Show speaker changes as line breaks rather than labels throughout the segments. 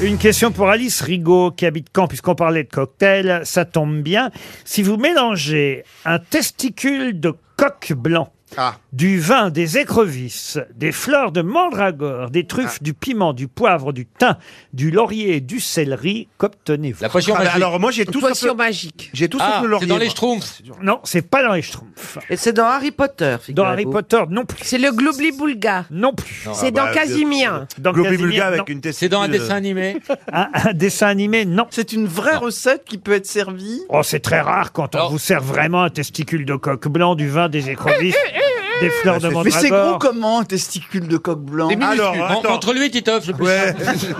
Une question pour Alice Rigaud qui habite Caen, puisqu'on parlait de cocktail, ça tombe bien. Si vous mélangez un testicule de coq blanc,
Ah.
du vin, des écrevisses, des fleurs de mandragore, des
Ah.
truffes, du piment, du poivre, du thym, du laurier et du céleri, qu'obtenez-vous La
potion Ah, bah, magique. alors, moi, j'ai tout sauf Potion le-
magique.
j'ai tout sauf Ah, le laurier, c'est dans les moi.
Schtroumpfs Non, c'est pas dans les Schtroumpfs.
Et c'est dans Harry Potter.
Dans Harry Potter, non plus.
C'est le Globli Boulga.
Non ah bah, euh, plus.
C'est
Ah
dans
bah,
Casimir.
C'est dans un dessin
euh,
animé un, un dessin animé, non.
C'est une vraie recette qui peut être servie.
Oh, c'est très rare quand on vous sert vraiment un testicule de coq blanc, du vin, des écrevisses,
Eh,
des
Bah,
fleurs de
Mais
mandragore.
Bah, c'est gros comment, un testicule de coq blanc
Alors, entre lui, Titoff, le plus sûr.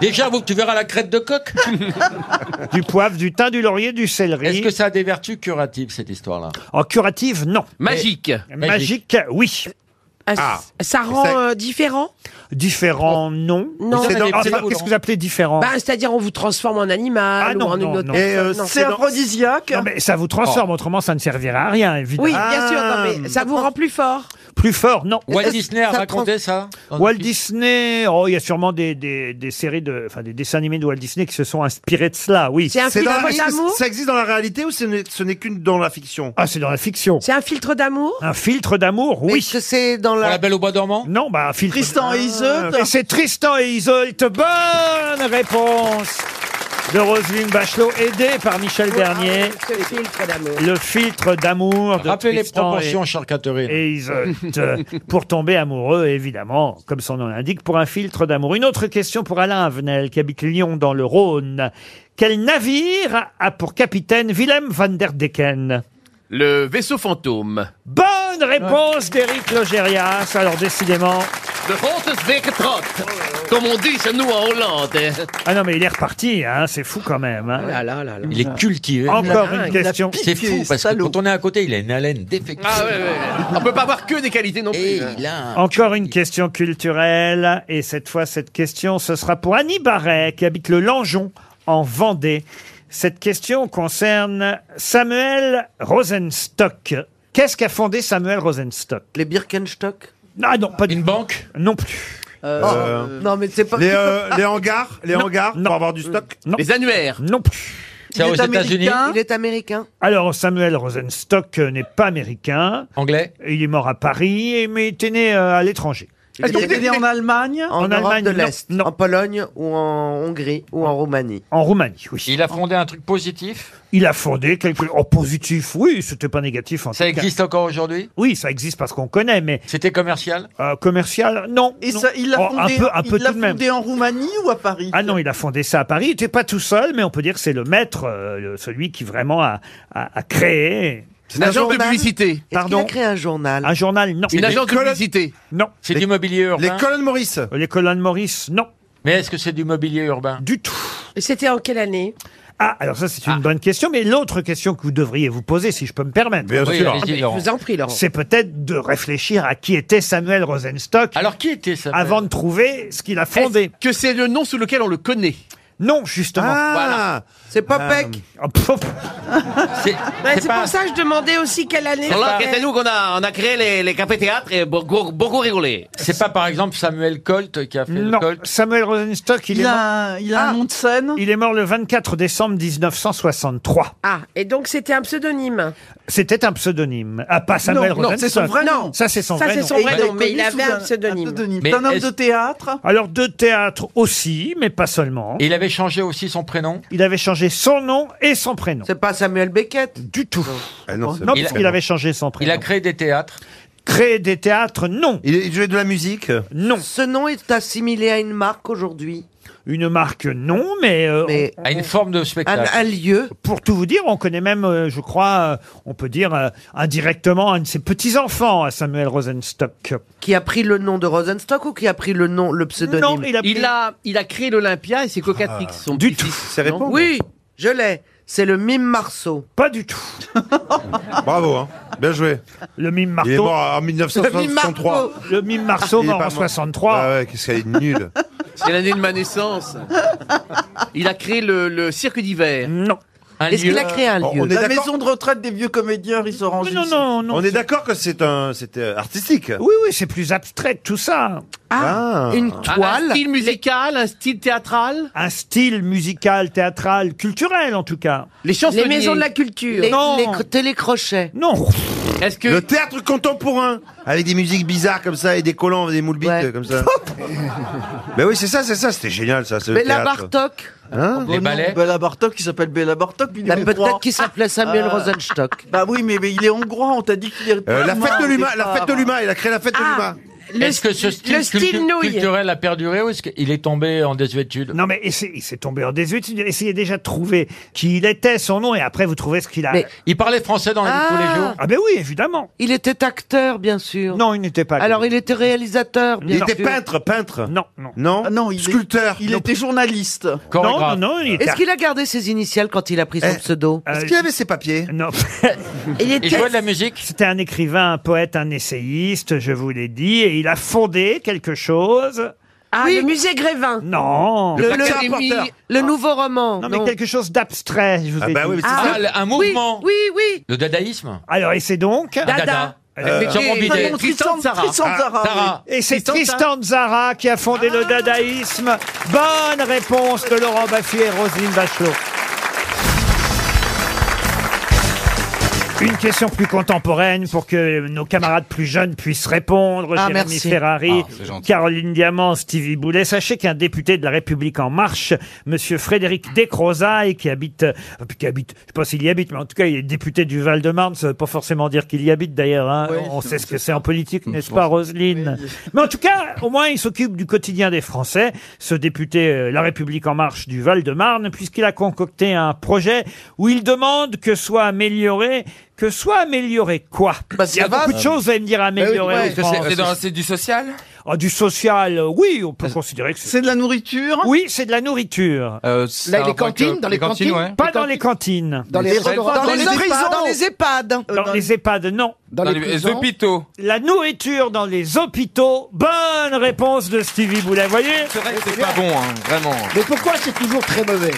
Déjà, vous, tu verras la crête de coq.
du poivre, du thym, du laurier, du céleri.
Est-ce que ça a des vertus curatives, cette histoire-là
En curative, non.
Magique.
Mais- Magique, oui.
Ah, Ah. ça rend, Ça- euh,
différent
Différent, non.
Non.
C'est
Ça
dans-
dépend
enfin,
des
Qu'est-ce que vous appelez différent
Bah, C'est-à-dire on vous transforme en animal
Oh. Ah non,
ou en
non,
une autre
non. Et, euh,
personne.
c'est
Non.
aphrodisiaque Non, mais ça vous transforme, autrement ça ne servira à rien, évidemment. Ah,
Oui, bien sûr, non, mais ça vous rend plus fort.
Plus fort, non.
Walt Disney a raconté ça dans
Walt
le film
Disney, oh, il y a sûrement des, des, des séries, de, enfin des dessins animés de Walt Disney qui se sont inspirés de cela, oui.
C'est dans la- Ça existe dans la réalité ou ce n'est ce n'est qu'une dans la fiction
Ah, c'est dans la fiction.
C'est un filtre d'amour
Un filtre d'amour, oui. Est-ce
que c'est dans
la- Pour la Belle au Bois dormant
Non, bah un filtre.
Tristan et Isolde
Et c'est Tristan et Isolde. Bonne réponse de Roselyne Bachelot, aidée par Michel Bernier.
Ce filtre d'amour.
Le filtre d'amour de
Rappelez les
Tristan
proportions,
et-
chère Catherine.
et Isolde, pour tomber amoureux, évidemment, comme son nom l'indique, pour un filtre d'amour. Une autre question pour Alain Avenel, qui habite Lyon, dans le Rhône. Quel navire a pour capitaine Willem van der Decken
Le vaisseau fantôme.
Bonne réponse d'Éric Logérias. Alors, décidément...
De grote Wekentrot. Comme on dit chez nous en Hollande. hein. Oh
Ah non, mais il est reparti, hein, c'est fou quand même. hein.
Il est cultivé.
Encore
Ah,
une question.
C'est fou, parce que quand on est à côté, il a une haleine défectueuse.
Ah ouais, ouais. On peut pas avoir que des qualités non plus.
Et
hein.
il a un-
Encore une question culturelle. Et cette fois, cette question, ce sera pour Annie Barret, qui habite le Langeon, en Vendée. Cette question concerne Samuel Rosenstock. Qu'est-ce qu'a fondé Samuel Rosenstock Les Birkenstock Ah non, pas Une
banque
Non plus.
Euh,
oh, Non, mais c'est pas.
les, euh, les hangars Les
Non,
hangars
non.
pour avoir du stock
Les annuaires.
Non plus.
C'est aux États-Unis.
Il est américain.
Alors, Samuel Rosenstock euh, n'est pas américain.
Anglais.
Il est mort à Paris, et- mais il était né euh, à l'étranger.
Est-ce qu'il est né en Allemagne
En
En, Europe
Allemagne,
de
non,
l'Est,
non.
en Pologne ou en Hongrie ou en Roumanie.
En Roumanie, oui.
Il a fondé un truc positif.
Il a fondé quelque en positif, oui, c'était pas négatif en
Ça
tout cas.
existe encore aujourd'hui.
Oui, ça existe parce qu'on connaît, mais
C'était commercial.
euh, commercial, non.
Et
non.
ça, il l'a
Oh,
fondé,
un peu, un peu
il l'a
tout de même.
fondé en Roumanie ou à Paris
Ah non, il a fondé ça à Paris. Il n'était pas tout seul, mais on peut dire que c'est le maître, euh, le- celui qui vraiment a, a- a créé.
Une agence de publicité.
Est-ce qu'il
Pardon
a créé un journal
Un journal, non.
Une agence de
colonnes-
publicité.
Non. Euh,
C'est du mobilier
Les
urbain.
colonnes Maurice
Les colonnes Maurice, non.
Mais est-ce que c'est du mobilier urbain
Du tout.
Et C'était en quelle année
Ah, alors ça, c'est une bonne question, mais l'autre question que vous devriez vous poser, si je peux me permettre,
Bien
Oui,
Ah,
sûr.
allez-y,
Je
Laurent.
vous en prie, Laurent.
c'est peut-être de réfléchir à qui était Samuel Rosenstock
Alors qui était ça
avant de trouver ce qu'il a fondé.
Que c'est le nom sous lequel on le connaît.
Non, justement.
Ah
C'est pas Peck.
Ah, pff,
C'est
Ouais,
c'est
C'est
pas-
pour ça que je demandais aussi quelle année.
C'est là
c'était.
que c'est nous qu'on a, on a créé les, les cafés théâtres et beaucoup, beaucoup rigolé.
C'est pas par exemple Samuel Colt qui a fait le
non,
Colt
Samuel Rosenstock, il,
Il
est mort, Ah.
a, un- il a un nom de scène
il est mort le 24 décembre 1963.
Ah, et donc c'était un pseudonyme.
C'était un pseudonyme. Ah, pas Samuel
Non, non,
Rosenstock.
c'est son vrai nom.
Ça, c'est son
Ça,
vrai
c'est
nom.
son
Et
vrai
est
nom, mais il
connu sous
avait un
Un
pseudonyme.
pseudonyme.
Mais
C'est un homme
est-ce-
de théâtre
Alors, de théâtre aussi, mais pas seulement.
Et il avait changé aussi son prénom.
Il avait changé son nom et son prénom.
C'est pas Samuel Beckett
Du tout.
Ah non, c'est
Non,
bon.
parce qu'il avait changé son
Il
prénom.
a créé des théâtres.
Créé des théâtres, non.
Il, il jouait de la musique
Non.
Ce nom est assimilé à une marque aujourd'hui,
Une marque, non, mais, euh,
mais
à une forme de
un,
spectacle.
un lieu.
pour tout vous dire, on connaît même, euh, je crois, euh, on peut dire euh, indirectement un de ses petits-enfants à Samuel Rosenstock.
Qui a pris le nom de Rosenstock ou qui a pris le nom, le pseudonyme
Non, il a, Ah.
Il a, Ah, il a créé l'Olympia et c'est Cocatrix,
Ah.
son
Du
petit-fils.
C'est répondre
Oui, je l'ai. C'est le mime Marceau.
Pas du tout.
Bravo, hein. bien joué.
Le mime Marteau.
Il est mort en 1963.
Le mime Marceau
Il est
mort
pas
en
mort.
63.
Ah ouais, qu'est-ce qu'elle est nulle.
C'est l'année de ma naissance. Il a créé le, le cirque d'hiver.
Non.
Un
Est-ce qu'il
lieu.
a créé un lieu
On est
La
d'accord-
maison de retraite des vieux comédiens, ils se rangent
Non, non, non.
On est d'accord que c'est un, c'était euh, artistique.
Oui, oui, c'est plus abstrait que tout ça.
Ah.
Une
Un
toile
style musical, un style théâtral
Un style musical, théâtral, culturel en tout cas.
Les chansonniers.
Les maisons de la culture.
les,
Non.
les cr- télécrochets.
Non,
Est-ce que
Le théâtre contemporain avec des musiques bizarres comme ça et des collants, des moules bites
Ouais.
euh, comme ça. ben oui, c'est ça, c'est ça, c'était génial ça.
Mais la Bartok,
Hein
Les ballets.
Bella Bartok, qui s'appelle Bella Bartok, puis il
la
est hongrois.
Bah, peut-être qui s'appelait Samuel
Euh,
Rosenstock.
Bah oui, mais, mais il est hongrois, on t'a dit qu'il est.
Euh, la
hongrois
fête de
au
l'humain, la
départ.
fête de l'humain, il a créé la fête de l'humain.
Le
Est-ce que ce
sti-
style,
le style
cultu-
nouille.
culturel a perduré ou est-ce qu'il est tombé en désuétude
non mais essayez, il s'est tombé en désuétude. Essayez déjà de trouver qui il était, son nom, et après vous trouvez ce qu'il a.
Mais-
Il parlait français dans la vie de tous les jours.
Ah ben oui, évidemment.
Il était acteur, bien sûr.
Non, il n'était pas.
Alors il était réalisateur, bien
Il était
sûr.
peintre, peintre.
Non, non.
Non.
Ah non, il est-
Sculpteur.
Il
Non.
était journaliste.
Non,
Chorégraphe.
non, non, il était.
Est-ce qu'il a gardé ses initiales quand il a pris son
Eh.
pseudo
euh,
Est-ce qu'il avait ses papiers
Non,
Il
Il
était
jouait de la musique.
c'était un écrivain, un poète, un essayiste, je vous l'ai dit, et il a fondé quelque chose.
ah,
Oui.
le musée Grévin.
Non,
Le, le-
Académie-
le- le nouveau roman.
non, mais quelque chose d'abstrait, je vous
Ah
ai
bah
dit.
oui, mais c'est
Ah.
ça.
Ah, le- un
Oui,
mouvement.
oui, oui.
Le dadaïsme.
Alors et c'est donc.
Un Dada.
Euh,
Jean Pompidou.
Tristan-
Tristan de Sarah.
Tristan de
Ah,
Sarah,
Sarah.
Et c'est
Tristan
Tristan Zara qui a fondé le dadaïsme. Bonne réponse de Laurent Baffy et Roselyne Bachelot. Une question plus contemporaine pour que nos camarades plus jeunes puissent répondre.
Ah,
Jérémy
merci.
Ferrari,
Ah, c'est gentil.
Caroline Diamant, Stevie Boulet. Sachez qu'un député de La République En Marche, monsieur Frédéric Descrozailles, qui habite, euh, qui habite, je sais pas s'il y habite, mais en tout cas, il est député du Val-de-Marne. Ça veut pas forcément dire qu'il y habite d'ailleurs. hein.
Oui,
On
c'est-
sait ce que c'est en politique, n'est-ce pas, Roselyne mais en tout cas, au moins, il s'occupe du quotidien des Français, ce député euh, La République En Marche du Val-de-Marne, puisqu'il a concocté un projet où il demande que soit amélioré, que soit amélioré quoi
Bah, ça
Il y a
va.
beaucoup de choses, vous allez me dire, améliorer.
ouais.
en France.
c'est du social
Eh Ah, du social, euh, oui, on peut considérer que c'est...
C'est de la nourriture.
Oui, c'est de la nourriture.
Euh,
Là, les cantines, dans les cantines.
ouais.
Pas dans les cantines.
Dans les restaurants.
Dans les prisons.
dans les EHPAD.
Euh,
Dans les EHPAD, non.
Dans, les, hôpitaux.
La nourriture dans les hôpitaux. Bonne réponse de Stevie Boulet, voyez
C'est vrai que c'est pas bon, hein, vraiment.
Mais pourquoi c'est toujours très mauvais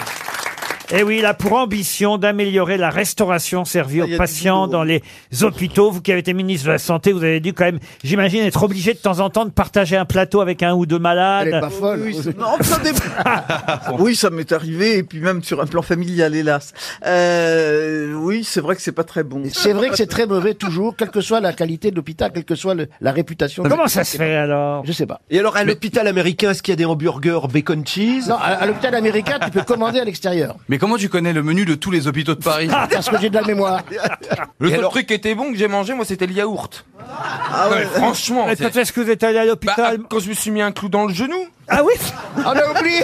Et Eh oui, il a pour ambition d'améliorer la restauration
Ah,
servie
il y
aux
a du
patients
boulot.
dans les hôpitaux. Vous qui avez été ministre de la Santé, vous avez dû quand même, j'imagine, être obligé de temps en temps de partager un plateau avec un ou deux malades.
folle.
Ah, Oui, ça- non, ça dépend. oui, ça m'est arrivé, et puis même sur un plan familial, hélas. Euh, oui, c'est vrai que c'est pas très bon.
C'est vrai que c'est très mauvais toujours, quelle que soit la qualité de l'hôpital, quelle que soit le- la réputation.
Comment ça se fait alors
Je sais pas.
Et alors, à l'hôpital américain, est-ce qu'il y a des hamburgers bacon cheese
Non, à, à l'hôpital américain, tu peux commander à l'extérieur.
Mais comment tu connais le menu de tous les hôpitaux de Paris
Ah,
Parce que j'ai de la mémoire.
Le seul truc qui était bon que j'ai mangé, moi, c'était le yaourt.
Ah
Ouais,
ouais.
franchement.
Mais
c'est-
Quand est-ce que vous êtes allé à
Bah,
l'hôpital
quand je me suis mis un clou dans le genou,
Ah oui
On a oublié.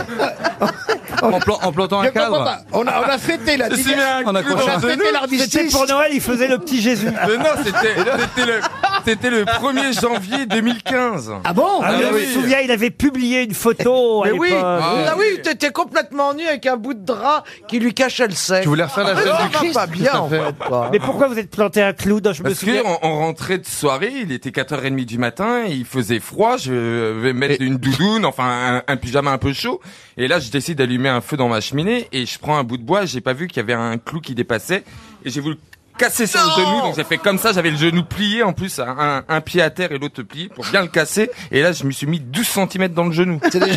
en, plan- en plantant
Je
un
comprends
cadre.
pas. On a, on a fêté la
Je me suis mis un
On
clou dans
a
le genou.
fêté
C'était
l'armistice.
pour Noël, il faisait le petit Jésus.
Mais non, c'était c'était le, c'était le 1er janvier 2015.
Ah bon
Ah,
Ah
oui,
oui.
Je me souviens, il avait publié une photo à
Mais
l'époque.
oui,
Ah,
ah oui, t'étais complètement nu avec un bout de drap qui lui cachait le sein.
Tu voulais refaire la
Ça
scène du
va
Christ
pas bien, en fait. quoi.
Mais pourquoi vous êtes planté un clou dans je me
Parce que
souviens
on, on rentrait de soirée, il était 4h30 du matin, il faisait froid, je vais mettre une doudoune, enfin un, un pyjama un peu chaud, et là je décide d'allumer un feu dans ma cheminée, et je prends un bout de bois, j'ai pas vu qu'il y avait un clou qui dépassait, et j'ai voulu casser sur le genou, donc j'ai fait comme ça, j'avais le genou plié en plus, un, un pied à terre et l'autre plié pour bien le casser, et là je me suis mis 12 cm dans le genou. C'est dommage,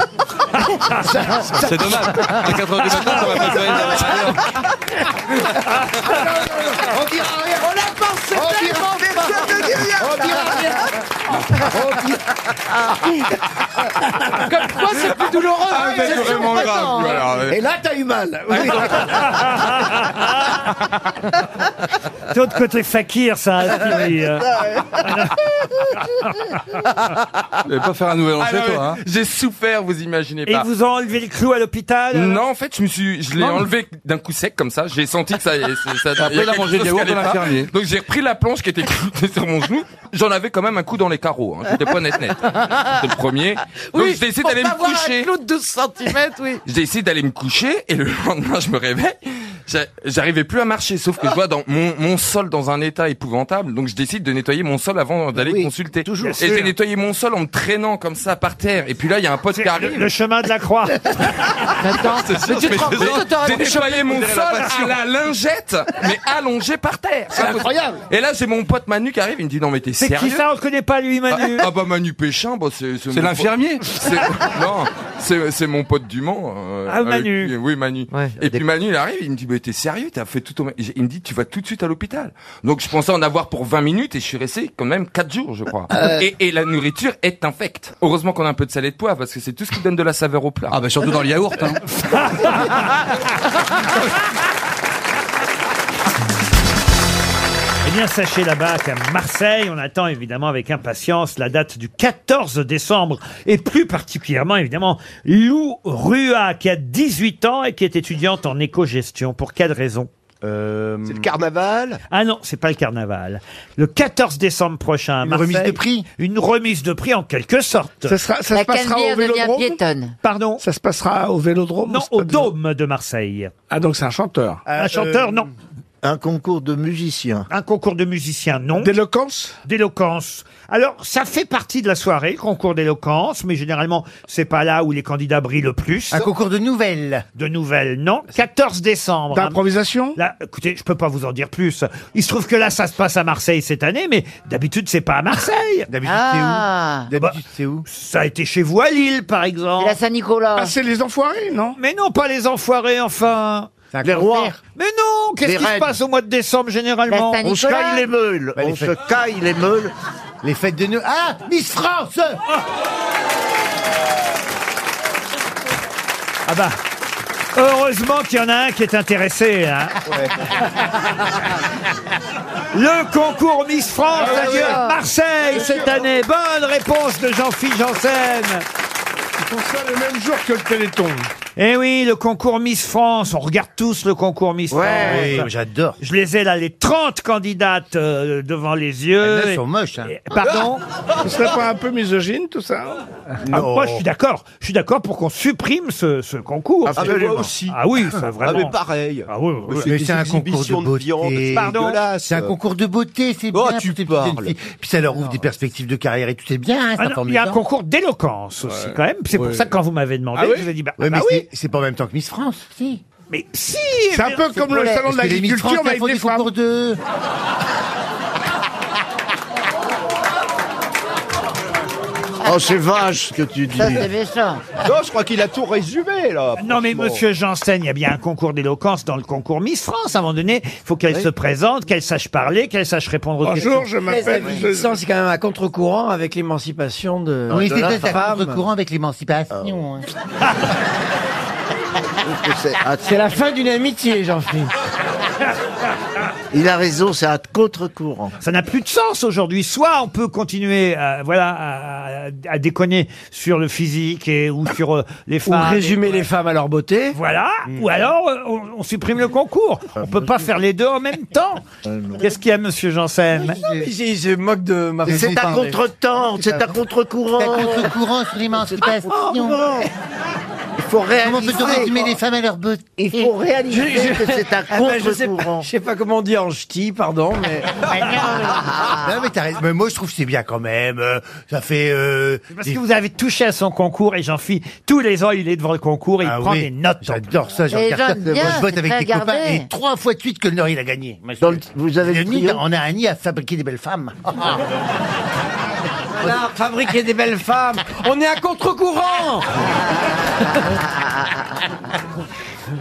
à 4h du matin ça va pas
On dira rien.
On la pensé
On
tellement,
dira-
personne ne dit rien.
On dira rien. On dira-
Comme quoi, c'est plus douloureux.
Ah, c'est vraiment grave. voilà.
Et là, t'as eu mal. Oui.
C'est l'autre côté fakir, ça. hein, ce qui- euh,
Tu pas faire un nouvel hein an
Ah non, mais J'ai souffert, vous imaginez
Et ils
pas.
vous ont enlevé le clou à l'hôpital euh alors
Non, en fait, je me suis, je l'ai enlevé d'un coup sec comme ça. J'ai senti que ça, ça, ça il y a quelque chose qui allait pas. Donc j'ai repris la planche qui était cloutée sur mon genou. J'en avais quand même un coup dans les carreaux. Hein. J'étais pas net net. C'était le premier. Donc
Oui,
j'ai essayé
pour
d'aller
pas
me
avoir un
coucher.
clou de 12 cm, oui.
J'ai essayé d'aller me coucher et le lendemain je me réveille. J'a- J'arrivais plus à marcher, sauf que je vois dans mon, mon sol dans un état épouvantable, donc je décide de nettoyer mon sol avant d'aller consulter.
toujours.
Et
Bien sûr.
j'ai nettoyé mon sol en me traînant comme ça par terre. Et puis là, il y a un pote qui arrive.
Le chemin de la croix.
Attends,
mais tu te rends compte que t'aurais
J'ai
pu choper,
nettoyé
on
mon
dirait
sol
la passion.
à la lingette, mais allongé par terre.
C'est incroyable.
Et là, c'est mon pote Manu qui arrive, il me dit non mais t'es
C'est
sérieux
qui ça On ne connaît pas lui, Manu.
Ah, ah bah Manu Péchin, bah c'est
C'est
mon
l'infirmier.
pote- c'est- Non, c'est c'est mon pote du Mans. euh,
Ah,
avec
Manu.
qui- oui Manu. Et puis Manu il arrive, il me dit mais t'es sérieux, t'as fait tout au... Il me dit tu vas tout de suite à l'hôpital. Donc je pensais en avoir pour 20 minutes et je suis resté quand même 4 jours je crois.
Euh.
Et, et la nourriture est infecte. Heureusement qu'on a un peu de salé de poivre parce que c'est tout ce qui donne de la saveur au plat. Ah bah
surtout dans le yaourt, hein.
Eh bien, sachez là-bas qu'à Marseille, on attend évidemment avec impatience la date du 14 décembre, et plus particulièrement, évidemment, Lou Rua, qui a 18 ans et qui est étudiante en éco-gestion. Pour quelle raison C'est le carnaval Ah non, c'est pas le carnaval. Le 14 décembre prochain, à
Une remise
Marseille,
de prix
Une remise de prix, en quelque sorte.
Ça, sera, ça se passera au Vélodrome
Pardon
Ça se passera au Vélodrome
Non, au Dôme de Marseille.
Ah, donc c'est un chanteur
Euh,
Un chanteur, non.
Un concours de musiciens.
Un concours de musiciens, non. D'éloquence D'éloquence. Alors, ça fait partie de la soirée, le concours d'éloquence, mais généralement, c'est pas là où les candidats brillent le plus. Un concours de nouvelles De nouvelles, non. 14 décembre. hein.
D'improvisation
Là, écoutez, je peux pas vous en dire plus. Il se trouve que là, ça se passe à Marseille cette année, mais d'habitude, c'est pas à Marseille.
D'habitude, c'est où Ah. D'habitude,
c'est où Ça a été chez vous à Lille, par exemple.
la Saint-Nicolas.
Ah, c'est les enfoirés, non
Mais non, pas les enfoirés, enfin
Les rois
Mais non Qu'est-ce
Les
qui se
reines.
passe au mois de décembre, généralement
La Saint-Nicolas. On se caille les
meules
Bah, les On se fêtes.
caille les meules
Les fêtes de Noël. Ah Miss France
Ah bah Heureusement qu'il y en a un qui est intéressé. hein. Le concours Miss France
Ah
a
oui,
lieu
oui.
à Marseille cette année. Bonne réponse de Jean-Philippe Janssen.
Ils font ça le même jour que le Téléthon.
Eh oui, le concours Miss France. On regarde tous le concours Miss
Ouais. Oui,
France.
j'adore.
Je les ai là, les 30 candidates euh, devant les yeux.
Elles sont moches, hein.
Et- Pardon
Ce serait pas un peu misogyne, tout ça hein
Ah, moi, je suis d'accord. Je suis d'accord pour qu'on supprime ce, ce concours.
Ah, mais moi Absolument. aussi.
Ah oui, ça, vraiment.
Ah, mais pareil.
Ah oui, oui, oui.
Mais c'est un concours de
Oh,
beauté.
Pardon
C'est un concours de beauté, c'est
Oh,
bien. tu parles. Puis ça leur ouvre des perspectives de carrière et tout est bien. hein,
Ah
c'est
non,
formidable.
il y a un concours d'éloquence aussi, quand même. C'est pour
Ouais.
ça que quand vous m'avez demandé,
Ah oui
je vous ai dit, bah,
Ouais,
bah
mais
oui.
c'est- c'est pas en même temps que Miss France, si.
Mais si
C'est un peu comme le salon de
Parce que les Miss
l'agriculture,
France,
mais
elles
avec
font
des
des concours
femmes.
de...
Oh, c'est vache ce que tu dis.
Ça, c'est méchant.
Non, je crois qu'il a tout résumé, là.
Non mais monsieur Janssen, il y a bien un concours d'éloquence dans le concours Miss France. À un moment donné, il faut qu'elle se présente, qu'elle sache parler, qu'elle sache répondre aux questions.
L'adolescence, C'est quand même à contre-courant avec l'émancipation de,
Oui,
de la
c'est à
femme.
contre-courant avec l'émancipation.
Oh.
C'est la fin d'une amitié, Jean-Philippe.
Il a raison, c'est à contre-courant. Ça n'a plus de sens aujourd'hui. Soit on peut continuer à, voilà, à, à- à déconner sur le physique et, ou sur euh, les
Ou
femmes.
résumer les femmes à leur beauté.
Voilà,
Mm.
ou alors euh, on, on supprime le concours. On peut pas faire les deux en même temps. Qu'est-ce qu'il y a, monsieur Janssen
Je moque de ma
C'est à contre-temps, c'est à
contre-courant. C'est à contre-courant sur l'émancipation.
Il faut
Comment
réaliser.
peut-on résumer les femmes à leur beauté Il
faut réaliser que c'est un
Ah ben, je sais pas-
contre-courant.
Je sais pas comment on dit en ch'ti, pardon, mais.
Ah,
non, Ah, mais t'as raison. Mais moi, je trouve que c'est bien quand même. Euh, Ça fait. euh,
Parce
des-
que vous avez touché à son concours et j'en fie tous les ans, il est devant le concours et il
Ah
prend
oui,
des notes. J'adore
ça, je regarde ça. Moi, je vote avec des copains et trois fois de suite que le Nord il a gagné. vous avez on a un nid à fabriquer des belles femmes.
Ah.
Voilà, fabriquer des belles femmes. On est à contre-courant.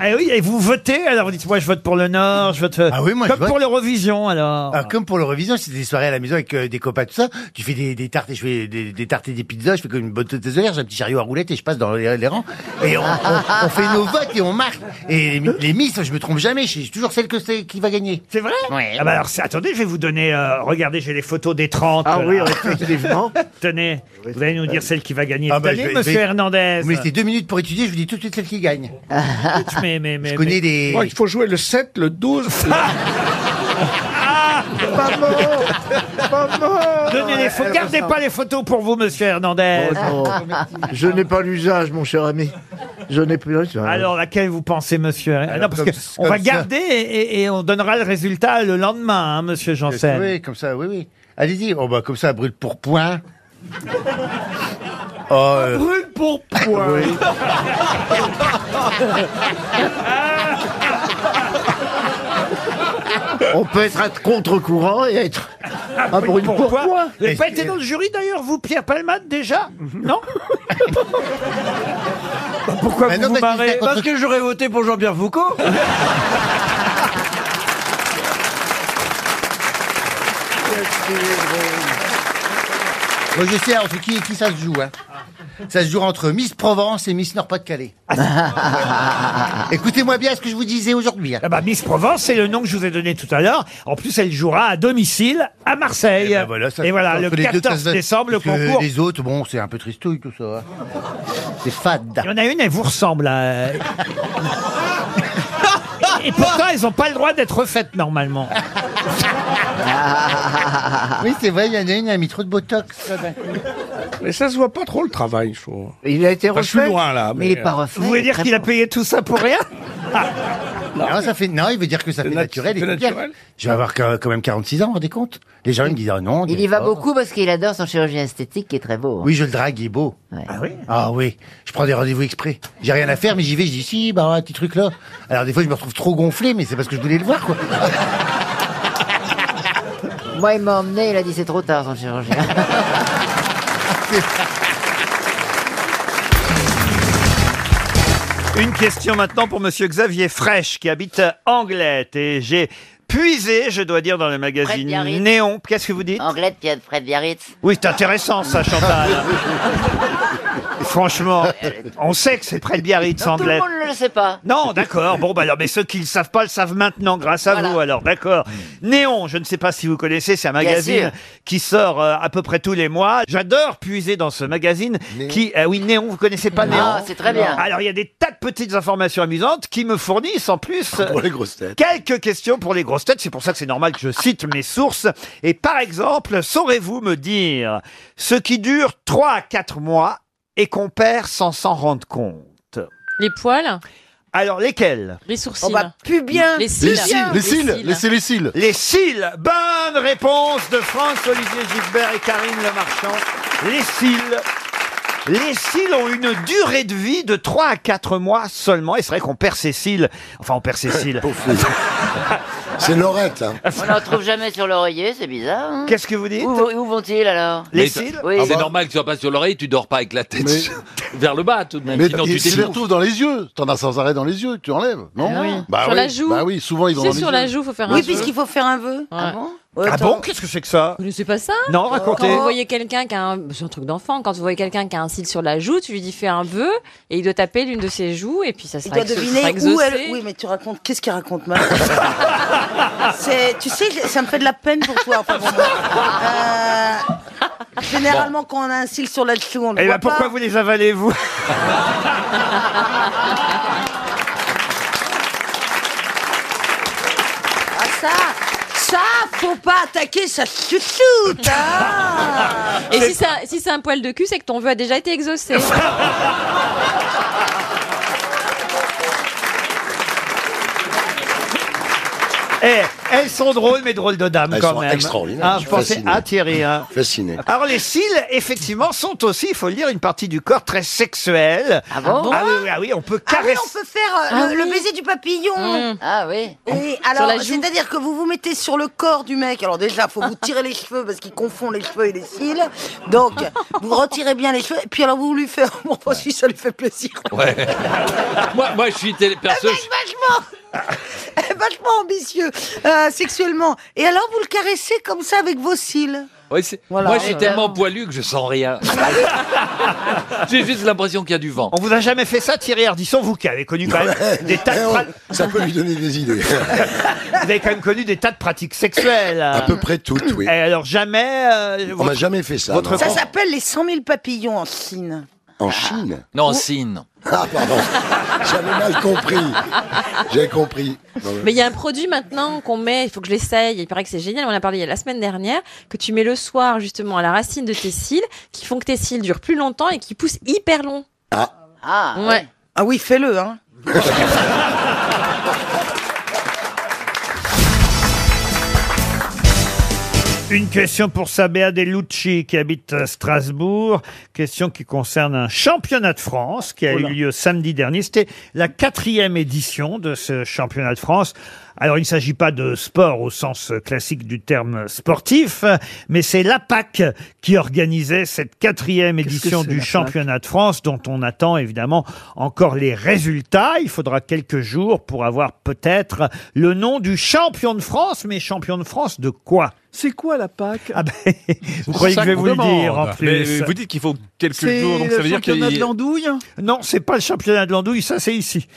Ah oui, et vous votez Alors vous dites, moi je vote pour le Nord, je vote.
Ah oui, moi, Ah,
Comme pour l'Eurovision, alors.
comme pour l'Eurovision, c'est des soirées à la maison avec euh, des copains, tout ça. Tu fais des, des tartes, et je fais des, des tartes et des pizzas, je fais comme une bonne tête j'ai un petit chariot à roulettes et je passe dans les, les rangs. Et on, on- on fait nos votes et on marque. Et les, les miss, je me trompe jamais, je suis toujours celle que c'est qui va gagner.
C'est vrai Ah bah alors, c'est- attendez, je vais vous donner. euh, regardez, j'ai les photos des 30.
Ah
là.
oui, effectivement.
Tenez, vous allez nous dire celle qui va gagner
Ah
cette
bah,
année,
je vais-
monsieur
je vais-
Hernandez.
Vous me laissez deux minutes pour étudier, je vous dis tout de suite celle qui gagne.
mais, mais, mais,
je connais des...
Ouais, il faut jouer le 7, le 12.
Ah, Donnez les photos.
Oh,
Gardez pas les photos pour vous, monsieur Hernandez.
Je n'ai pas l'usage, mon cher ami.
Je n'ai plus.
Alors, laquelle vous pensez, monsieur Herrera Non, parce
comme-
que on
comme
va
ça.
garder et, et- et on donnera le résultat le lendemain, hein, monsieur Janssen.
Oui, comme ça, oui, oui. Allez-y, oh, bah, comme ça, brûle pour point. Oh, euh,
Brûle pour point.
On peut être à contre-courant et être. Ah, pour une pourquoi,
Vous n'avez pas été dans le jury d'ailleurs, vous, Pierre Palmade, déjà Non Pourquoi
vous vous marrez Parce que j'aurais voté pour Jean-Pierre Foucault.
moi, je sais entre qui et qui ça se joue. Hein. Ça se joue entre Miss Provence et Miss Nord-Pas-de-Calais.
Ah,
Écoutez-moi bien ce que je vous disais aujourd'hui. hein.
Ah bah, Miss Provence, c'est le nom que je vous ai donné tout à l'heure. En plus, elle jouera à domicile à Marseille. Et, voilà,
Eh ben ça- entre
le
les deux,
14
ça se-
décembre, le
parce que
concours.
Les autres, bon, c'est un peu tristouille tout ça. hein. C'est fade.
Il y en a une, elle vous ressemble. à- Et pourtant, elles n'ont pas le droit d'être faites normalement. Ah.
oui, c'est vrai, il y en a une, elle a mis trop de botox.
Mais ça se voit pas trop le travail, je trouve.
Il a été
Enfin, je suis
refait
loin là.
Mais euh, il est pas refait, Vous voulez il est dire très qu'il a bon.
payé tout ça pour rien Ah.
non, ça fait, non, il veut dire que ça fait naturel. et
c'est
tout bien.
naturel.
Je vais avoir quand quand même 46 ans, vous rendez compte Les gens ils me disent ah non.
Il
t'es
y va
fort.
beaucoup parce qu'il adore son chirurgien esthétique qui est très beau. hein.
Oui, je le drague, il est beau.
Ah
oui
Ah oui, je prends des rendez-vous exprès. J'ai rien à faire, mais j'y vais, je dis si, bah ouais, petit truc là. Alors des fois, je me retrouve trop gonflé, mais c'est parce que je voulais le voir, quoi.
Moi, il m'a emmené, il a dit c'est trop tard son chirurgien.
Une question maintenant pour Monsieur Xavier Fraîche qui habite à Anglette et j'ai puisé, je dois dire, dans le magazine
Biarritz.
Néon. Qu'est-ce que vous dites
Anglette, Pierre Fred Biarritz.
Oui, c'est intéressant ça, Chantal. Franchement, on sait que c'est près de Biarritz,
Tout le
Anglette.
monde ne le sait pas.
Non, d'accord. Bon, bah alors, mais ceux qui ne le savent pas le savent maintenant grâce à vous. Alors, d'accord. Néon, je ne sais pas si vous connaissez, c'est un
Bien
magazine
sûr.
qui sort euh, à peu près tous les mois. J'adore puiser dans ce magazine qui, euh, oui, Néon, vous connaissez pas
Non,
Néon
c'est très bien.
Alors, il y a des tas de petites informations amusantes qui me fournissent en plus euh, quelques questions pour les grosses têtes. C'est pour ça que c'est normal que je cite mes sources. Et par exemple, saurez-vous me dire ce qui dure 3 à 4 mois et qu'on perd sans s'en rendre compte
Les poils
alors, lesquels
Les sourcils.
Oh bah,
plus bien. Les cils.
Les cils.
les cils.
Les cils. Bonne réponse de France Olivier Gisbert et Karine Lemarchand. Les cils. Les cils ont une durée de vie de 3 à 4 mois seulement. Et c'est vrai qu'on perd ses cils. Enfin, on perd ses cils.
c'est hein. Lorette, là.
On n'en trouve jamais sur l'oreiller, c'est bizarre. hein.
Qu'est-ce que vous dites
Où, où vont-ils alors
Mais ça-
Ah
Oui.
bah.
C'est normal que tu sois pas sur l'oreille, tu dors pas avec la tête vers le bas tout de même.
Mais
sinon
tu
tu
les
t'étouffes.
retrouves dans les yeux. T'en as sans arrêt dans les yeux, tu enlèves, non
Ah oui.
Bah
Sur
oui.
la joue.
Bah oui, souvent ils vont
C'est
dans
sur
les
la
yeux.
joue, faut faire un
Oui,
jeu.
puisqu'il faut faire un vœu. Ah bon
Ah bon Qu'est-ce que c'est que ça
Vous ne savez pas ça
Non, racontez.
Quand vous voyez quelqu'un qui a un... C'est un truc d'enfant. Quand vous voyez quelqu'un qui a un cil sur la joue, tu lui dis fais un vœu et il doit taper l'une de ses joues et puis ça
Il
sera
doit
exaucé-
deviner
sera
où
exaucé.
elle. Oui, mais tu racontes. Qu'est-ce qu'il raconte, mal C'est, tu sais, ça me fait de la peine pour toi. Enfin, bon, euh, généralement, quand on a un cil sur la joue, on le
Et
voit
bah, pourquoi
pas.
vous les avalez, vous
Ah, ça, ça, Ah, faut pas attaquer sa chouchoute. hein.
Et si c'est un- si c'est un poil de cul, c'est que ton vœu a déjà été exaucé.
Eh, elles sont drôles, mais drôles de dames,
Elles
quand
sont
même.
extraordinaires,
Ah,
je suis
pensez
fasciné.
à Thierry, hein.
Fasciné.
Alors les cils, effectivement, sont aussi, il faut le dire, une partie du corps très sexuelle. Ah
bon
ah, oui, oui, ah oui, on peut
Ah oui,
caresser.
on peut faire euh,
Ah
le, le
oui.
baiser du papillon.
Mm. Ah oui.
Et
Sur
alors,
la joue.
c'est-à-dire que vous vous mettez sur le corps du mec. Alors déjà, faut vous tirer les cheveux parce qu'il confond les cheveux et les cils. Donc, vous retirez bien les cheveux. Et puis alors, vous lui faites, bon, si ça lui fait plaisir. Eh ben,
Ouais. moi, moi, je suis télé perso. je-
Vachement, Eh, vachement ambitieux euh, sexuellement. Et alors, vous le caressez comme ça avec vos cils.
ouais, c'est-
Voilà.
moi, je suis
Ouais,
tellement poilu que je sens rien. J'ai juste l'impression qu'il y a du vent.
On vous a jamais fait ça, Thierry Ardisson, vous qui avez connu quand même des tas de pratiques.
Eh Ça peut lui donner des idées.
Vous avez quand même connu des tas de pratiques sexuelles.
à peu près toutes, oui.
Et Ah. Eh, alors jamais. euh,
On m'a
votre-
jamais fait ça.
votre
non.
Ça s'appelle les 100 000 papillons en Chine.
En Chine
Non, signe.
Ah, pardon. J'avais mal compris. J'ai compris. Non,
Mais il y a un produit maintenant qu'on met, il faut que je l'essaye, il paraît que c'est génial, on en a parlé il y a la semaine dernière, que tu mets le soir justement à la racine de tes cils, qui font que tes cils durent plus longtemps et qui poussent hyper long.
Ah.
Ah.
ouais.
Ah oui, fais-le, hein.
Une question pour Sabea Delucci qui habite à Strasbourg. Question qui concerne un championnat de France qui a eu lieu samedi dernier. C'était la quatrième édition de ce championnat de France. Alors, il ne s'agit pas de sport au sens classique du terme sportif, mais c'est l'APAC qui organisait cette quatrième édition
c'est
du
l'APAC
championnat de France dont on attend évidemment encore les résultats. Il faudra quelques jours pour avoir peut-être le nom du champion de France, mais champion de France de quoi Ah ben,
C'est quoi la PAC
vous croyez que je vais vous le dire en plus
Mais vous dites qu'il faut quelques jours, donc ça veut dire qu'il y a-
l'andouille Non, c'est pas le championnat de l'andouille, ça c'est ici.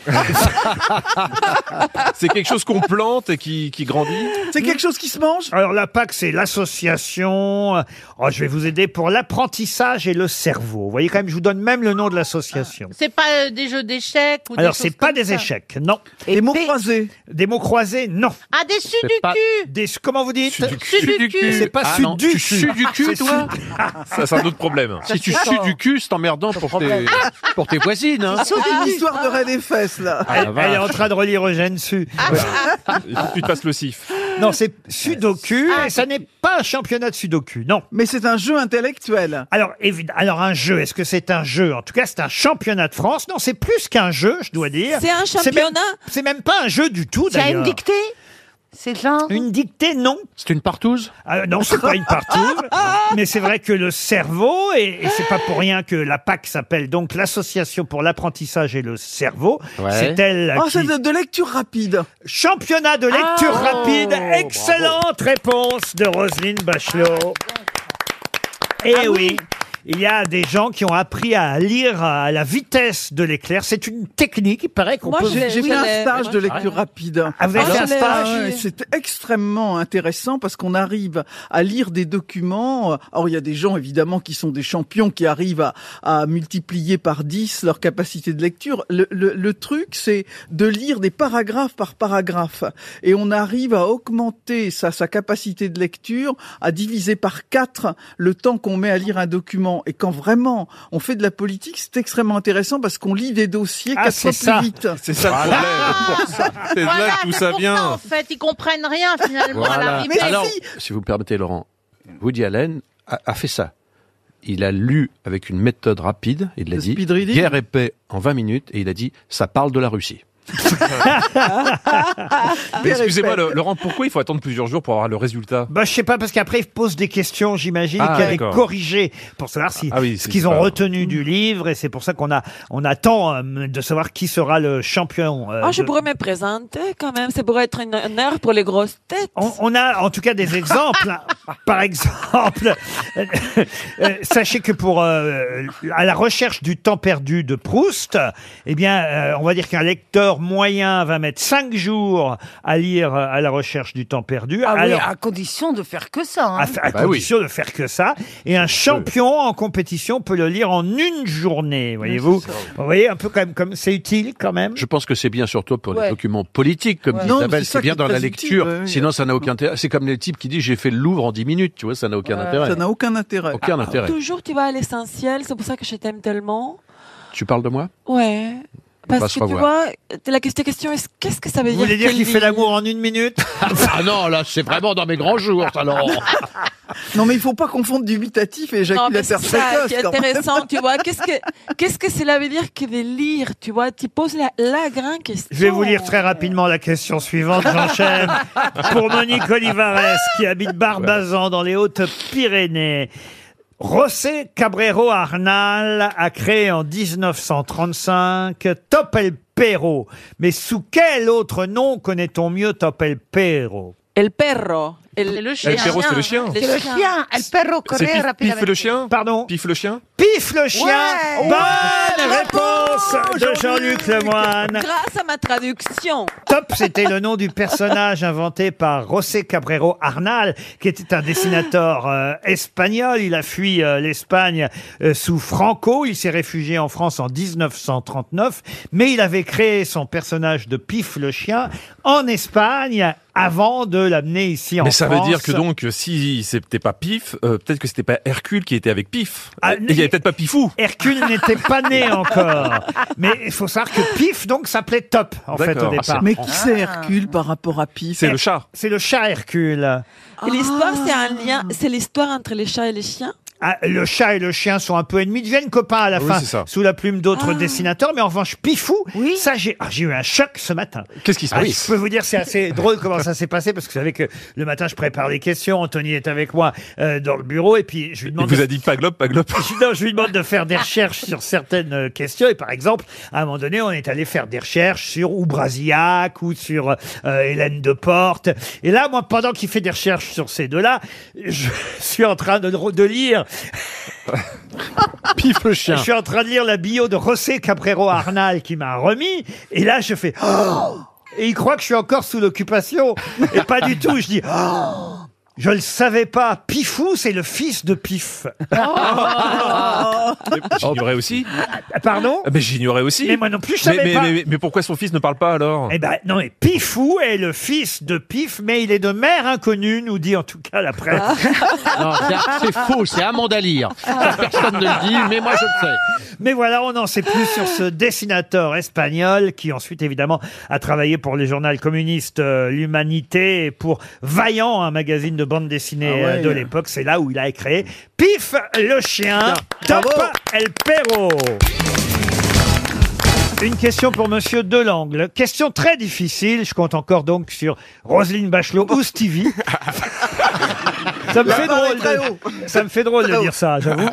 c'est quelque chose qu'on plante et Ah, qui, qui grandit.
C'est quelque chose qui se mange Alors la PAC, c'est l'association. euh, oh, je vais vous aider pour l'apprentissage et le cerveau. Vous voyez quand même, je vous donne même le nom de l'association.
C'est pas euh, des jeux d'échecs ou des
Alors
choses
c'est pas
comme
des
ça.
échecs, non. des mots croisés Des mots croisés, non.
Ah, des sudoku.
Des, comment vous dites
Sudoku.
C'est pas
Ah non,
sudoku.
tu sues du cul,
C'est
toi
sud-
Ça, c'est un autre problème.
Ça,
Si tu
c'est
sues
pas-
du cul, c'est emmerdant pour tes,
problème.
pour tes voisines.
Ah,
hein.
C'est
Ah.
une histoire de rêve et fesses, là.
Ah,
Elle,
la vache.
elle est en train de relire Eugène Su.
Il faut que tu te passes le sif.
Non, c'est Sudoku, et ça n'est pas un championnat de Sudoku, non. Mais c'est un jeu intellectuel. Alors, évi- alors un jeu, est-ce que c'est un jeu En tout cas, c'est un championnat de France. Non, c'est plus qu'un jeu, je dois dire.
C'est un
même-
championnat
C'est même, pas un jeu du tout,
C'est
d'ailleurs.
une dictée
C'est hein genre Une dictée, non. C'est une partouze Ah, Non, c'est pas une partouze. mais c'est vrai que le cerveau, et, et c'est pas pour rien que la PAC s'appelle donc l'Association pour l'apprentissage et le cerveau,
Ouais.
c'est elle
Oh,
qui-
c'est de, de lecture rapide.
Championnat de lecture rapide. Excellente réponse de Roselyne Bachelot. Eh Ah, oui. Il y a des gens qui ont appris à lire à la vitesse de l'éclair. C'est une technique, il paraît qu'on
Moi,
peut...
je l'ai- J'ai fait je un l'ai. stage de lecture rapide.
Ah, vous avez fait un stage
ouais, C'est extrêmement intéressant parce qu'on arrive à lire des documents. Alors, il y a des gens, évidemment, qui sont des champions, qui arrivent à, à multiplier par 10 leur capacité de lecture. Le, le- le truc, c'est de lire des paragraphes par paragraphe. Et on arrive à augmenter sa, sa capacité de lecture, à diviser par 4 le temps qu'on met à lire un document. Et quand vraiment on fait de la politique, c'est extrêmement intéressant parce qu'on lit des dossiers
Ah,
quatre
c'est
fois plus
ça.
vite.
C'est ça le Voilà. problème.
Ah,
C'est de là
Voilà,
que tout
c'est
ça
pour
vient.
En fait, ils comprennent rien finalement à
Voilà.
l'arrivée.
Alors-
Si vous me permettez, Laurent, Woody Allen a, a fait ça. Il a lu avec une méthode rapide, il l'a dit, guerre et paix en 20 minutes, et il a dit, ça parle de la Russie.
Mais excusez-moi, Le- Laurent, pourquoi il faut attendre plusieurs jours pour avoir le résultat
Bah, je sais pas, parce qu'après, ils posent des questions, j'imagine,
Ah,
qu'elle est
d'accord.
corrigée pour savoir si,
Ah oui,
ce
c'est
qu'ils
pas-
ont retenu du livre, et c'est pour ça qu'on a, on attend euh, de savoir qui sera le champion. euh,
Ah, je
de-
pourrais me présenter quand même. Ça pourrait être un honneur pour les grosses têtes.
On, on a en tout cas des exemples. hein. Par exemple, euh, euh, sachez que pour euh, à la recherche du temps perdu de Proust, eh bien, euh, on va dire qu'un lecteur moyen va mettre cinq jours à lire euh, à la recherche du temps perdu.
Ah
alors,
oui, à condition de faire que ça.
Bah
hein.
à, à condition de faire que ça. Et un champion en compétition peut le lire en une journée, voyez-vous. Vous voyez, un peu quand même comme c'est utile quand même.
Je pense que c'est bien surtout pour
Ouais.
les documents politiques, comme
Ouais.
dit
Non, mais
Isabelle,
c'est ça
c'est
qui
bien
est
dans la
très
lecture,
utile, oui.
sinon ça n'a aucun intérêt. C'est comme les types qui disent j'ai fait le Louvre en 10 minutes, tu vois, ça n'a aucun intérêt.
Ça n'a aucun intérêt.
Ah,
Aucun Ah, intérêt.
Toujours, tu vas à l'essentiel. C'est pour ça que je t'aime tellement.
Tu parles de moi
Ouais.
va
Parce que
se
tu
revoir.
vois, la question, question est qu'est-ce que ça veut
Vous
dire
voulez dire
que
qu'il
lui-
fait
l'amour en une minute
Ah non, là c'est vraiment dans mes grands jours, ça, Laurent.
Non, mais il faut pas confondre dubitatif et
Non, mais c'est
éjaculateur
ça
précoce.
qui est
quand même.
intéressant, tu vois. Qu'est-ce que, qu'est-ce que cela veut dire que de lire, tu vois Tu poses la, la grande question.
Je vais vous lire très rapidement la question suivante, j'enchaîne. Pour Monique Olivares, qui habite Barbazan dans les Hautes-Pyrénées. José Cabrero Arnal a créé en 1935 Topel Perro. Mais sous quel autre nom connaît-on mieux Topel Perro
El perro. El, le
chien. perro, c'est le chien.
C'est le chien, elle perro
C'est
correr
pif,
rapidement.
Pif le chien
Pardon
Pif le chien
Pif le chien
Ouais.
Bonne réponse de Jean-Luc Lemoine
Grâce à ma traduction.
Top, c'était le nom du personnage inventé par José Cabrero Arnal, qui était un dessinateur euh, espagnol. Il a fui euh, l'Espagne euh, sous Franco. Il s'est réfugié en France en 1939, mais il avait créé son personnage de Pif le chien en Espagne avant de l'amener ici en
Mais
France.
ça veut dire que donc, si c'était pas Pif, euh, peut-être que c'était pas Hercule qui était avec Pif.
Ah,
Et il y avait peut-être pas Pifou.
Hercule n'était pas né encore. Mais il faut savoir que Pif, donc, s'appelait Top, en fait, au
D'accord.
départ.
Mais qui Ah, c'est Hercule Ah. par rapport à Pif
C'est le chat. C'est le chat Hercule.
Et L'histoire, c'est un lien, c'est l'histoire entre les chats et les chiens.
Ah, le chat et le chien sont un peu ennemis, deviennent copains à la
Oui,
fin,
c'est ça.
sous la plume
Ah.
d'autres dessinateurs. Mais en revanche, Pifou, ça j'ai ah, j'ai eu un choc ce matin.
Qu'est-ce qui se
Ah,
passe
Je peux vous dire, c'est assez drôle comment ça s'est passé, parce que vous savez que le matin, je prépare les questions. Anthony est avec moi euh, dans le bureau, et puis je lui
Il
demande...
vous a dit pas globe, pas globe.
Je- non, je lui demande de faire des recherches sur certaines euh, questions. Et par exemple, à un moment donné, on est allé faire des recherches sur ou Brasillac ou sur euh, Hélène de Porte. Et là, moi, pendant qu'il fait des recherches sur ces deux-là, je suis en train de, de lire. Pif le
chien.
Je suis en train de lire la bio de José Caprero Arnal qui m'a remis. Et là, je fais. Oh et il croit que je suis encore sous l'occupation. Et pas du tout. Je dis. Oh je le savais pas. Pifou, c'est le fils de Pif.
J'ignorais aussi.
Ah, Pardon
Ah,
Mais j'ignorais aussi.
Mais moi non plus, je savais
mais,
pas.
Mais, mais- mais pourquoi son fils ne parle pas alors
Eh ben non, mais Pifou est le fils de Pif, mais il est de mère inconnue, nous dit en tout cas la presse.
Non, c'est- c'est faux, c'est Amanda Lear. Ça, personne ne le dit, mais moi je le sais.
Mais voilà, on n'en sait plus sur ce dessinateur espagnol qui ensuite évidemment a travaillé pour les journaux communistes euh, L'Humanité et pour Vaillant, un magazine de bande dessinée
Ah ouais.
euh, de l'époque. C'est là où il a créé Pif le chien, Top El Perro. Une question pour Monsieur Delangle. Question très difficile. Je compte encore donc sur Roselyne Bachelot ou Stevie. Ça me,
La
fait
barre est
drôle
très
de, ça me fait drôle de dire ça, j'avoue.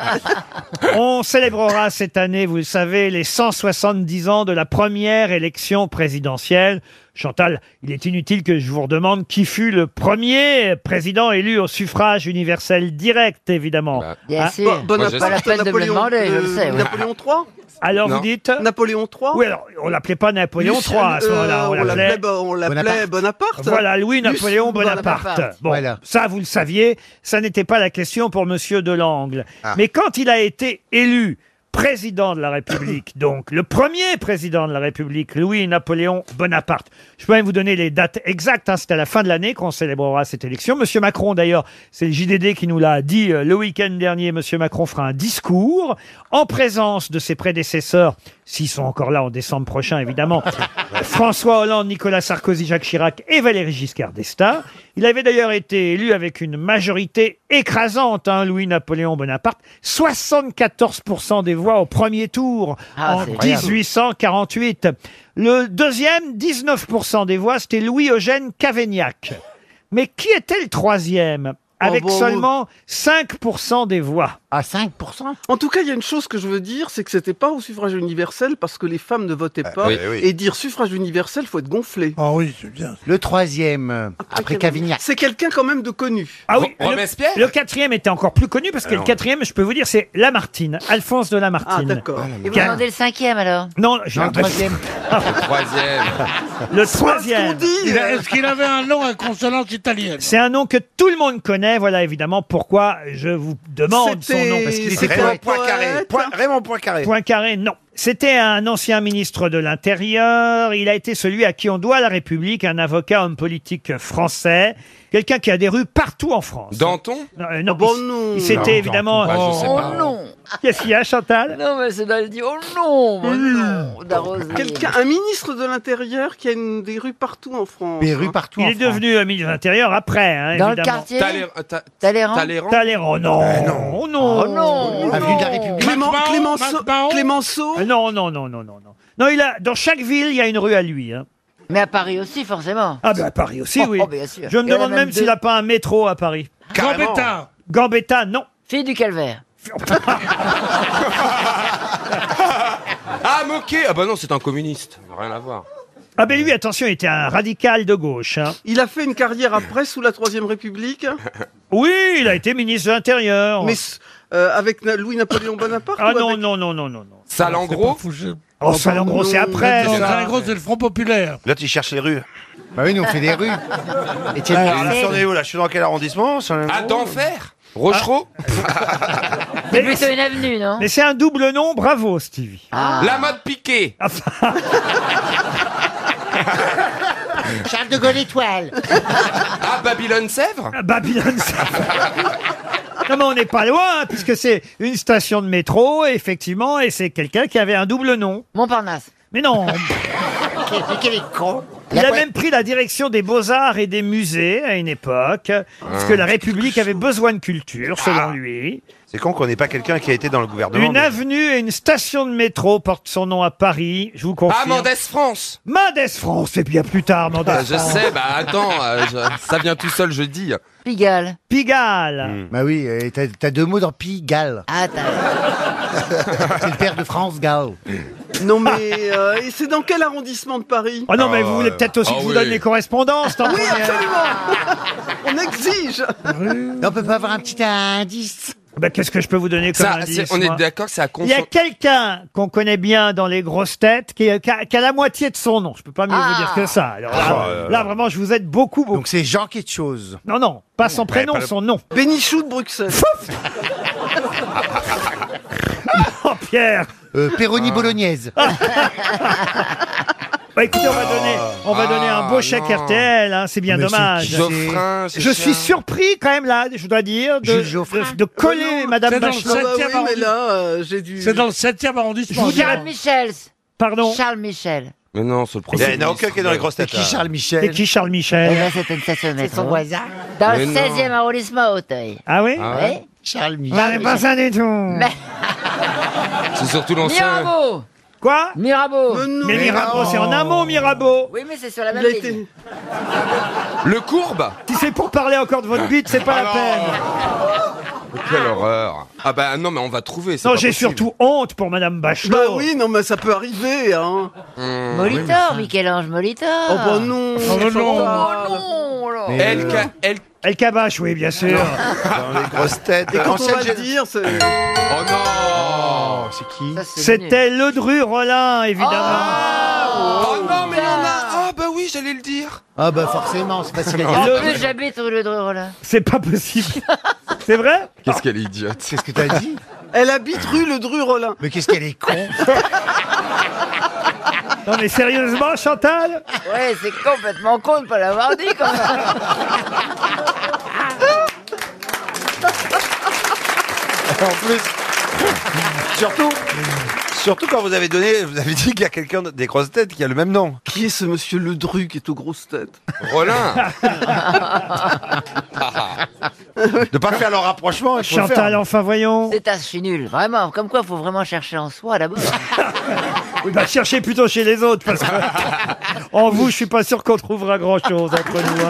On célébrera cette année, vous le savez, les 170 ans de la première élection présidentielle. Chantal, il est inutile que je vous redemande qui fut le premier président élu au suffrage universel direct, évidemment.
Bien
Hein
sûr. Bon- Bonaparte, Pas la peine de me Napoléon, demander, je le euh, sais, oui. Napoléon
III Alors
Non.
vous dites Napoléon III Oui, alors on l'appelait pas Napoléon III à ce
Lucien-
moment-là.
euh, on l'appelait- bah, on l'appelait Bonaparte.
Voilà, Louis-Napoléon
Lucien
Bonaparte.
Bonaparte.
Bon, ça vous le saviez, ça n'était pas la question pour Monsieur Delangle. Mais quand il a été élu président de la République, donc le premier président de la République, Louis-Napoléon Bonaparte, je peux même vous donner les dates exactes, hein, c'est à la fin de l'année qu'on célébrera cette élection. Monsieur Macron, d'ailleurs, c'est le JDD qui nous l'a dit euh, le week-end dernier, Monsieur Macron fera un discours en présence de ses prédécesseurs, s'ils sont encore là en décembre prochain, évidemment, François Hollande, Nicolas Sarkozy, Jacques Chirac et Valéry Giscard d'Estaing. Il avait d'ailleurs été élu avec une majorité écrasante, hein, Louis-Napoléon Bonaparte, 74% des voix au premier tour
Ah,
en
c'est incroyable.
1848. Le deuxième, 19% des voix, c'était Louis-Eugène Cavaignac. Mais qui était le troisième avec
Oh, bon.
seulement 5% des voix.
À
Ah,
5%
En tout cas, il y a une chose que je veux dire, c'est que c'était pas au suffrage universel parce que les femmes ne votaient
Ah,
pas.
oui, oui.
Et dire suffrage universel, faut être gonflé.
Ah oui, c'est bien. Le troisième, euh, après Cavignac.
C'est quelqu'un quand même de connu.
Ah oui, le, le quatrième était encore plus connu
Ah
parce que le quatrième, je peux vous dire, c'est Lamartine, Alphonse de Lamartine.
Ah,
Oh
d'accord.
Et vous demandez le cinquième alors
Non, j'ai
Non, le
un-
troisième.
Le troisième.
Le troisième.
Il a- Est-ce qu'il avait un nom à consonance italienne
C'est un nom que tout le monde connaît. Voilà évidemment pourquoi je vous demande son
C'était-
nom. Parce qu'il
c'était
était
un
un
poète.
Raymond Poincaré. Poincaré, non. C'était un ancien ministre de l'Intérieur. Il a été celui à qui on doit la République, un avocat, homme politique français. Quelqu'un qui a des rues partout en France.
Danton
Non, euh, non, il- il s'était
Danton,
évidemment.
bah, je sais
Oh,
pas.
oh, non. Qu'est-ce qu'il y a, Chantal
Non, mais c'est là, il dit oh non, moi, non, d'arroser.
Quelqu'un, un ministre de l'intérieur qui a une- des rues partout en France. hein.
Des rues
partout
Il est devenu euh, ministre de l'Intérieur après, hein,
Dans le
évidemment.
quartier Talleyrand- Talleyrand,
non. non.
Oh
Oh
Oh,
non.
Avenue de la République. Clément- Clémenceau- Clémenceau.
Euh, Non, non, non, non, non, non. Non, il a, dans chaque ville, il y a une rue à lui. hein.
Mais à Paris aussi, forcément.
Ah ben à Paris aussi,
Oh,
oui.
oh, bien sûr.
Je me
Il y en a
demande
même
même s'il
deux.
n'a pas un métro à Paris.
Carrément. Gambetta.
Gambetta, non.
Fille du calvaire.
Ah, Moquet Ah bah non, c'est un communiste. Rien à voir.
Ah ben lui, attention, il était un radical de gauche. hein.
Il a fait une carrière après sous la Troisième République.
Oui, il a été ministre de l'Intérieur.
Mais euh, avec Na- Louis-Napoléon Bonaparte
Ah
ou
non,
avec-
non, non, non, non, non.
Salengro
Oh, Salengro, c'est après.
Non,
ça.
Salengro, c'est le Front Populaire.
Là, tu cherches les rues.
Bah oui, nous on fait des rues. Étienne
Alors, là,
Brisset.
on est où, là Je suis dans quel arrondissement
Ah, d'enfer Rochereau
Ah,
C'est plutôt une avenue, non
Mais c'est un double nom, bravo Ah. Stevie.
La mode piquée
Charles de Gaulle étoile.
Ah, Babylone-Sèvres
Babylone-Sèvres Ah, Non, mais on n'est pas loin, hein, puisque c'est une station de métro, effectivement, et c'est quelqu'un qui avait un double nom. Montparnasse. Mais non
Mais quel est con.
Il a même pris la direction des beaux-arts et des musées à une époque, parce que la République avait besoin de culture, selon lui.
C'est con qu'on n'ait pas quelqu'un qui a été dans le gouvernement.
Une
mais-
avenue et une station de métro portent son nom à Paris, je vous confirme.
Ah, Mendès
France Mendès France, et bien plus tard, Mendès
Ah, Je
France.
sais, bah attends, euh, je- ça vient tout seul, je dis.
Pigalle.
Pigalle.
Bah oui,
euh,
et t'as t'as deux mots dans Pigalle.
Ah,
C'est le père de France Gall.
Non mais euh, et c'est dans quel arrondissement de Paris
Oh non, mais vous voulez peut-être aussi que je vous donne les
Ah,
correspondances, tant
Oui,
qu'on y est.
absolument. On exige.
On peut pas avoir un petit indice.
Bah, Qu'est-ce que je peux vous donner comme
Ça,
indice
c'est- on est
moi
d'accord que c'est à
Il y a quelqu'un qu'on connaît bien dans les grosses têtes qui, qui a, qui a la moitié de son nom. Je peux pas mieux vous dire que ça. Alors là,
Ah, euh.
là, vraiment, je vous aide beaucoup, beaucoup.
Donc c'est Jean quelque chose.
Non, non, pas son prénom,
pas le-
son nom.
Bénichou de Bruxelles.
Oh, Pierre
Euh, Péroni bolognaise.
Bah écoutez, on va donner, on va donner un beau chèque RTL, hein, c'est bien
Mais c'est
dommage.
qui, Geoffrin, c'est
je
ça
suis surpris quand même là, je dois dire, de, de, de coller Madame
C'est dans le
Bachelot.
bah
septième
Ah oui, mais là, euh, j'ai dû.
C'est dans le 7e
Je vous
arrondissement.
dis Charles Michel.
Pardon
Charles Michel.
Mais non, c'est le
Il
problème.
n'y en a aucun qui est dans les grosses têtes.
C'est qui, Charles
Michel
C'est qui Charles
Eh
Michel
ben, c'est une station de métro.
son voisin.
Dans
Mais
le
non.
16e arrondissement à Auteuil.
Ah oui
Ah ouais
Oui. Charles
Vous n'avez pas ça du tout.
C'est surtout l'ancien.
Mirabeau.
Quoi
Mirabeau.
Mais Mirabeau, Oh, c'est en un mot Mirabeau.
Oui, mais c'est sur la
Il
même
a
ligne.
été-
Le courbe Ah
Si c'est pour parler encore de votre bite, c'est pas la peine.
Oh, Quelle horreur. Ah bah non, mais on va trouver. c'est
Non,
pas
j'ai
possible.
surtout honte pour Madame Bachelot.
Bah oui, non mais ça peut arriver, hein.
Mmh.
Molitor, Michel-Ange Molitor. Oh,
Oh bah non.
Oh bah non.
Chantal.
non.
euh,
Elle, ca- elle-
El Kabash, oui, bien sûr.
Dans les grosses têtes.
Et quand on
Ancienne
va le
gén-
dire, c'est...
Oh
Oh,
non
C'est qui
C'était Ledru Rollin, évidemment.
bah
Oh non, mais il y en a Ah bah oui, j'allais le
Oh
dire
Ah bah forcément, c'est facile à
En
dire.
plus, j'habite au lieu de là.
C'est pas possible. c'est vrai
Qu'est-ce qu'elle est idiote
Qu'est-ce que t'as dit
Elle habite rue Le Dru-Rollin.
Mais qu'est-ce qu'elle est con
Non, mais sérieusement, Chantal
Ouais, c'est complètement con de pas l'avoir dit quand même.
En plus. surtout. Surtout quand vous avez donné, vous avez dit qu'il y a quelqu'un des grosses têtes qui a le même nom.
Qui est ce monsieur Le Dru qui est aux grosses têtes
Rollin
De pas faire leur rapprochement. il faut le faire.
Chantal, enfin voyons.
C'est un suis nul, vraiment. Comme quoi, faut vraiment chercher en soi d'abord.
Oui, bah cherchez plutôt chez les autres, parce que en vous, je suis pas sûr qu'on trouvera grand-chose entre nous. hein.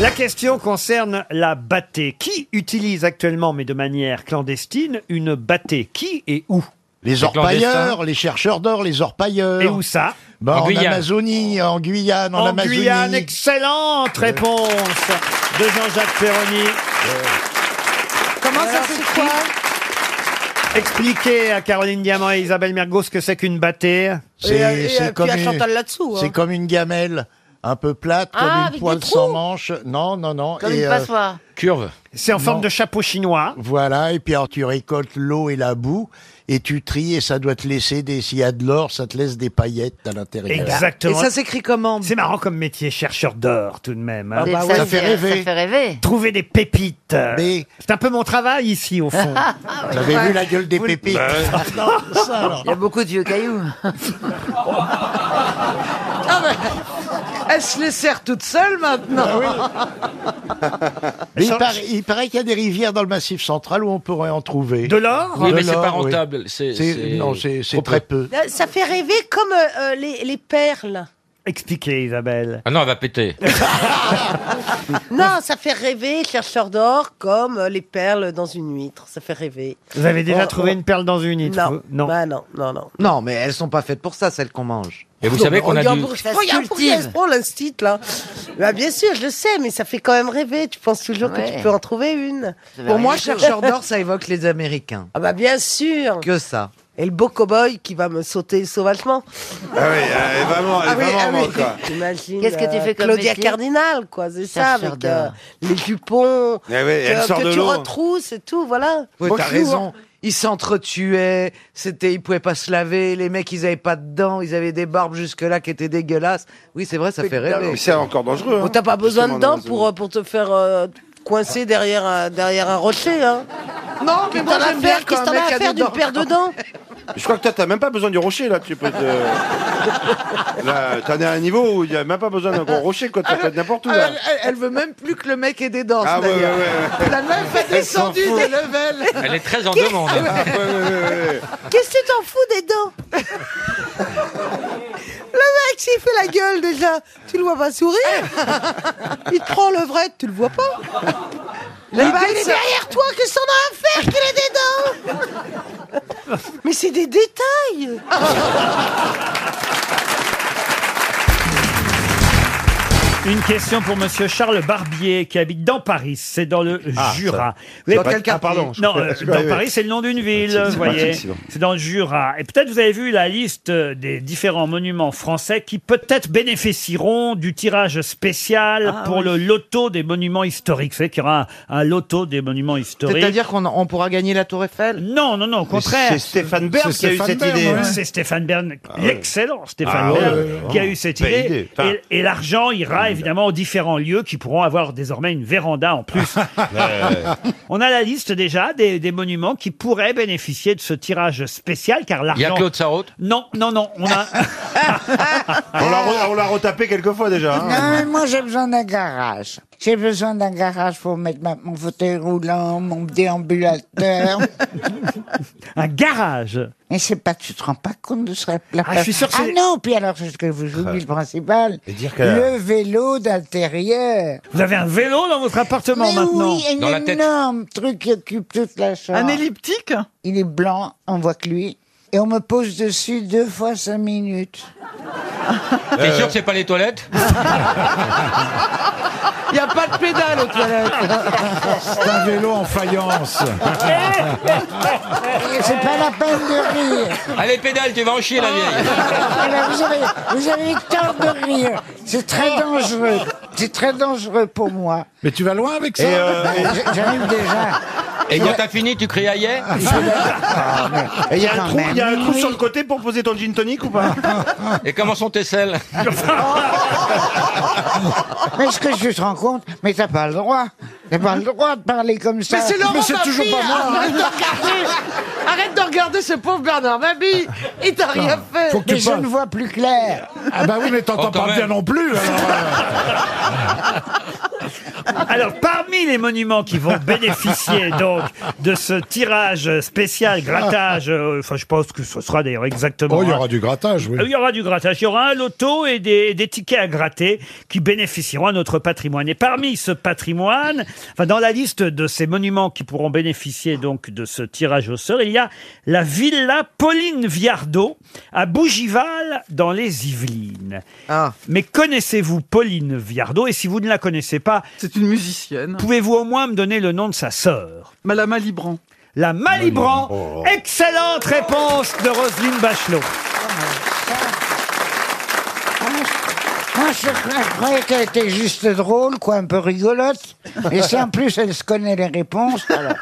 La question concerne la bâtée. Qui utilise actuellement, mais de manière clandestine, une bâtée Qui et où
Les orpailleurs, les chercheurs d'or, les orpailleurs.
Et où ça
Bah,
En
en,
Guyane.
Amazonie, en Guyane, en,
En
Amazonie.
Guyane, excellente réponse de Jean-Jacques Perroni.
Comment ça s'écrit
Expliquez à Caroline Diamant et Isabelle Mergo ce que c'est qu'une bâtée.
C'est c'est
puis
comme,
à
une-
Chantal là-dessous, hein.
c'est comme une gamelle, un peu plate, comme
Ah, avec
une
des
poêle
trous
sans manche. Non, non, non.
Comme
et,
une
euh,
passoire.
Curve.
C'est en forme
Non.
de chapeau chinois.
Voilà, et puis alors tu récoltes l'eau et la boue, et tu tries, et ça doit te laisser des... S'il y a de l'or, ça te laisse des paillettes à l'intérieur.
Exactement.
Et ça s'écrit comment
C'est marrant comme métier, chercheur d'or, tout de même. hein.
C'est-
bah ouais. Ça fait rêver.
Ça fait rêver.
Trouver des pépites.
Mais-
C'est un peu mon travail ici, au fond.
Vous avez vu la gueule des pépites
Il y a beaucoup de vieux cailloux.
Ah,
Elle se les sert toute seule maintenant.
Ah
Mais il, paraît- il paraît qu'il y a des rivières dans le Massif central où on pourrait en trouver.
De l'or
Oui,
De
mais c'est
l'or,
pas
oui.
rentable. C'est,
C'est-
c'est-
Non, c'est c'est
trop
très peu.
Euh,
Ça fait rêver comme euh, euh, les, les perles.
Expliquez, Isabelle.
Ah non, elle va péter.
Non, ça fait rêver, chercheur d'or, comme euh, les perles dans une huître. Ça fait rêver.
Vous avez déjà
Oh,
trouvé
oh.
une perle dans une île
Non.
Non.
Bah non, non, non.
Non, mais elles sont pas faites pour ça, celles qu'on mange.
Et vous savez qu'on a
Regarde,
oh,
du...
pour-
Ça se
regarde pour qui
cultive.
elle se prend l'instit, là. Bah, bien sûr, je le sais, mais ça fait quand même rêver. Tu penses toujours que
Ouais.
tu peux en trouver une.
Pour moi, chercheur d'or, ça évoque les Américains.
Ah bah bien sûr.
Que ça.
Et le beau cow-boy qui va me sauter sauvagement. Ah
Eh,
Ah oui, elle est vraiment, elle est vraiment en manque, quoi.
T'imagines,
Qu'est-ce que tu
euh,
fais comme
Claudia
métier
Cardinal, quoi, c'est ça,
Chercheur
avec euh,
d'or.
les jupons
Eh oui, elle
que,
sort
que
de
tu
l'eau.
retrousses et tout, voilà.
Oui, t'as
Bonjour.
raison. ils s'entretuaient, c'était, ils pouvaient pas se laver, les mecs, ils avaient pas de dents, ils avaient des barbes jusque-là qui étaient dégueulasses. Oui, c'est vrai, ça fait
Spectacle.
rêver.
Mais c'est encore dangereux, hein,
Oh, T'as pas besoin de
justement, dans
dents
la zone.
pour, euh, pour te faire euh, coincer derrière un, derrière un rocher, hein.
Non, mais
Qu'est-ce
moi
t'en as à
j'aime
faire
bien. Qu'est-ce
quand
que t'en
un mec
as
a
à faire
des
d'une
dents
paire de dents
Je crois que toi, t'as même pas besoin du rocher, là. Tu peux te... Là, t'en es à un niveau où il n'y a même pas besoin d'un gros rocher, quoi. Tu peux être n'importe où,
Ah,
là.
Elle, elle- elle veut même plus que le mec ait des dents.
Ah, ouais,
d'ailleurs.
ouais, ouais, ouais.
La meuf a
Elle s'en
descendu
fout.
des levels.
Elle est très en
Qu'est-ce-
demande. hein.
Ouais.
Qu'est-ce que tu t'en fous des dents Le mec, s'il fait la gueule déjà, tu le vois pas sourire. Il te prend le vrai, tu le vois pas.
La
Eh ben,
gueule,
il est
ça-
derrière toi, qu'est-ce qu'on a à faire qu'il ait des dents Mais c'est des détails
Une question pour Monsieur Charles Barbier qui habite dans Paris, c'est dans le
Ah,
Jura.
ça.
Vous avez
Dans
pas-
quel quartier
pardon, je-
Non,
euh,
je suis
dans
arrivé.
Paris, c'est le nom d'une ville,
C'est
vous voyez.
pratique, sinon.
C'est dans le Jura. Et peut-être vous avez vu la liste des différents monuments français qui peut-être bénéficieront du tirage spécial pour le loto des monuments historiques. Vous savez qu'il y aura un, un loto des monuments historiques.
C'est-à-dire qu'on on pourra gagner la Tour Eiffel
Non, non, non, au contraire.
C'est Stéphane Bern qui a eu cette idée.
C'est Stéphane Bern,
Ah ouais.
l'excellent Stéphane
Ah ouais,
Bern,
ouais, ouais,
qui a
vraiment.
eu cette
Belle
idée.
idée. Enfin-
et et l'argent ira évidemment aux différents lieux qui pourront avoir désormais une véranda en plus.
ouais.
On a la liste déjà des, des monuments qui pourraient bénéficier de ce tirage spécial, car l'argent.
Il y a Claude Sarraute
Non, non, non, on a.
On l'a re- on l'a retapé quelques fois, déjà. hein.
Non, mais moi j'ai besoin d'un garage. J'ai besoin d'un garage pour mettre ma- mon fauteuil roulant, mon déambulateur.
un garage
Mais c'est pas, tu te rends pas compte de ce la Ah, je suis sûr que Ah c'est- non, puis alors, je, que vous j'oublie le principal. Et dire que- Le vélo d'intérieur.
Vous avez un vélo dans votre appartement
Mais
maintenant
oui, un
Dans la tête.
énorme truc qui occupe toute la chambre.
Un
elliptique Il est blanc, on voit que lui. Et on me pose dessus deux fois cinq minutes.
T'es sûr que c'est pas les toilettes
Il n'y a pas de pédale aux toilettes.
C'est un vélo en faïence.
C'est pas la peine de rire.
Allez, pédale, tu vas en chier, la vieille.
Ah ben, vous, avez, vous avez tort de rire. C'est très dangereux. C'est très dangereux pour moi.
Mais tu vas loin avec
ça. Et, euh, et- J'arrive déjà.
Et quand t'as fini, tu cries aïe
Et il y a un
Quand
trou, il y a un
même,
trou
Ah, oui.
sur le côté pour poser ton gin tonic ou pas
Et comment sont tes selles
Mais est-ce que tu te rends compte Mais t'as pas le droit. T'as pas le droit de parler comme ça.
Mais c'est Laurent Baffy, Arrête de
hein.
regarder, arrête de regarder ce pauvre Bernard Mabille. Il t'a rien
Non.
fait.
Mais je ne vois plus clair.
Ah bah oui, mais
Oh,
t'entends
quand
pas
même.
bien non plus. alors, euh.
Alors, parmi les monuments qui vont bénéficier donc de ce tirage spécial grattage, euh, enfin, je pense que ce sera d'ailleurs exactement.
Oh, il y
un-
aura du grattage, oui.
Euh, Il y aura du grattage. Il y aura un loto et des, des tickets à gratter qui bénéficieront à notre patrimoine. Et parmi ce patrimoine, enfin, dans la liste de ces monuments qui pourront bénéficier donc de ce tirage au sort, il y a la Villa Pauline Viardot à Bougival dans les Yvelines.
Ah.
Mais connaissez-vous Pauline Viardot Et si vous ne la connaissez pas,
c'est une musicienne.
Pouvez-vous au moins me donner le nom de sa sœur
Madame Malibran.
La Malibran. Excellente réponse de Roselyne Bachelot.
Moi, je croyais qu'elle était juste drôle, quoi, un peu rigolote. Et si en plus elle se connaît les réponses, alors.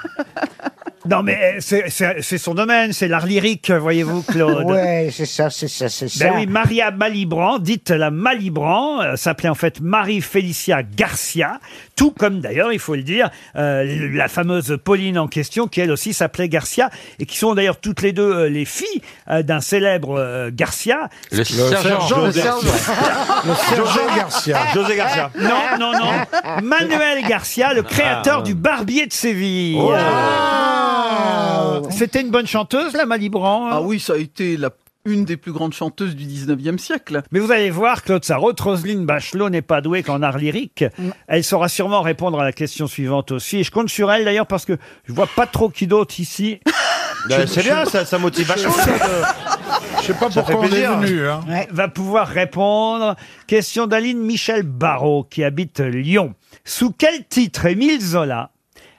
Non, mais euh, c'est- c'est c'est son domaine, c'est l'art lyrique, voyez-vous, Claude.
Ouais, c'est ça, c'est ça, c'est ça.
Ben oui, Maria Malibran, dite la Malibran, euh, s'appelait en fait Marie-Félicia Garcia, tout comme d'ailleurs, il faut le dire, euh, la fameuse Pauline en question, qui elle aussi s'appelait Garcia, et qui sont d'ailleurs toutes les deux euh, les filles euh, d'un célèbre euh, Garcia.
Le sergent. Le
sergent Garcia.
José Garcia.
Non, non, non. Manuel Garcia, le créateur du Barbier de Séville. C'était une bonne chanteuse, la Malibran. hein.
Ah oui, ça a été la- une des plus grandes chanteuses du 19e siècle.
Mais vous allez voir, Claude Sarraute, Roselyne Bachelot n'est pas douée qu'en art lyrique. Elle saura sûrement répondre à la question suivante aussi. Et je compte sur elle d'ailleurs parce que je vois pas trop qui d'autre ici.
Ben, c'est bien, ça- ça motive vachement, ça,
euh, Je sais pas
Ça pourquoi fait on est plaisir. venu, hein.
Va pouvoir répondre. Question d'Aline Michel Barrault qui habite Lyon. Sous quel titre Émile Zola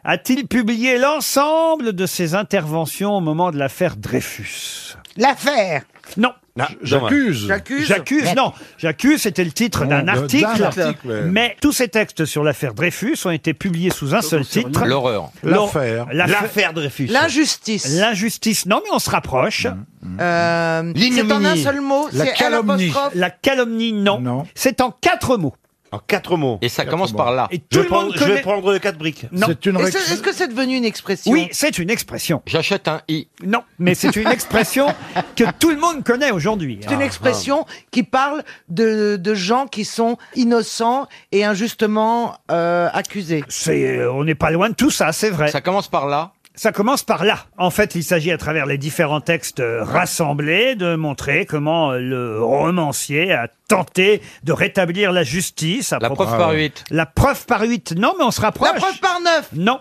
a-t-il publié l'ensemble de ses interventions au moment de l'affaire Dreyfus
L'affaire.
Non. J'accuse.
j'accuse. Ah, J'accuse.
J'accuse, non. J'accuse, c'était le titre
Non,
d'un
d'un
article.
article, ouais.
Mais tous ces textes sur l'affaire Dreyfus ont été publiés sous un seul titre.
L'horreur.
L'hor-
L'affaire. L'affaire Dreyfus.
L'injustice. L'injustice. Non, mais on se rapproche. mm.
Euh, C'est en un seul mot. c'est à l'apostrophe.
La calomnie, non. C'est en quatre mots.
En quatre mots. Et ça commence par là.
Et tout le monde
je vais
connaît-
prendre le 4 briques.
Non. C'est une
Et c'est- Est-ce que c'est devenu une expression
Oui, c'est une expression.
J'achète un i.
Non, mais c'est une expression que tout le monde connaît aujourd'hui.
C'est une expression qui parle de, de gens qui sont innocents et injustement euh, accusés.
C'est, euh, on n'est pas loin de tout ça, c'est vrai. Ça
commence par là.
Ça commence par là. En fait, il s'agit à travers les différents textes euh, rassemblés de montrer comment euh, le romancier a tenté de rétablir la justice. La
preuve par huit.
La preuve par huit. Non, mais on se rapproche. La preuve
par neuf.
Non.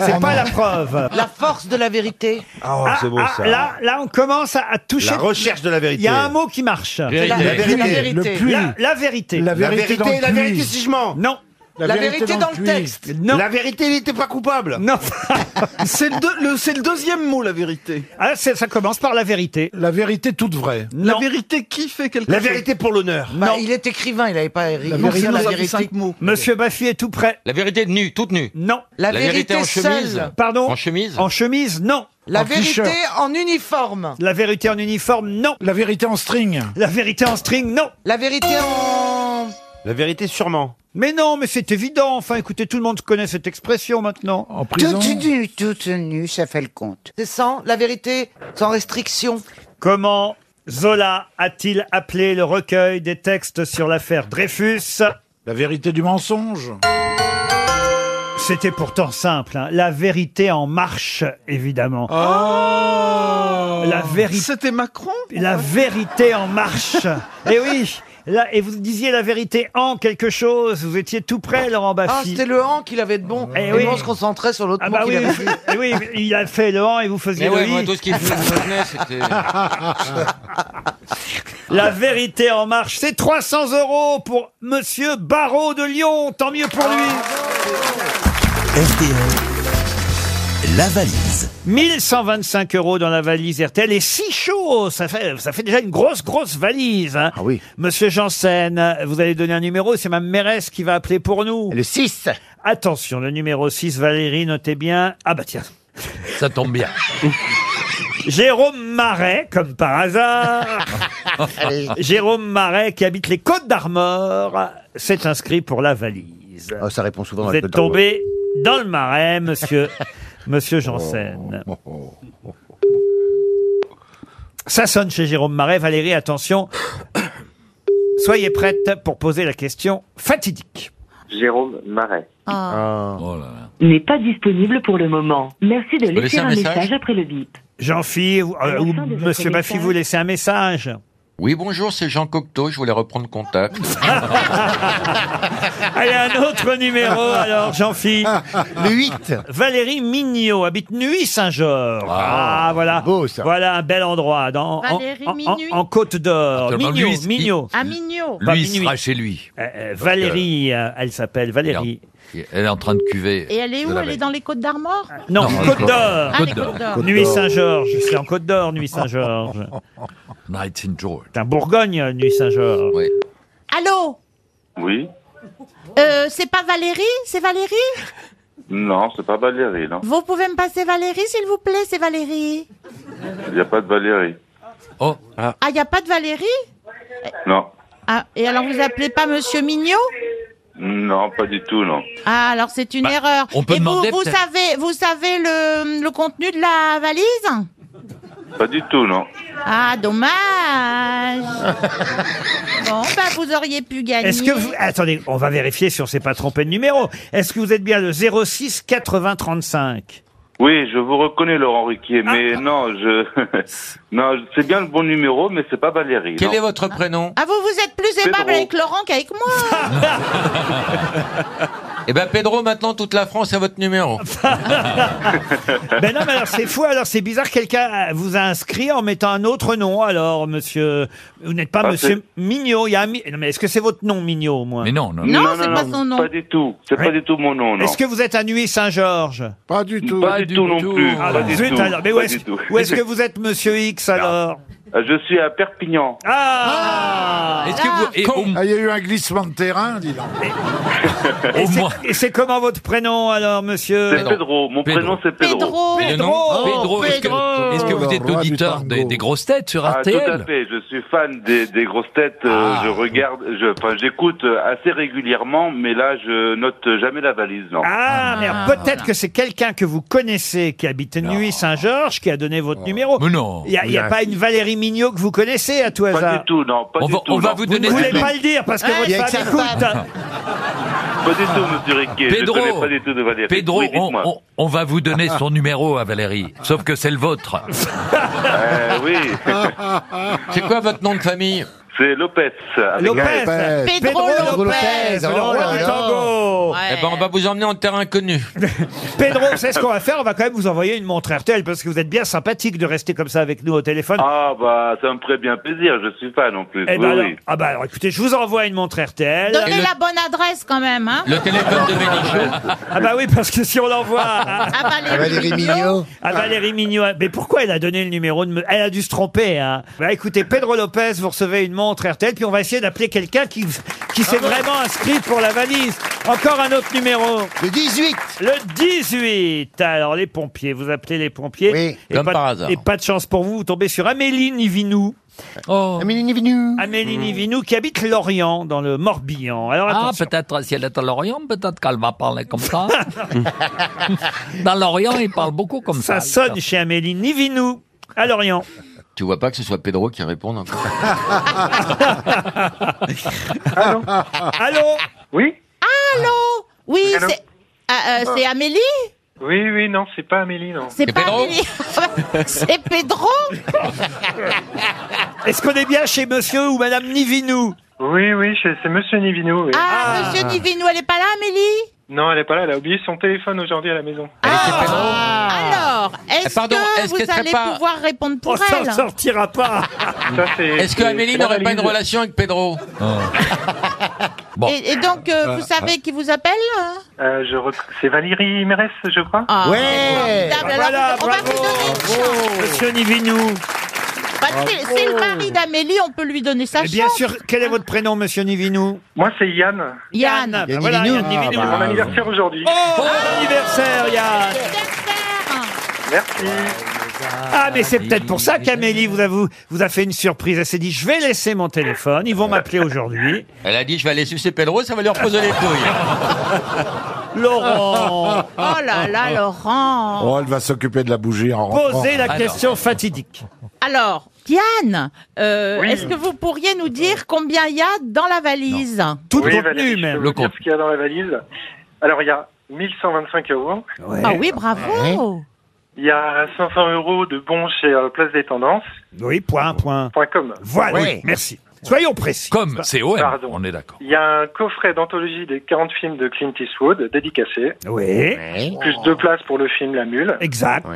c'est pas la preuve.
La force de la vérité.
Ah, c'est beau
Ah,
ça.
là, là, on commence à, à toucher.
La recherche de la vérité.
Il y a un mot qui marche.
Vérité. La La vérité. vérité. Le puits.
La, la vérité.
La La vérité vérité, dans le la puits. vérité, si je mens.
Non.
La La vérité vérité dans dans le le puits. texte.
Non.
La vérité, il n'était pas coupable.
Non.
c'est le, deux- le- c'est le deuxième mot, la vérité.
Ah, c'est- ça commence par la vérité.
La vérité toute vraie.
La vérité qui fait quelque chose
pour l'honneur.
Bah, il est écrivain, il n'avait pas écrit
La vérité,
la
ça fait
vérité.
cinq mots.
Monsieur Baffy est tout prêt.
La vérité nue, toute nue.
Non.
La vérité
en chemise.
seule.
Pardon
En chemise.
En chemise, non.
La
En
vérité
t-shirt.
en uniforme.
La vérité en uniforme, non.
La vérité en string.
La vérité en string, non.
La vérité en...
La vérité, sûrement.
Mais non, mais c'est évident. Enfin, écoutez, tout le monde connaît cette expression maintenant. En
Toute nue, toute nue, ça fait le compte.
C'est sans la vérité, sans restriction.
Comment Zola a-t-il appelé le recueil des textes sur l'affaire Dreyfus
La vérité du mensonge.
C'était pourtant simple. hein. La vérité en marche, évidemment.
Ah.
La vérité.
C'était Macron
La vérité en marche. et oui. Là, et vous disiez la vérité en quelque chose. Vous étiez tout près, Laurent Baffy.
Ah, c'était le han qu'il avait de bon.
Eh
Et,
oui.
nous, on se concentrait sur l'autre
Ah
mot
bah
qu'il
oui,
avait dit.
eh oui, il a fait le han et vous faisiez
Mais
le
ouais,
i.
moi, tout ce qui me venait, c'était.
La vérité en marche, c'est 300 euros pour Monsieur Barraud de Lyon. Tant mieux pour lui.
RTL, la valise.
1125 euros dans la valise RTL et 6 choses. Ça fait, ça fait déjà une grosse, grosse valise. hein. Monsieur Janssen, vous allez donner un numéro. C'est ma mairesse qui va appeler pour nous. Le 6. Attention, le numéro 6, Valérie, notez bien. Ah bah tiens.
Ça tombe bien.
Jérôme Marais, comme par hasard.
Allez.
Jérôme Marais, qui habite les Côtes d'Armor, s'est inscrit pour la valise.
Ah, ça répond souvent
Vous êtes tombé dans le marais, monsieur, monsieur Janssen. Ça sonne chez Jérôme Marais. Valérie, attention. Soyez prête pour poser la question fatidique.
Jérôme Marais.
N'est pas disponible pour le moment. Merci de
peux laisser
laisser
un
un
message
message après le bip.
Jean-Philippe, euh, ou
fin de votre
monsieur Baffy,
message-
vous laissez un message.
Oui, bonjour, c'est Jean Cocteau, je voulais reprendre contact.
Allez, un autre numéro, alors, Jean-Philippe.
Le 8.
Valérie Mignot habite Nuit-Saint-Georges. Ah, voilà. Voilà un bel endroit. Dans, en-
Valérie
en, en-
Minuit.
en Côte d'Or.
Attends,
Mignot,
lui, il-
Mignot.
À Mignot.
Pas minuit.
lui.
Euh, euh, Valérie, euh, elle s'appelle Valérie.
Elle est en train de cuver.
Et elle est où Elle est dans les Côtes d'Armor
Euh, Non,
Non,
Côte
Côte
d'Or.
d'Or. Ah, les Côtes d'Or. Côte
Nuit
d'Or.
Saint-Georges. C'est en Côte d'Or, Nuit Saint-Georges. Night in George. C'est en Bourgogne, Nuit Saint-Georges. Oui.
Allô
Oui.
Euh, C'est pas Valérie C'est Valérie
Non, c'est pas Valérie, non.
Vous pouvez me passer Valérie, s'il vous plaît C'est Valérie.
Il n'y a pas de Valérie.
Oh.
Ah, il n'y a pas de Valérie
Non.
Ah, et alors vous appelez pas Monsieur Mignot
Non, pas du tout, non.
Ah, alors c'est une
Bah,
erreur.
on peut
et vous,
demander
vous
peut-être.
savez, vous savez le, le contenu de la valise
Pas du tout, non.
Ah, dommage. bon, bah vous auriez pu gagner.
Est-ce que vous... Attendez, on va vérifier si on s'est pas trompé de numéro. Est-ce que vous êtes bien le 06 80 35
Oui, je vous reconnais, Laurent Riquier,
Ah.
mais non, je. non, je- c'est bien le bon numéro, mais c'est pas Valérie.
Quel
non.
est votre prénom
Ah, vous, vous êtes plus
Pedro.
aimable avec Laurent qu'avec moi.
Eh ben Pedro, maintenant toute la France a votre numéro.
Ben non, mais alors c'est fou, alors c'est bizarre, quelqu'un euh, vous a inscrit en mettant un autre nom, alors monsieur, vous n'êtes pas
Ah,
monsieur Mignot, il y a un Mi- non, mais est-ce que c'est votre nom Mignot au moins Mais non,
Pas du tout. C'est pas du tout mon nom, non.
Est-ce que vous êtes à Nuit Saint-Georges Pas du
tout. Pas du tout non plus,
Ah
pas
bah
du
zut
tout,
alors, mais où
pas
est-ce
du tout.
où est-ce que vous êtes monsieur X alors
Euh, Je suis à Perpignan.
Ah
Est-ce que vous- et au-
Ah, il y a eu un glissement de terrain, dis donc.
Et c'est- Et c'est comment votre prénom alors monsieur
C'est Pedro. Mon prénom, c'est Pedro.
Pedro Oh,
Et le nom Pedro, est-ce que, est-ce que vous êtes
Le roi du
auditeur des, des grosses têtes sur
Ah, tout à
RTL
fait. Je suis fan des, des grosses têtes.
Ah.
euh, Je regarde, je, enfin, j'écoute euh, assez régulièrement, mais là, je note jamais la valise, non.
Ah, merde, peut-être que c'est quelqu'un que vous connaissez qui habite Nuit-Saint-Georges qui a donné votre numéro. Mais non. Il n'y a, il y a
Oui,
pas une Valérie Mignot que vous connaissez à tout hasard.
Pas du tout, non. Pas
On
du
va-
tout.
on va
non.
vous donner Vous des voulez noms. pas le dire parce que Ouais,
Ah,
votre il y a que femme sa écoute. femme.
Pas du tout, monsieur Riquet.
Pedro.
Je connais pas du tout de Valérie.
Pedro,
Oui,
on,
dites-moi.
on- on va vous donner son numéro à Valérie, sauf que c'est le vôtre.
Euh, oui.
C'est quoi votre nom de famille
C'est Lopez. avec
Lopez.
un-
Pedro Pedro Lopez, Lopez, le oh roi là du là.
tango.
Eh ben on va vous emmener en terrain connu.
Pedro, c'est ce qu'on va faire. On va quand même vous envoyer une montre RTL parce que vous êtes bien sympathique de rester comme ça avec nous au téléphone.
Ah, bah, ça me ferait bien plaisir. Je suis fan en plus.
Eh ben
oui,
alors-
oui.
ah bah alors écoutez, je vous envoie une montre RTL.
Donnez la bonne adresse quand même, hein
Le téléphone de Bénichou. Ah,
Ah bah oui, parce que si on l'envoie à,
Valérie À Valérie Mignot. Mignot.
À Valérie Mignot. Mais pourquoi elle a donné le numéro de... me- Elle a dû se tromper. Hein. Bah écoutez, Pedro Lopez, vous recevez une montre RTL, puis on va essayer d'appeler quelqu'un qui, qui
Ah
s'est vraiment inscrit pour la valise. Encore un autre numéro. Le 18. Le 18. Alors les pompiers, vous appelez les pompiers. Oui, et
Comme
pas,
par hasard.
Et pas de chance pour vous, vous tombez sur Amélie Nivinou.
Oh.
Amélie Nivinou. Mmh. Amélie
Mmh.
Nivinou qui habite Lorient, dans le Morbihan. Alors
Ah,
attention.
peut-être si elle est à l'Orient, peut-être qu'elle va parler comme ça. Dans l'Orient, ils parlent beaucoup comme
Ça
ça.
sonne chez Amélie Nivinou, à Lorient.
Tu vois pas que ce soit Pedro qui réponde encore
Allô Allô
Oui
Allô Oui,
Allô
c'est Ah, euh, c'est Amélie
Oui, oui, non, c'est pas Amélie, non.
C'est pas Amélie C'est Pedro
Est-ce qu'on est bien chez monsieur ou madame Nivinou
Oui, oui, c'est c'est Monsieur Nivinou. oui.
Ah, monsieur Nivinou, elle est pas là, Amélie
Non, elle est pas là, elle a oublié son téléphone aujourd'hui à la maison.
Ah, Alors, est-ce
Eh, pardon,
que
est-ce
vous
qu'elle serait
allez
pas-
pouvoir répondre pour
s'en
elle
sortira pas
Est-ce que Amélie n'aurait pas une relation avec Pedro
Bon.
Ah. et, et donc, euh,
Ah,
vous
ah.
savez qui vous appelle hein
Euh, je rec- C'est Valérie Mérès, je crois
Ouais. Ah. formidable. Alors,
Voilà,
on va
bravo, Monsieur Nivinou.
Bah, c'est- C'est le mari d'Amélie, on peut lui donner sa
Et Eh bien
chance.
sûr, quel est votre prénom, monsieur Nivinou
Moi, c'est Yann.
Yann.
Ah, ben voilà, Yann
Ah,
Nivinou.
bah, mon anniversaire aujourd'hui.
Oh, bon anniversaire, Yann
Merci.
Ah, mais c'est peut-être pour ça qu'Amélie vous a, vous, vous a fait une surprise. Elle s'est dit, je vais laisser mon téléphone, ils vont m'appeler aujourd'hui.
Elle a dit je vais aller sucer Pedro, ça va lui reposer les couilles.
Laurent
Oh là là, Laurent
Oh, elle va s'occuper de la bougie en rentrant.
Posez la question fatidique.
Alors, Yann, euh,
Oui.
est-ce que vous pourriez nous dire combien il y a dans la valise
Tout
oui, Valérie, je peux vous
Le
dire Ce qu'il y a dans la valise. Alors, il y a 1125 euros.
Ah oui,
Oh.
bravo
Il y a 500 euros de bons chez euh, Place des Tendances.
Oui, point, point.
Point com.
Voilà, oui, merci. Soyons précis.
Comme C-O-M,
Pardon.
on est d'accord.
Il y a un coffret d'anthologie des 40 films de Clint Eastwood, dédicacé.
Oui.
Plus deux places pour le film La Mule.
Exact.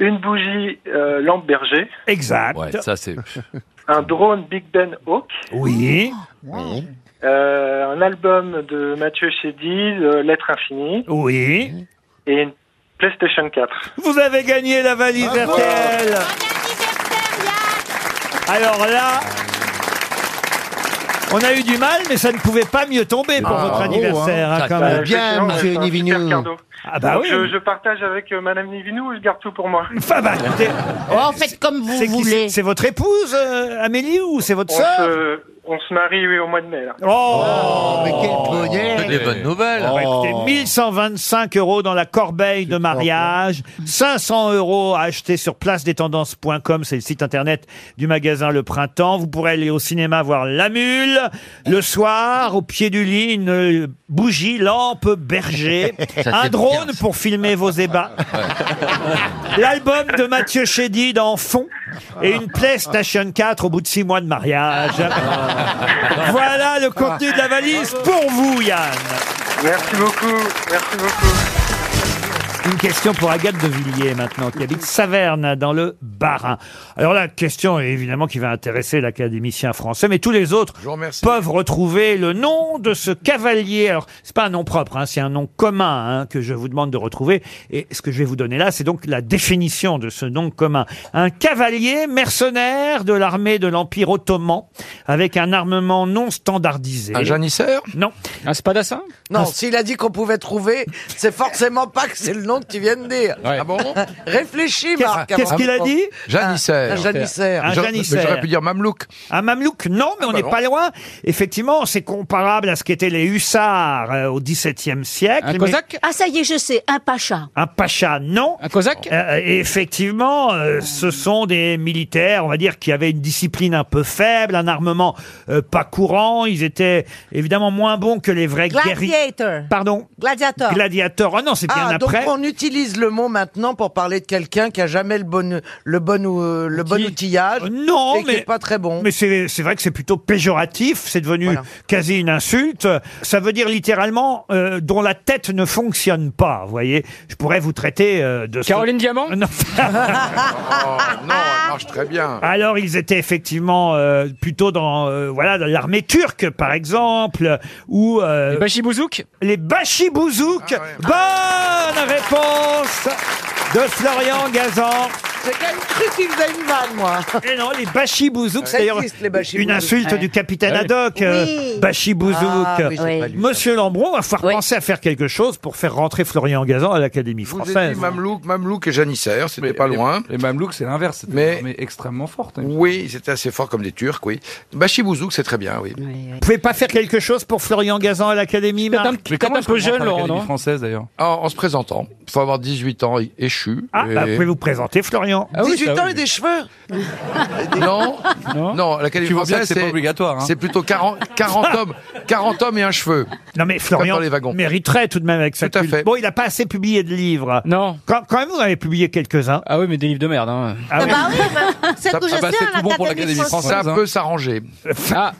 Une bougie euh, lampe berger.
Exact.
Ouais, ça c'est.
Un drone Big Ben Hawk.
Oui.
Euh, un album de Mathieu Chédid, euh, Lettre Infinie.
Oui.
Et une PlayStation 4.
Vous avez gagné la valise RTL. Alors là, on a eu du mal, mais ça ne pouvait pas mieux tomber pour
Ah,
votre
bravo,
anniversaire,
hein.
hein, quand
Ça
même.
fait Bien, plaisir, monsieur c'est un Nivinou. super cadeau.
Ah bah
Donc,
oui.
je, je partage avec euh, Madame Nivinou ou je garde tout pour moi
Enfin, bah, écoutez,
Oh, faites comme vous
c'est qui-
voulez.
C'est votre épouse, euh, Amélie, ou c'est votre
on,
sœur
se, Euh, on se marie oui, au mois de mai. Là.
Oh, mais quel
Que des bonnes nouvelles.
Ah bah écoutez,
Oh.
1125 euros dans la corbeille de mariage, 500 euros à acheter sur placedestendances.com, c'est le site internet du magasin Le Printemps. Vous pourrez aller au cinéma voir La Mule, le soir, au pied du lit, une bougie, lampe, berger,
c'est
un
bien,
drone pour filmer vos ébats, l'album de Mathieu Chédid en fond et une PlayStation 4 au bout de six mois de
Ah.
mariage. voilà le contenu de la valise pour vous, Yann.
Merci beaucoup, merci beaucoup.
Une question pour Agathe de Villiers maintenant, qui habite Saverne dans le Barin. Alors la question évidemment qui va intéresser l'académicien français, mais tous les autres peuvent retrouver le nom de ce cavalier. Alors c'est pas un nom propre, hein, c'est un nom commun hein, que je vous demande de retrouver. Et ce que je vais vous donner là, c'est donc la définition de ce nom commun. Un cavalier mercenaire de l'armée de l'Empire ottoman, avec un armement non standardisé.
Un
janisseur Non.
Un spadassin
Non, s'il a dit qu'on pouvait trouver, c'est forcément pas que c'est le nom que tu viens de dire.
Ouais. Ah bon
Réfléchis,
Qu'est-ce-
Marc.
qu'est-ce
avant
qu'il a
de-
dit
Janissaire.
Un janissaire.
Un janissaire.
J'aurais pu dire mamelouk.
Un mamelouk, non, mais on n'est
non.
pas loin. Effectivement, c'est comparable à ce qu'étaient les hussards euh, au XVIIe siècle. mais-
Ah, ça y est, je sais, un pacha.
un pacha, non. Un cosaque Effectivement, euh, ce sont des militaires, on va dire, qui avaient une discipline un peu faible, un armement euh, pas courant. Ils étaient évidemment moins bons que les vrais guerriers.
Gladiator.
Pardon
Gladiator.
Gladiator. Ah non, c'est bien
Ah, donc
après.
on utilise le mot maintenant pour parler de quelqu'un qui a jamais le bon, le bon, ou- euh, le bon outillage.
Non,
et qui
mais-
est pas très bon.
Mais c'est c'est vrai que c'est plutôt péjoratif, c'est devenu quasi une insulte. Ça veut dire littéralement euh, dont la tête ne fonctionne pas, vous voyez. Je pourrais vous traiter euh, de... Caroline Diamant non.
Ah,
Oh,
non, elle marche très bien.
Alors ils étaient effectivement euh, plutôt dans euh, voilà dans l'armée turque par exemple ou les
Bachibouzouk
les Bachibouzouk
Ah
bonne réponse de Florian Gazan
J'ai quand même cru qu'il faisait une vanne, moi.
et Eh non, les Bachibouzouk,
Ça
c'est d'ailleurs
existe, les Bachibouzouk.
une insulte
Ouais.
du capitaine
Ah
Ouais.
Haddock, euh,
Oui.
Bachibouzouk.
Ah, oui, j'ai Oui. pas lu ça.
Monsieur Lambron va falloir penser à faire quelque chose pour faire rentrer Florian Gazan à l'Académie
Vous avez
française.
dit mamelouk, mamelouk et janissaire, c'était pas loin.
Les mamelouks, c'est l'inverse. C'était
Mais-
mais... extrêmement forte. hein.
Oui, c'était assez fort comme des Turcs, oui. Bachibouzouk, c'est très bien, oui.
Vous pouvez pas faire quelque chose pour Florian Gazan à l'Académie, Marc
française d'ailleurs. En, en se présentant. Il faut avoir 18 ans et- échu.
Ah,
et-
bah, vous pouvez vous présenter, Florian.
Ah
18 ans et des cheveux.
Non,
Ah.
non, l'Académie
Tu vois bien
française,
que c'est pas obligatoire, hein.
C'est plutôt 40, 40 hommes, 40 hommes et un cheveu.
Non mais Florian
dans les wagons.
mériterait tout de même avec sa
Tout à
cul-
fait.
Bon, il n'a pas assez publié de livres.
Non.
Quand, quand même, vous en avez publié quelques-uns.
Ah oui, mais des livres de merde. Hein.
Ah oui.
Bah oui, bah, c'est
Ça-
que je
ah bah,
sais,
c'est
hein,
tout bon pour
l'Académie
l'Académie
française.
française,
Ça
hein.
peut s'arranger.
Ah,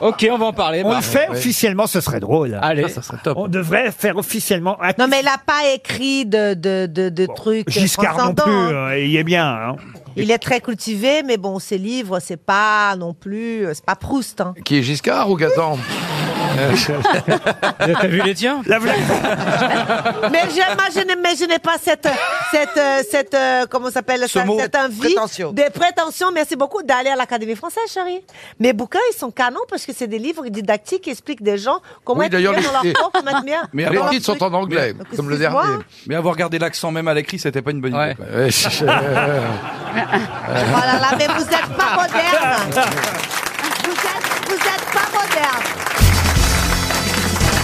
ok, on va en
Eh
parler.
On
ben,
bah.
le fait
Ouais.
officiellement, ce serait drôle.
Allez.
Ah, ça serait top. On devrait faire officiellement.
Non, mais il n'a pas écrit de, de, de, de trucs.
Giscard non
transcendants,
plus,
hein.
euh, il est bien. hein.
Il est très cultivé, mais bon, ses livres, c'est pas non plus. C'est pas Proust. Hein.
Qui est Giscard ou Gazan
T'as vu les tiens
La voilà.
mais j'imagine, mais je n'ai pas cette, cette, euh, cette, euh, comment ça s'appelle
Ce
ça,
mot,
cette envie
prétention.
des prétentions. Merci beaucoup d'aller à l'Académie française, chérie. Mes bouquins, ils sont canons parce que c'est des livres didactiques qui expliquent des gens comment
Oui,
être bien
d'ailleurs,
dans leur
les-
corps, comment être bien.
Mais
dans
Ah. les
leur
titres sont
truc.
en anglais,
Mais-
comme le
excuse-moi.
dernier.
Mais avoir gardé l'accent même à l'écrit, c'était pas une bonne idée.
Oh là là, mais vous n'êtes pas moderne. Vous êtes, vous êtes pas moderne.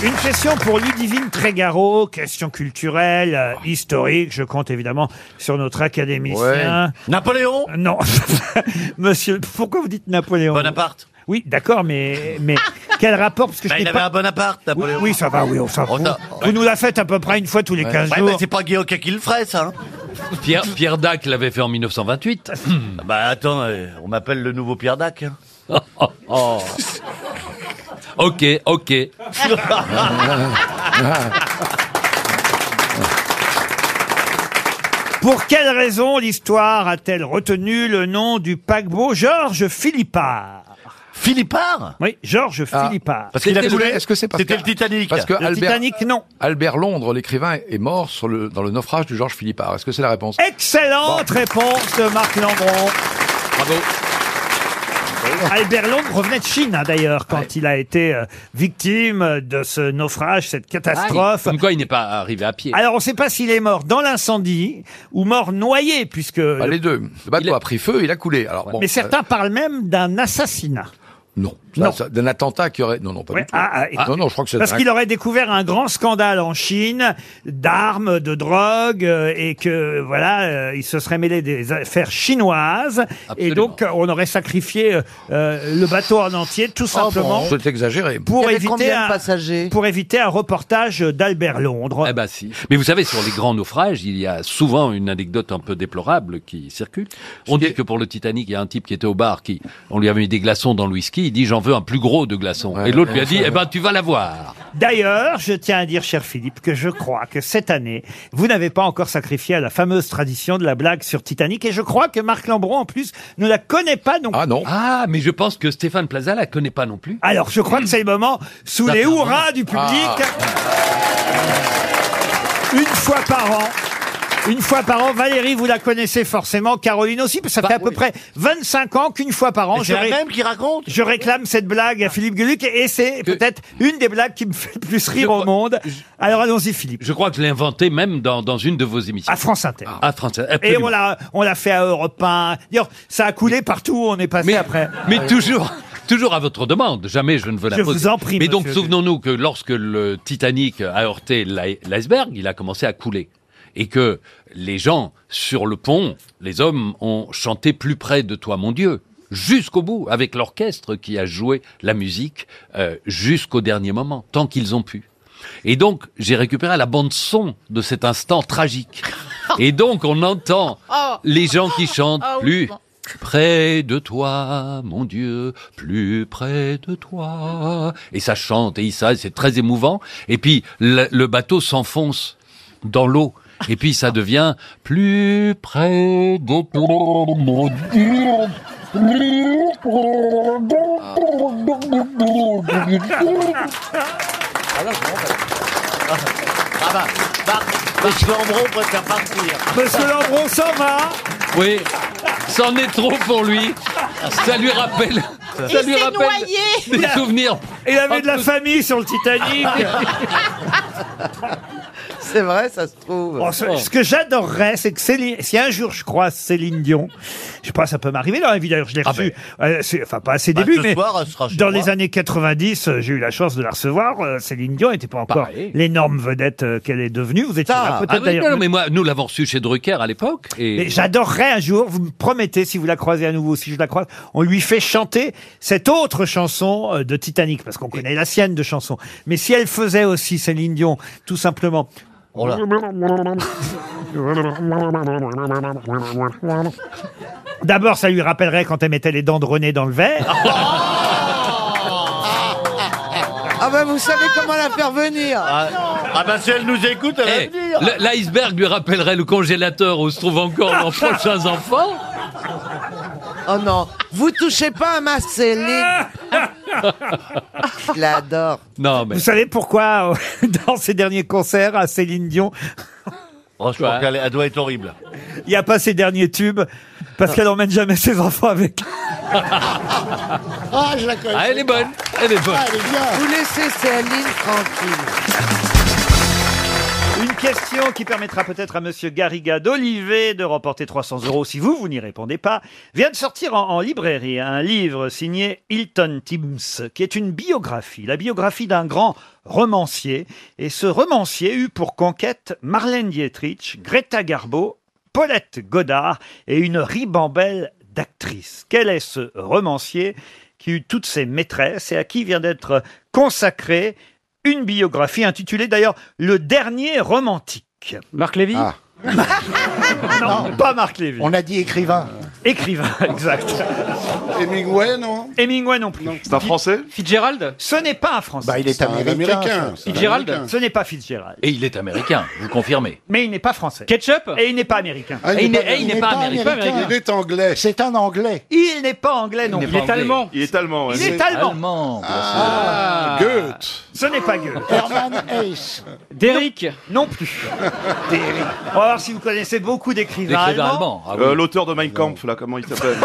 Une question pour Ludivine Trégaro, question culturelle, euh, historique. Je compte évidemment sur notre académicien. Euh,
Napoléon
Non. Monsieur, pourquoi vous dites Napoléon Bonaparte. Oui, d'accord, mais, mais quel rapport Parce que
Bah,
je
il
n'ai
avait
pas-
un Bonaparte, Napoléon.
Oui, ça va, oui, on s'en
Oh,
fout.
non.
Vous nous la faites à peu près une fois tous les 15
Ouais,
jours.
mais c'est pas Guillaume hein. qui le ferait, ça.
Pierre, Pierre Dac l'avait fait en 1928.
bah attends, euh, on m'appelle le nouveau Pierre Dac. hein.
Oh. ok, ok.
Pour quelle raison l'histoire a-t-elle retenu le nom du paquebot Georges Philippard
Philippard
Oui, Georges Philippard.
Ah. Parce qu'il a coulé. Est-ce que c'est parce que- Parce que
le
Albert,
Titanic, non.
Albert Londres, l'écrivain, est mort sur le, dans le naufrage du Georges Philippard. Est-ce que c'est la réponse
Excellente réponse de Marc Lambron.
Bravo.
Albert Londres revenait de Chine, hein, d'ailleurs, quand il a été euh, victime de ce naufrage,
Ah,
cette catastrophe.
Comme quoi, il n'est pas arrivé à pied.
Alors, on ne sait pas s'il est mort dans l'incendie ou mort noyé, puisque...
Bah, les deux. Le bateau a... pris feu, il a coulé. Alors, bon,
Mais certains
euh,
parlent même d'un assassinat.
non. Ça, ça, D'un attentat qui aurait. Non, non, pas
Ouais,
du tout.
ah, ah, et-
non, non, je crois que c'est.
Parce
un-
qu'il aurait découvert un grand scandale en Chine d'armes, de drogue, euh, et que voilà, euh, il se serait mêlé des affaires chinoises, et donc euh, on aurait sacrifié euh, euh, le bateau en entier, tout simplement.
C'est exagéré.
Pour éviter, un, pour éviter un reportage d'Albert Londres.
Eh ben si. Mais vous savez, sur les grands naufrages, il y a souvent une anecdote un peu déplorable qui circule. On dit que pour le Titanic, il y a un type qui était au bar, qui on lui avait mis des glaçons dans le whisky, il dit j'en veux un plus gros de glaçon. et l'autre lui a dit, eh ben, tu vas l'avoir.
D'ailleurs, je tiens à dire, cher Philippe, que je crois que cette année, vous n'avez pas encore sacrifié à la fameuse tradition de la blague sur Titanic. Et je crois que Marc Lambron, en plus, ne la connaît pas non Ah
non. Ah, mais je pense que Stéphane Plaza la connaît pas non plus.
Alors, je crois que c'est le moment, sous les hurrahs du
Ah.
public, une fois par an. Une fois par an, Valérie, vous la connaissez forcément, Caroline aussi, parce que ça fait à peu près 25 ans qu'une fois par an,
Bah, Mais c'est la même qui raconte Ah.
je réclame cette blague à Philippe Gueluc, et c'est peut-être une des blagues qui me fait le plus rire au monde. Alors allons-y, Philippe.
Je crois que je l'ai inventé même dans, dans une de vos émissions.
À France Inter.
À France Inter.
Et
absolument.
on l'a, on l'a fait à Europe 1. D'ailleurs, ça a coulé partout où on est passé après.
Mais toujours, toujours à votre demande. Jamais je ne veux la
Je
poser.
vous en prie,
Mais donc,
monsieur.
souvenons-nous que lorsque le Titanic a heurté l'i- l'iceberg, il a commencé à couler. Et que les gens sur le pont, les hommes, ont chanté plus près de toi, mon Dieu. Jusqu'au bout, avec l'orchestre qui a joué la musique euh, jusqu'au dernier moment, tant qu'ils ont pu. Et donc, j'ai récupéré la bande son de cet instant tragique. Et donc, on entend
Oh.
les gens qui chantent
Ah oui.
plus près de toi, mon Dieu, plus près de toi. Et ça chante et ça, c'est très émouvant. Et puis, le, le bateau s'enfonce dans l'eau. Et puis, ça devient plus près de toi, mon Dieu.
Ah bah, bah, Monsieur Lambron préfère partir.
Monsieur Lambron s'en va.
Oui, c'en est trop pour lui. Ça lui rappelle.
Il
Ça lui
s'est
rappelle
noyé. Il
des
a-
souvenirs. Ah,
Il avait de la famille sur le Titanic.
C'est vrai, ça se trouve.
Oh, ce, ce que j'adorerais, c'est que Céline, si un jour je croise Céline Dion, je sais pas, ça peut m'arriver. Là, évidemment, je l'ai reçue, euh, c'est- enfin pas à ses
Ah Bah,
débuts,
ce
mais
soir, elle sera chez
dans
moi.
les années 90, euh, j'ai eu la chance de la recevoir. Euh, Céline Dion n'était pas
Bah,
encore
Pareil.
l'énorme vedette euh, qu'elle est devenue. Vous étiez là,
Ah,
peut-être
oui,
d'ailleurs.
non, mais moi, nous l'avons reçu chez Drucker à l'époque.
Mais j'adorerais un jour, vous me promettez, si vous la croisez à nouveau, si je la croise, on lui fait chanter cette autre chanson euh, de Titanic, parce qu'on connaît la sienne de chanson. Mais si elle faisait aussi Céline Dion, tout simplement.
Oh
Oh D'abord, ça lui rappellerait quand elle mettait les dents de René dans le verre.
Ah ben vous savez comment la faire venir
Ah bah si elle nous écoute, elle
va venir.
L'iceberg lui rappellerait le congélateur où se trouve encore nos prochains enfants.
Oh non, vous touchez pas à ma Céline Je l'adore.
Non,
Vous savez pourquoi, euh, dans ses derniers concerts à Céline Dion,
Oh, je crois qu'elle elle doit être horrible.
il n'y a pas ses derniers tubes, parce qu'elle n'emmène jamais ses enfants avec.
Ah, je la connais.
elle est bonne. Elle est bonne.
Ah, elle est bien.
Vous laissez Céline tranquille.
Une question qui permettra peut-être à Monsieur Garriga d'Olivet de remporter 300 euros si vous, vous n'y répondez pas, vient de sortir en, en librairie un livre signé Hilton Timms, qui est une biographie, la biographie d'un grand romancier. Et ce romancier eut pour conquête Marlène Dietrich, Greta Garbo, Paulette Godard et une ribambelle d'actrices. Quel est ce romancier qui eut toutes ses maîtresses et à qui vient d'être consacrée une biographie intitulée d'ailleurs Le dernier romantique. Marc Lévy
Ah.
non, pas Marc Lévy. On a dit écrivain. Écrivain, exact. Hemingway, non Hemingway non plus.
C'est un Français
Fitzgerald Ce n'est pas un Français.
Bah, il est C'est un Américain, Américain. c'est un Fitzgerald Américain.
Ce n'est pas Fitzgerald.
Et il est américain, vous le confirmez.
Mais il n'est pas français. Ketchup Et il n'est pas américain.
Ah, il Et il n'est n'est- pas- et il il n'est n'est pas pas américain. américain. Il
est anglais. C'est un anglais. Il n'est pas anglais non
Il
plus.
n'est pas anglais.
Il est allemand.
ouais.
Il est
C'est
allemand.
Ah, Goethe.
Ce n'est pas Goethe.
Hermann
Hesse. Derrick. Non plus. Derrick. On va voir si vous connaissez beaucoup d'écrivains
L'écrivain
allemands.
allemand, ah oui.
Euh,
L'auteur de Mein Kampf, là, comment il s'appelle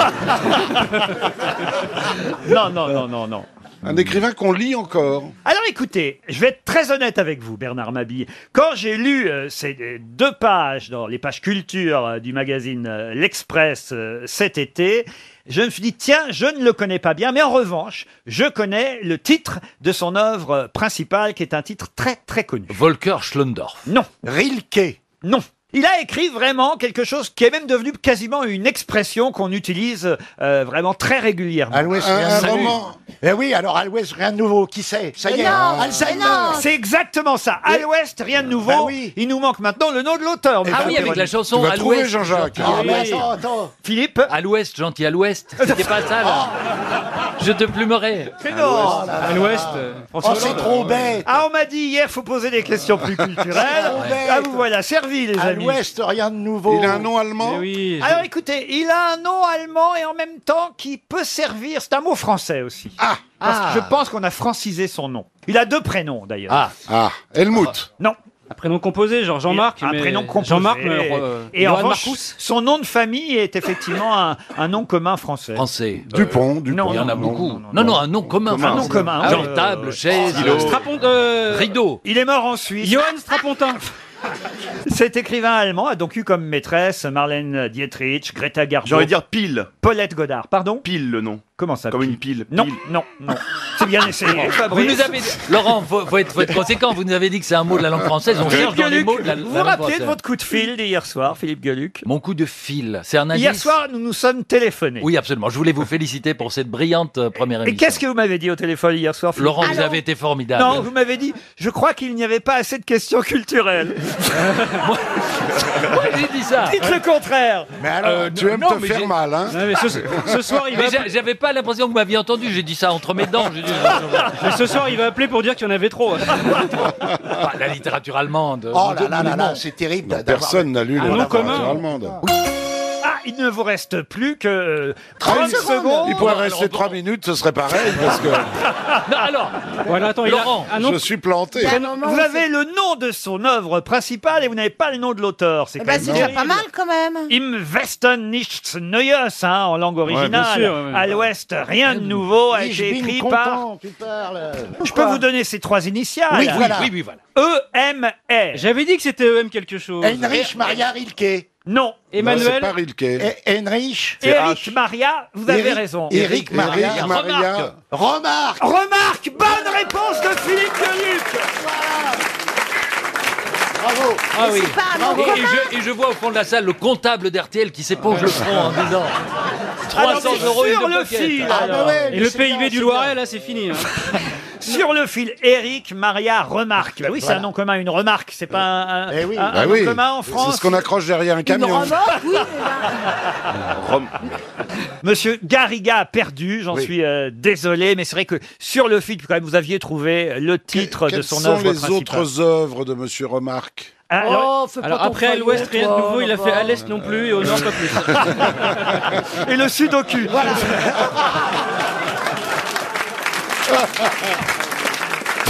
Non, non, non, non, non.
Un écrivain qu'on lit encore.
Alors écoutez, je vais être très honnête avec vous, Bernard Mabille. Quand j'ai lu euh, ces euh, deux pages dans les pages culture euh, du magazine euh, L'Express euh, cet été, je me suis dit, tiens, je ne le connais pas bien, mais en revanche, je connais le titre de son œuvre euh, principale, qui est un titre très, très connu.
Volker Schlondorf.
Non. Rilke. Non. Il a écrit vraiment quelque chose qui est même devenu quasiment une expression qu'on utilise euh, vraiment très régulièrement.
Un, un roman. Eh oui, alors à l'ouest, rien de nouveau. Qui sait Ça y est, hein. Alzheimer.
C'est exactement ça. À l'ouest, rien de
Bah
nouveau. Il nous manque maintenant le nom de l'auteur.
Ah oui, avec la chanson Tu vas À trouver, Ah, l'ouest, Jean-Jacques. gentil. Ah, mais attends, attends.
Philippe
À l'ouest, gentil à l'ouest. C'était pas ça, là.
Je te plumerai. Mais non
À l'ouest, à l'ouest, euh,
Oh,
Oh,
François Hollande.
Ah, on m'a dit hier, faut poser des questions plus culturelles. ah, vous voilà, servi, les
À
amis.
l'ouest, rien de nouveau.
Alors écoutez, il a un nom allemand et en même temps qui peut servir. C'est un mot français aussi. Ah, Parce
Ah.
que je pense qu'on a francisé son nom. Il a deux prénoms d'ailleurs.
Ah.
ah, Helmut. Non.
Un prénom composé, genre Jean-Marc.
Un
mais-
prénom composé.
Jean-Marc, mais,
Et,
euh,
et en
Johann
revanche,
Marcus.
son nom de famille est effectivement un, un nom commun français. Français.
Dupont,
Dupont.
Il y en a beaucoup. Non, non, un nom commun.
Un nom commun.
Genre
Euh,
table,
ouais.
chaise,
Stylo.
Strapon- euh,
rideau.
Il est mort en Suisse.
Johann Strapontin.
Cet écrivain allemand a donc eu comme maîtresse Marlène Dietrich, Greta Garbo.
J'ai envie de dire pile.
Paulette Godard, pardon
Pile le nom.
Comment ça
Comme une pile. Ah,
Non, non, non. C'est bien essayé.
Vous nous avez... Laurent, faut, faut être, faut être conséquent. Vous nous avez dit que c'est un mot de la langue française. On
Philippe
cherche dans les
Gueluc,
mots de la, la
vous vous
langue
rappelez de
française.
votre coup de fil d'hier soir, Philippe Gueluc
Mon coup de fil, c'est un indice.
Hier soir, nous nous sommes téléphonés.
Oui, absolument. Je voulais vous féliciter pour cette brillante euh, première
Et
émission.
qu'est-ce que vous m'avez dit au téléphone hier soir Philippe
Laurent, vous avez été formidable.
Non, vous m'avez dit, je crois qu'il n'y avait pas assez de questions culturelles.
Moi, j'ai dit ça.
Dites le contraire.
Mais alors,
Euh,
tu aimes te faire mal, hein
mais ce- ce soir, il va-
j'avais pas l'impression que vous m'aviez entendu. J'ai dit ça entre mes dents. J'ai dit-
Mais ce soir, il va appeler pour dire qu'il y en avait trop.
Ah, la littérature allemande.
Oh
là là là là, c'est terrible. d'avoir-
Bah, personne n'a lu la
Un nom
littérature
commun.
allemande.
Ah, il ne vous reste plus que euh,
30
30 secondes.
Il pourrait rester 3 minutes, ce serait pareil, parce que
Non, alors,
Laurent, je suis planté.
vous avez le nom de son œuvre principale et vous n'avez pas le nom de l'auteur. C'est
Eh
quand
ben,
même
c'est déjà
terrible.
pas mal,
quand même.
Im Westen nichts Neues, hein, en langue
bien
originale.
sûr, ouais.
À l'Ouest, rien de nouveau a
Ich
été
bin
écrit
content,
par.
tu parles.
Je peux vous donner ces trois initiales. E
Oui, voilà. Oui,
E-M-R.
J'avais dit que c'était EM quelque chose.
Heinrich Maria Rilke.
Non.
Emmanuel.
Non, c'est pas Rilke.
Eh, Heinrich.
C'est Eric Maria, vous avez
Eric-
raison.
Eric Maria.
Eric
Maria. Remarque.
Remarque. Bonne réponse de Philippe Gueluc.
Bravo.
Ah oui.
Bravo.
Et, et je, et je vois au fond de la salle le comptable d'RTL qui s'éponge le front en disant 300
Alors,
euros et
Ah sur le
deux plaquettes.
fil,
Ah,
alors.
bah ouais,
Et
mais
le
c'est
PIB
bien,
du
c'est
Loiret, là, c'est fini. hein.
Sur le fil, Eric Maria Remarque. Bah oui, c'est
Ben Voilà.
un nom commun, une remarque. C'est pas un, un- un-
Bah
un nom
oui,
commun en France.
C'est ce qu'on accroche derrière un camion.
Ah.
Monsieur Garriga a perdu, j'en
Oui.
suis euh, désolé, mais c'est vrai que sur le fil, quand même, vous aviez trouvé le titre de
Quelles
son
sont
œuvre
les
principale.
autres œuvres de Monsieur Remarque Oh,
Ah, alors-
Alors, après, à l'ouest, rien de nouveau. Il a fait à l'est non plus et au nord pas plus.
Et le sud au cul.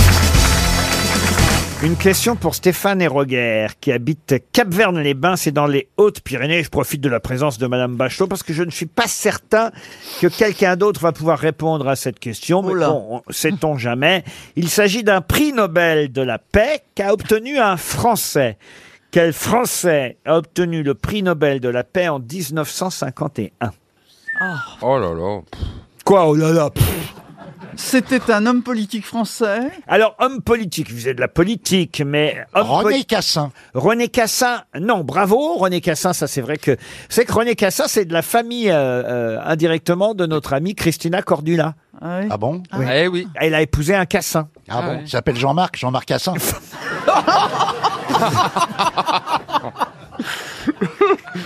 Ah. Une question pour Stéphane Héroguer, qui habite Cap-Verne-les-Bains, c'est dans les Hautes-Pyrénées. Je profite de la présence de Madame Bachelot parce que je ne suis pas certain que quelqu'un d'autre va pouvoir répondre à cette question. Mais bon, on- sait-on jamais. Il s'agit d'un prix Nobel de la paix qu'a obtenu un Français. Quel Français a obtenu le prix Nobel de la paix en 1951
Ah.
Oh là là.
Quoi, oh là là
C'était un homme politique français.
Alors, homme politique, vous êtes de la politique, mais... René
Cassin.
René Cassin, non, bravo, René Cassin, ça c'est vrai que... C'est que René Cassin, c'est de la famille, euh, euh, indirectement, de notre amie Christina Cordula.
Ah,
bon
Eh oui. Elle a épousé un Cassin.
Ah bon, il s'appelle Jean-Marc, Jean-Marc Cassin.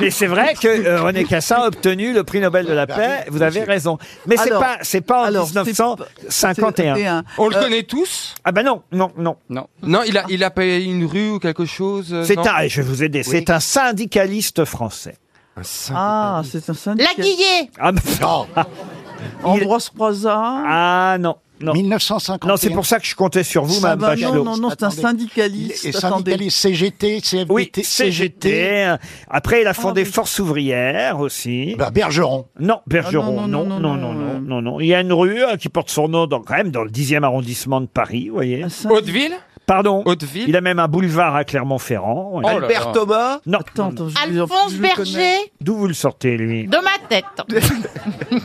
Et c'est vrai que euh, René Cassin a obtenu le prix Nobel de la paix, vous avez raison. Mais c'est
Ah, Alors-
pas, c'est pas en
alors, c'est-
1951.
c'est- On le euh,
connaît
tous Ah ben non, non, non.
Non, non il, a, il a payé une rue ou quelque chose euh,
Eh C'est
non
un, je vais vous aider,
Oui.
c'est un syndicaliste français.
Ah, c'est un syndicat.
Ah, bah-
Ambroise Croizat.
Ah non. Non.
1950.
Non, c'est pour ça que je comptais sur vous,
Ah
Madame
bah
Bachelot.
non, non, non, c'est un syndicaliste.
Et
attendez.
syndicaliste CGT, CFDT,
Oui, CGT. euh, Après, il a fondé Force ouvrière aussi.
Bergeron.
Non, Bergeron, Ah, non, non, non, non, non, non, non. Il y a une rue euh, qui porte son nom dans, quand même dans le 10e arrondissement de Paris, vous voyez.
Hauteville
Pardon Il a même un boulevard à Clermont-Ferrand. vous voyez.
Oh là Albert là. Thomas
Non.
Alphonse Berger
D'où vous le sortez, lui
de ma tête.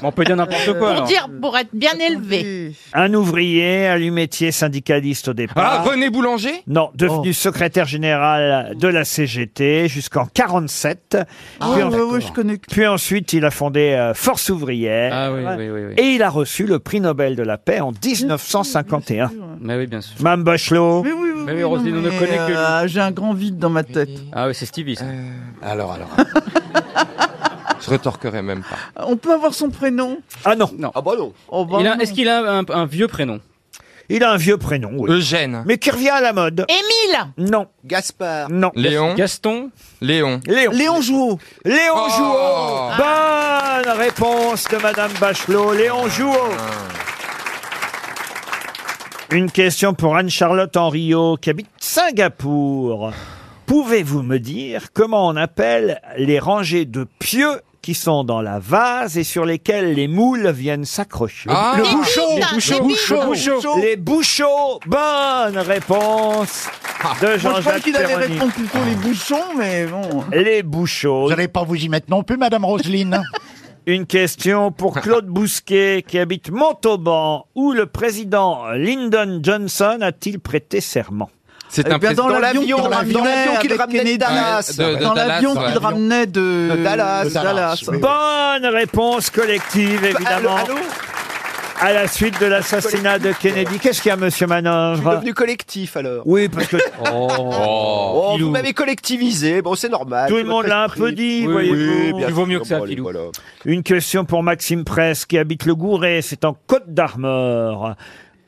On peut dire n'importe
Euh, pour dire, pour être bien élevé.
Un ouvrier, un métier syndicaliste au
Ah,
départ.
René Boulanger
Non,
Oh.
devenu secrétaire général de la CGT jusqu'en 47.
Ah,
puis,
ouais, ouais, je connais.
puis ensuite, il a fondé euh, Force ouvrière. Et il a reçu le prix Nobel de la paix en 1951.
Mais oui, bien sûr.
Mme Bachelot.
Mais oui, oui,
Mais oui,
oui,
Roselyne,
non,
on ne
mais, ah,
connaît que lui.
euh, J'ai un grand vide dans ma tête.
Ah oui, c'est Stevie. Alors, alors.
Je rétorquerai même pas.
Euh, On peut avoir son prénom
Ah non.
Ah bah non.
bah
Il a-
non.
Est-ce qu'il a un, un vieux prénom
Il a un vieux prénom, oui.
Eugène.
Mais qui revient à la mode.
Émile
Non.
Gaspard.
Non.
Léon.
Gaston.
Léon. Oh.
Léon.
Léon Jouot. Ah.
Léon Jouot. Bonne Ah, réponse de Madame Bachelot. Léon Jouot. Une question pour Anne-Charlotte Henriot qui habite Singapour. Pouvez-vous me dire comment on appelle les rangées de pieux qui sont dans la vase et sur lesquels les moules viennent s'accrocher
Ah, Le les bouchot, billes, les bouchot, les billes.
Le bouchot. Les bouchots Bonne réponse de
Ah, Moi, je croyais
Jean-Jacques
qu'il allait
Perroni. Ah.
répondre plutôt les bouchons, mais bon.
Les bouchots. Vous n'allez pas vous y mettre non plus, Madame Roseline Une question pour Claude Bousquet, qui habite Montauban, où le président Lyndon Johnson a-t-il prêté serment
C'est Eh un bien, dans président- l'avion
l'avion qu'il ramenait
qu'il
avec
ramenait de
Kennedy.
Dallas. De- de
dans
Dallas,
l'avion
ouais.
qu'il ramenait de,
De Dallas,
de Dallas. Ah,
Dallas. Bonne réponse collective, évidemment.
allô, allô
à la suite de l'assassinat de Kennedy, qu'est-ce qu'il y a, Monsieur Manœuvre
devenu collectif alors.
Oui, parce que
Oh,
Pilou.
vous m'avez collectivisé, bon c'est normal.
Tout le monde l'a un peu dit, voyez-vous.
bien
Il vaut
sûr,
mieux que ça,
bon, allez,
Pilou.
voilà.
Une question pour Maxime Presse qui habite le Gouret, c'est en Côte d'Armor.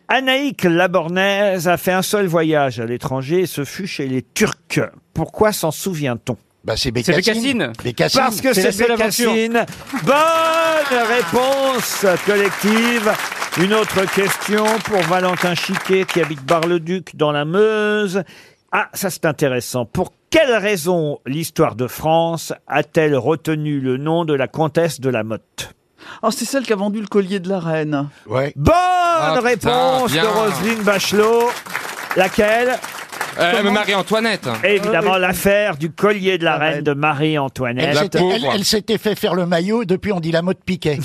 Anaïk Labornaise a fait un seul voyage à l'étranger et ce fut chez les Turcs. Pourquoi s'en souvient-on
Bah,
c'est
C'est Bécassine. Bécassine.
Parce que
C'est la
c'est
seule aventure.
Bécassine. Bonne réponse collective. Une autre question pour Valentin Chiquet qui habite Bar-le-Duc dans la Meuse. Ah, ça c'est intéressant. Pour quelle raison l'histoire de France a-t-elle retenu le nom de la comtesse de la Motte
Oh, c'est celle qui a vendu le collier de la reine.
Ouais. Bonne
Ah,
Ah, réponse
bien.
de Roselyne Bachelot. Laquelle
Euh,
Comment
Marie-Antoinette.
Ah
Évidemment, l'affaire du collier de la reine de
Elle
Marie-Antoinette.
s'était- elle- elle s'était fait faire le maillot, depuis on dit la mode piquet.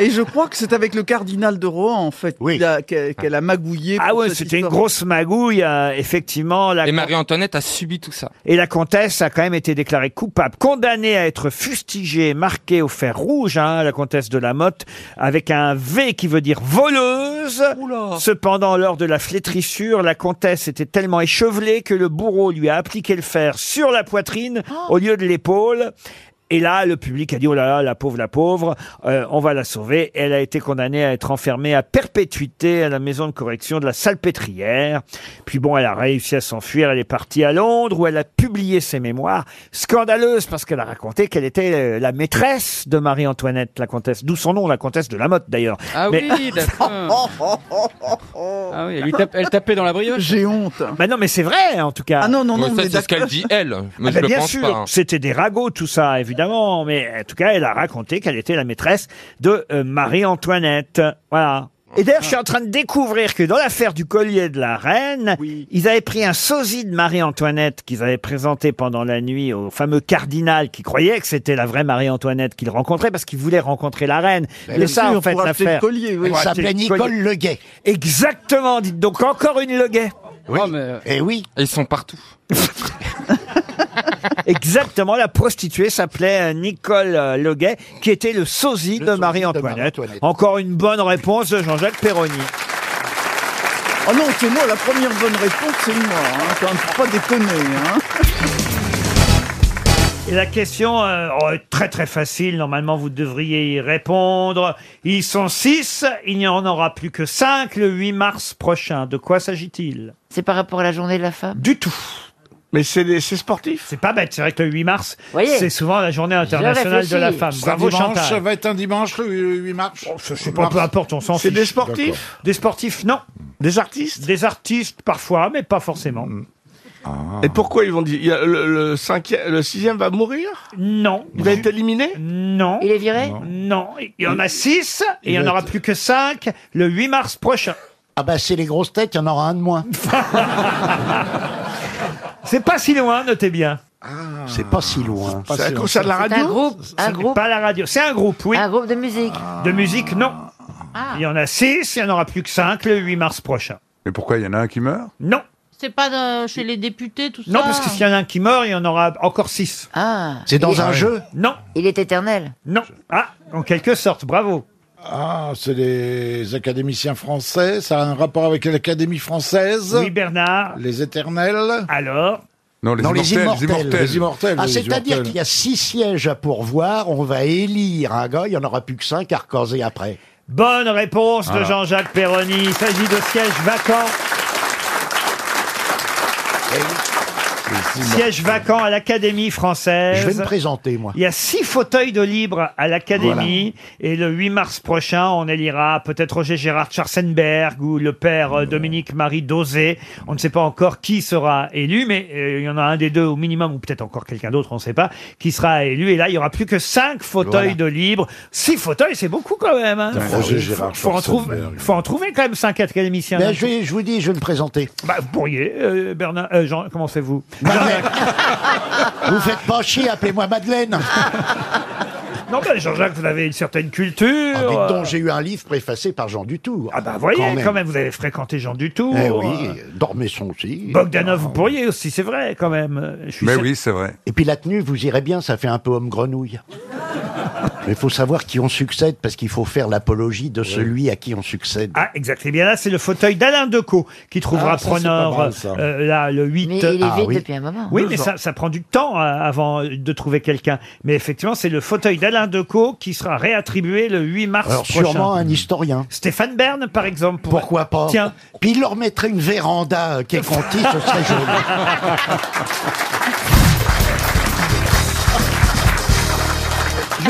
Et je crois que c'est avec le cardinal de Rohan, en fait, qu'il a- qu'elle qu'elle a magouillé.
Ah ouais, c'était une grosse magouille, euh, effectivement. La
Et Marie-Antoinette a subi tout ça.
Et la comtesse a quand même été déclarée coupable, condamnée à être fustigée, marquée au fer rouge, hein, la comtesse de la Motte, avec un V qui veut dire voleuse. Cependant, lors de la flétrissure, la comtesse était tellement échevelée que le bourreau lui a appliqué le fer sur la poitrine au lieu de l'épaule. Et là, le public a dit, oh là là, la pauvre, la pauvre, euh, on va la sauver. Elle a été condamnée à être enfermée à perpétuité à la maison de correction de la Salpêtrière. Puis bon, elle a réussi à s'enfuir, elle est partie à Londres où elle a publié ses mémoires, scandaleuse parce qu'elle a raconté qu'elle était euh, la maîtresse de Marie-Antoinette, la comtesse, d'où son nom, la comtesse de la Motte d'ailleurs.
Ah
Mais-
oui, d'accord. ah oui, elle, lui tape- elle tapait dans la brioche.
J'ai honte.
Bah non, mais c'est vrai, en tout cas. Ah non, Ah,
non, Ouais, non, ça, mais c'est ce d'accord. qu'elle dit, elle. Mais je le
bah, bien
pense
sûr,
pas, hein.
c'était des ragots, tout ça, évidemment. Mais en tout cas, elle a raconté qu'elle était la maîtresse de euh, Marie-Antoinette. Voilà. Et d'ailleurs, je suis en train de découvrir que dans l'affaire du collier de la reine, ils avaient pris un sosie de Marie-Antoinette qu'ils avaient présenté pendant la nuit au fameux cardinal qui croyait que c'était la vraie Marie-Antoinette qu'il rencontrait parce qu'il voulait rencontrer la reine.
Ben,
Mais
bien
ça,
sûr,
en fait,
pour acheter le
l'affaire.
collier, oui.
Pour
Elle
acheter
s'appelait
le collier.
Nicole Leguet.
Exactement, dites donc encore une Leguet.
Oui.
Et oui.
euh, Ils sont partout.
Exactement, la prostituée s'appelait euh, Nicole euh, Leguet, qui était le sosie de Marie-Antoinette. Encore une bonne réponse de Jean-Jacques Perroni.
Oh non, c'est moi, la première bonne réponse, c'est moi. Hein. Quand même, faut pas déconner. Hein.
Et la question euh, oh, est très très facile, normalement vous devriez y répondre. Ils sont six, il n'y en aura plus que cinq le 8 mars prochain. De quoi s'agit-il
C'est par rapport à la journée de la femme
Du tout. Mais c'est sportif. C'est pas bête, c'est vrai que le 8 mars,
Voyez.
c'est souvent la journée internationale de la femme.
C'est un
Bravo
dimanche,
Chantal.
Ça va être un dimanche le 8 mars.
Je sais pas, peu importe, on s'en fiche.
C'est des sportifs
Des sportifs, non. Des artistes Des artistes, parfois, mais pas forcément.
Mm.
Et pourquoi ils vont dire il y a le, le cinquième, le sixième va mourir
Non.
Il va être éliminé
Non.
Il est viré
Non. Il y en
Mm.
a six, et il n'y en aura plus que cinq le 8 mars prochain.
Ah bah c'est les grosses têtes, il y en aura un de moins.
C'est pas si loin, notez bien.
C'est pas si loin.
C'est à cause de la
C'est un groupe,
Ce
un
n'est
groupe,
Pas la radio, c'est un groupe, oui. Ah.
un groupe de musique. Ah.
De musique, non. Il y en a six, il n'y en aura plus que cinq le 8 mars prochain.
Mais pourquoi il y en a un qui meurt
Non.
C'est pas euh, chez les députés, tout ça
Non, parce que s'il y en a un qui meurt, il y en aura encore six.
Ah.
C'est dans
Il-
un jeu Non.
Il est éternel.
Non. Ah, en quelque sorte, bravo.
Ah, c'est des académiciens français. Ça a un rapport avec l'Académie française.
Oui, Bernard.
Les éternels.
Alors
Non, les
Non, les
immortels,
immortels.
les immortels. Les immortels,
Ah,
les
C'est-à-dire
immortels.
qu'il y a six sièges à pourvoir, on va élire un gars, il n'y en aura plus que cinq à recaser après.
Bonne réponse de
Voilà.
Jean-Jacques Perroni. Il s'agit de sièges vacants. Siège vacant à l'Académie française.
Je vais me présenter, moi.
Il y a six fauteuils de libre à l'Académie. Et le 8 mars prochain, on élira peut-être Roger Gérard Scharzenberg ou le père euh, Dominique-Marie Dosé. On ne sait pas encore qui sera élu, mais euh, il y en a un des deux au minimum, ou peut-être encore quelqu'un d'autre, on ne sait pas, qui sera élu. Et là, il y aura plus que cinq fauteuils
Voilà.
de libre. Six fauteuils, c'est beaucoup quand même. hein.
Putain, Roger Gérard
faut, faut en trouver,
Schwarzenberg.
faut en trouver quand même cinq académiciens.
Ben, je, vais- je vous dis, je vais me présenter.
Bah, vous pourriez, euh, Bernard, euh, Jean, comment faites-vous
Vous faites pas chier, appelez-moi Madeleine.
Non, ben Jean-Jacques, vous avez une certaine culture.
Ah, dites donc,
euh,
j'ai eu un livre préfacé par Jean Dutour. Ah
bah Vous voyez, quand même. vous avez fréquenté Jean Dutour.
Eh oui,
euh,
Dormesson aussi.
Bogdanov, vous pourriez aussi, c'est vrai, quand même. Euh, je suis cer-
c'est vrai. Et puis la tenue, vous irez bien, ça fait un peu homme grenouille. Mais il faut savoir qui on succède, parce qu'il faut faire l'apologie de celui à qui on succède.
Ah, exact. Et bien là, c'est le fauteuil d'Alain Decaux qui trouvera
Ah, ça, c'est
preneur
pas mal, ça.
euh, là, le 8.
Mais il est
Ah,
vide
oui.
depuis un moment.
Oui,
Deux
mais
ans.
ça, ça prend du temps euh, avant de trouver quelqu'un. Mais effectivement, c'est le fauteuil d'Alain Decaux qui sera réattribué le 8 mars
Alors
prochain.
sûrement un historien.
Stéphane Bern, par exemple. pourrait-
Pourquoi pas
Tiens.
Puis il leur mettrait une véranda euh, qui est conti, ce serait joli.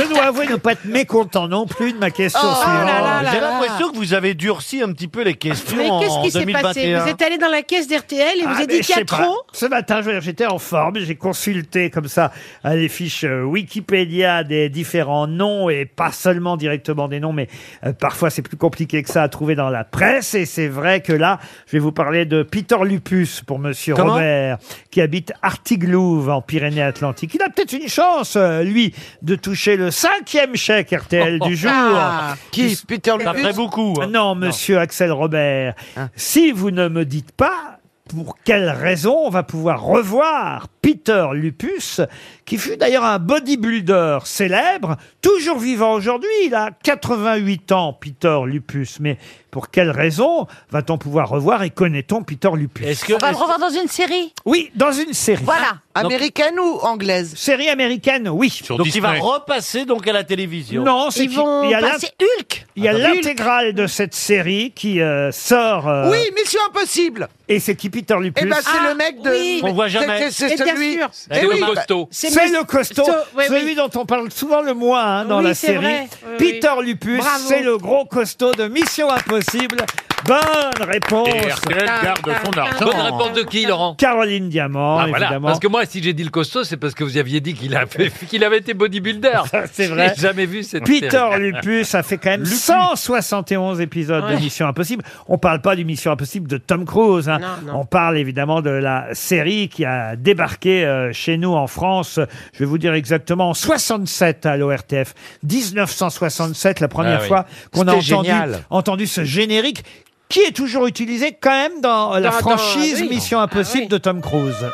Je dois avouer ne pas être mécontent non plus de ma question suivante.
J'ai l'impression que vous avez durci un petit peu les questions
Mais
en
qu'est-ce qui s'est
2021.
passé Vous êtes
allé dans la caisse d'RTL et vous
Ah,
avez
mais
dit qu'il
je
y a
sais pas.
trop.
Ce matin, je- j'étais en forme, j'ai consulté comme ça euh, les fiches euh, Wikipédia des différents noms et pas seulement directement des noms, mais euh, parfois c'est plus compliqué que ça à trouver dans la presse. Et c'est vrai que là, je vais vous parler de Peter Lupus pour Monsieur
Comment
Robert, qui habite Artiglouve en Pyrénées-Atlantiques. Il a peut-être une chance, euh, lui, de toucher le cinquième chèque RTL du jour.
Ah, qui, Peter Ça Lupus ferait beaucoup, hein.
Non, Monsieur Axel Robert. Si vous ne me dites pas pour quelle raison on va pouvoir revoir Peter Lupus, qui fut d'ailleurs un bodybuilder célèbre, toujours vivant aujourd'hui, il a 88 ans, Peter Lupus. Mais pour quelle raison va-t-on pouvoir revoir et connaît-on Peter Lupus
On va le revoir dans une série.
Oui, dans une série.
Voilà.
Américaine ou anglaise
Série américaine, oui.
Donc il va repasser donc à la télévision.
Non, c'est
Ils
qu'il-
vont
il y a l'in-
passer
Hulk.
Il y a
bah
Ah, Hulk.
l'intégrale de cette série qui euh, sort. euh,
Oui, Mission Impossible.
Et c'est qui Peter Lupus Ah
Eh ben, c'est le mec de.
On voit jamais.
C'est c'est
Et bien
celui.
sûr.
Eh
Eh
oui.
oui, bah, C'est le costaud. celui dont on parle souvent le moins hein, dans
Oui,
la
c'est
série.
vrai. Oui, oui.
Peter Lupus,
Bravo.
c'est le gros costaud de Mission Impossible. Bonne réponse.
Et RTL garde son argent. Bonne réponse de qui, Laurent
Caroline Diamant,
Ah, voilà,
évidemment.
parce que moi, si j'ai dit le costaud, c'est parce que vous aviez dit qu'il avait, qu'il avait été bodybuilder.
C'est vrai.
J'ai jamais vu cette
Peter
série.
Lupus a fait quand même 171 épisodes
Ouais.
de Mission Impossible. On parle pas du Mission Impossible de Tom Cruise. hein.
Non, non.
On parle évidemment de la série qui a débarqué euh, chez nous en France. Je vais vous dire exactement en 67 à l'ORTF. 1967, la première
Ah oui.
fois qu'on a
C'était
entendu,
génial.
entendu ce générique qui est toujours utilisé quand même dans euh, la
Dans- dans-
franchise
oui.
Mission Impossible de Tom Cruise.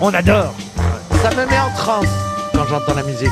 On adore.
Ça me met en transe quand j'entends la musique.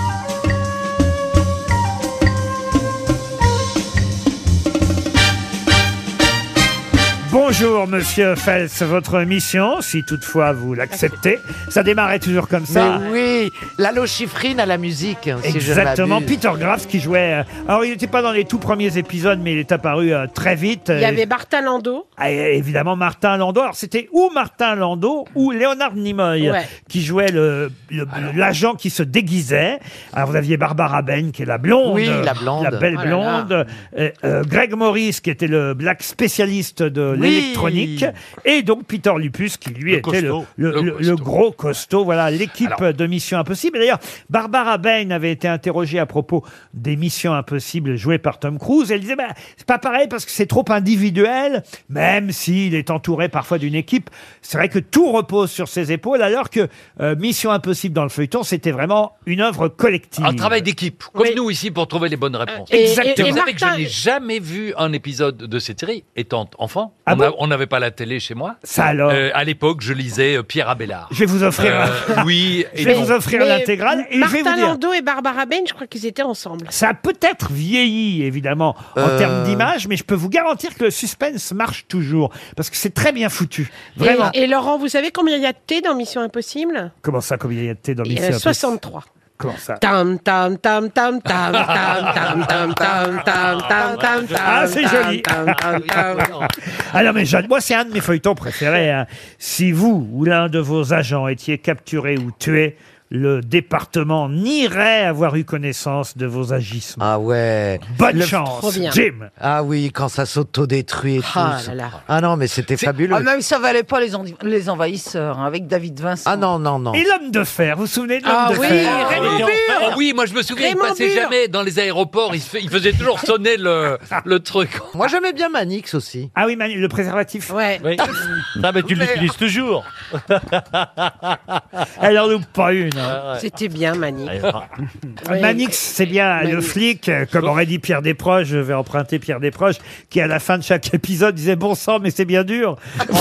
Bonjour Monsieur Fels, votre mission, si toutefois vous l'acceptez, ça démarrait toujours comme ça.
Mais oui, la chiffrine à la musique. hein, Si je
Exactement,
m'abuse.
Peter Graff qui jouait. euh, alors il n'était pas dans les tout premiers épisodes, mais il est apparu euh, très vite.
Il y avait Martin Landau.
Ah, et évidemment Martin Landau. Alors c'était ou Martin Landau ou Léonard Nimoy
Ouais.
qui jouait le le- l'agent qui se déguisait. Alors vous aviez Barbara Ben qui est la blonde,
Oui, la blonde.
belle
Oh là là.
blonde, euh, euh, Greg Morris qui était le black spécialiste de
Oui.
l'électronique et donc Peter Lupus qui lui était le,
costaud.
le- le- le gros costaud. Voilà l'équipe de Mission Impossible. Et D'ailleurs, Barbara Bain avait été interrogée à propos des Missions Impossibles jouées par Tom Cruise. Elle disait, bah, c'est pas pareil parce que c'est trop individuel, même s'il est entouré parfois d'une équipe. C'est vrai que tout repose sur ses épaules, alors que euh, Mission Impossible dans le feuilleton, c'était vraiment une œuvre collective.
Un travail d'équipe, comme nous ici, pour trouver les bonnes réponses.
Et- et- Hmm. Exactement. et
Vous savez que je
Martin-
n'ai jamais vu un épisode de cette série, étant enfant.
Ah Ah
on a- on n'avait pas la télé chez moi.
Ça alors
Euh, À l'époque, je lisais euh, Pierre Abélard. Euh,
Je vais vous offrir un-
oui.
Je vais vous offrir
Mais
l'intégrale et je vais vous
Martin
dire-
Landau et Barbara Bain, je crois qu'ils étaient ensemble.
Ça a peut-être vieilli, évidemment, en
Euh.
termes d'image, mais je peux vous garantir que le suspense marche toujours. Parce que c'est très bien foutu. Vraiment.
Et, et Laurent, vous savez combien il y a de thé dans Mission Impossible
Comment ça, comme il y a de thé dans
Il y a
Mission
63.
Comment ça
Tam tam tam tam tam tam tam tam tam tam tam tam
Ah, c'est
tam,
joli.
tam, tam, tam.
Ah,
Alors, mais Jeanne, moi, c'est un de mes feuilletons préférés. hein. Si vous ou l'un de vos agents étiez capturé ou tué, le département nierait avoir eu connaissance de vos agissements.
Ah ouais.
Bonne chance, Trop bien. Jim.
Ah oui, quand ça s'autodétruit et
Ah
tout.
là là.
Ah non, mais c'était fabuleux.
Ah, même ça valait pas les, env- les envahisseurs hein, avec David Vincent. Ah
non, non, non.
Et l'homme de fer, vous vous souvenez de l'homme
Ah
de
oui,
fer
Raymond
Oh,
Burr.
oh oui, moi je me souviens, il
Raymond
passait
Burr.
jamais dans les aéroports, il, se fait- il faisait toujours sonner le, le truc.
Moi j'aimais bien Manix aussi.
Ah oui, Mani- le préservatif
Ouais.
Oui.
bah,
Ah, mais tu l'utilises toujours.
Elle en loupe pas une. hein.
C'était bien, Manix.
Ouais. Ah, Manix, c'est bien le
Manix.
flic, euh, comme aurait dit Pierre Desproges, je vais emprunter Pierre Desproges, qui à la fin de chaque épisode disait bon sang, mais c'est bien dur.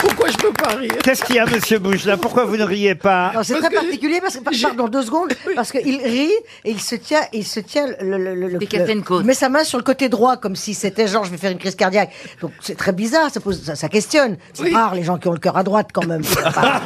Pourquoi je peux pas rire
Qu'est-ce qu'il y a, monsieur Bouchelin Pourquoi vous ne riez
Ah,
pas
Non, c'est très particulier parce que, par- pardon, deux secondes, parce qu'il rit et il se tient, il se tient le, le, le- le-
certaines
le- il met sa main sur le côté droit comme si c'était genre je vais faire une crise cardiaque. Donc c'est très bizarre, ça pose, ça, ça questionne. C'est rare les gens qui ont le cœur à droite quand même. C'est pas-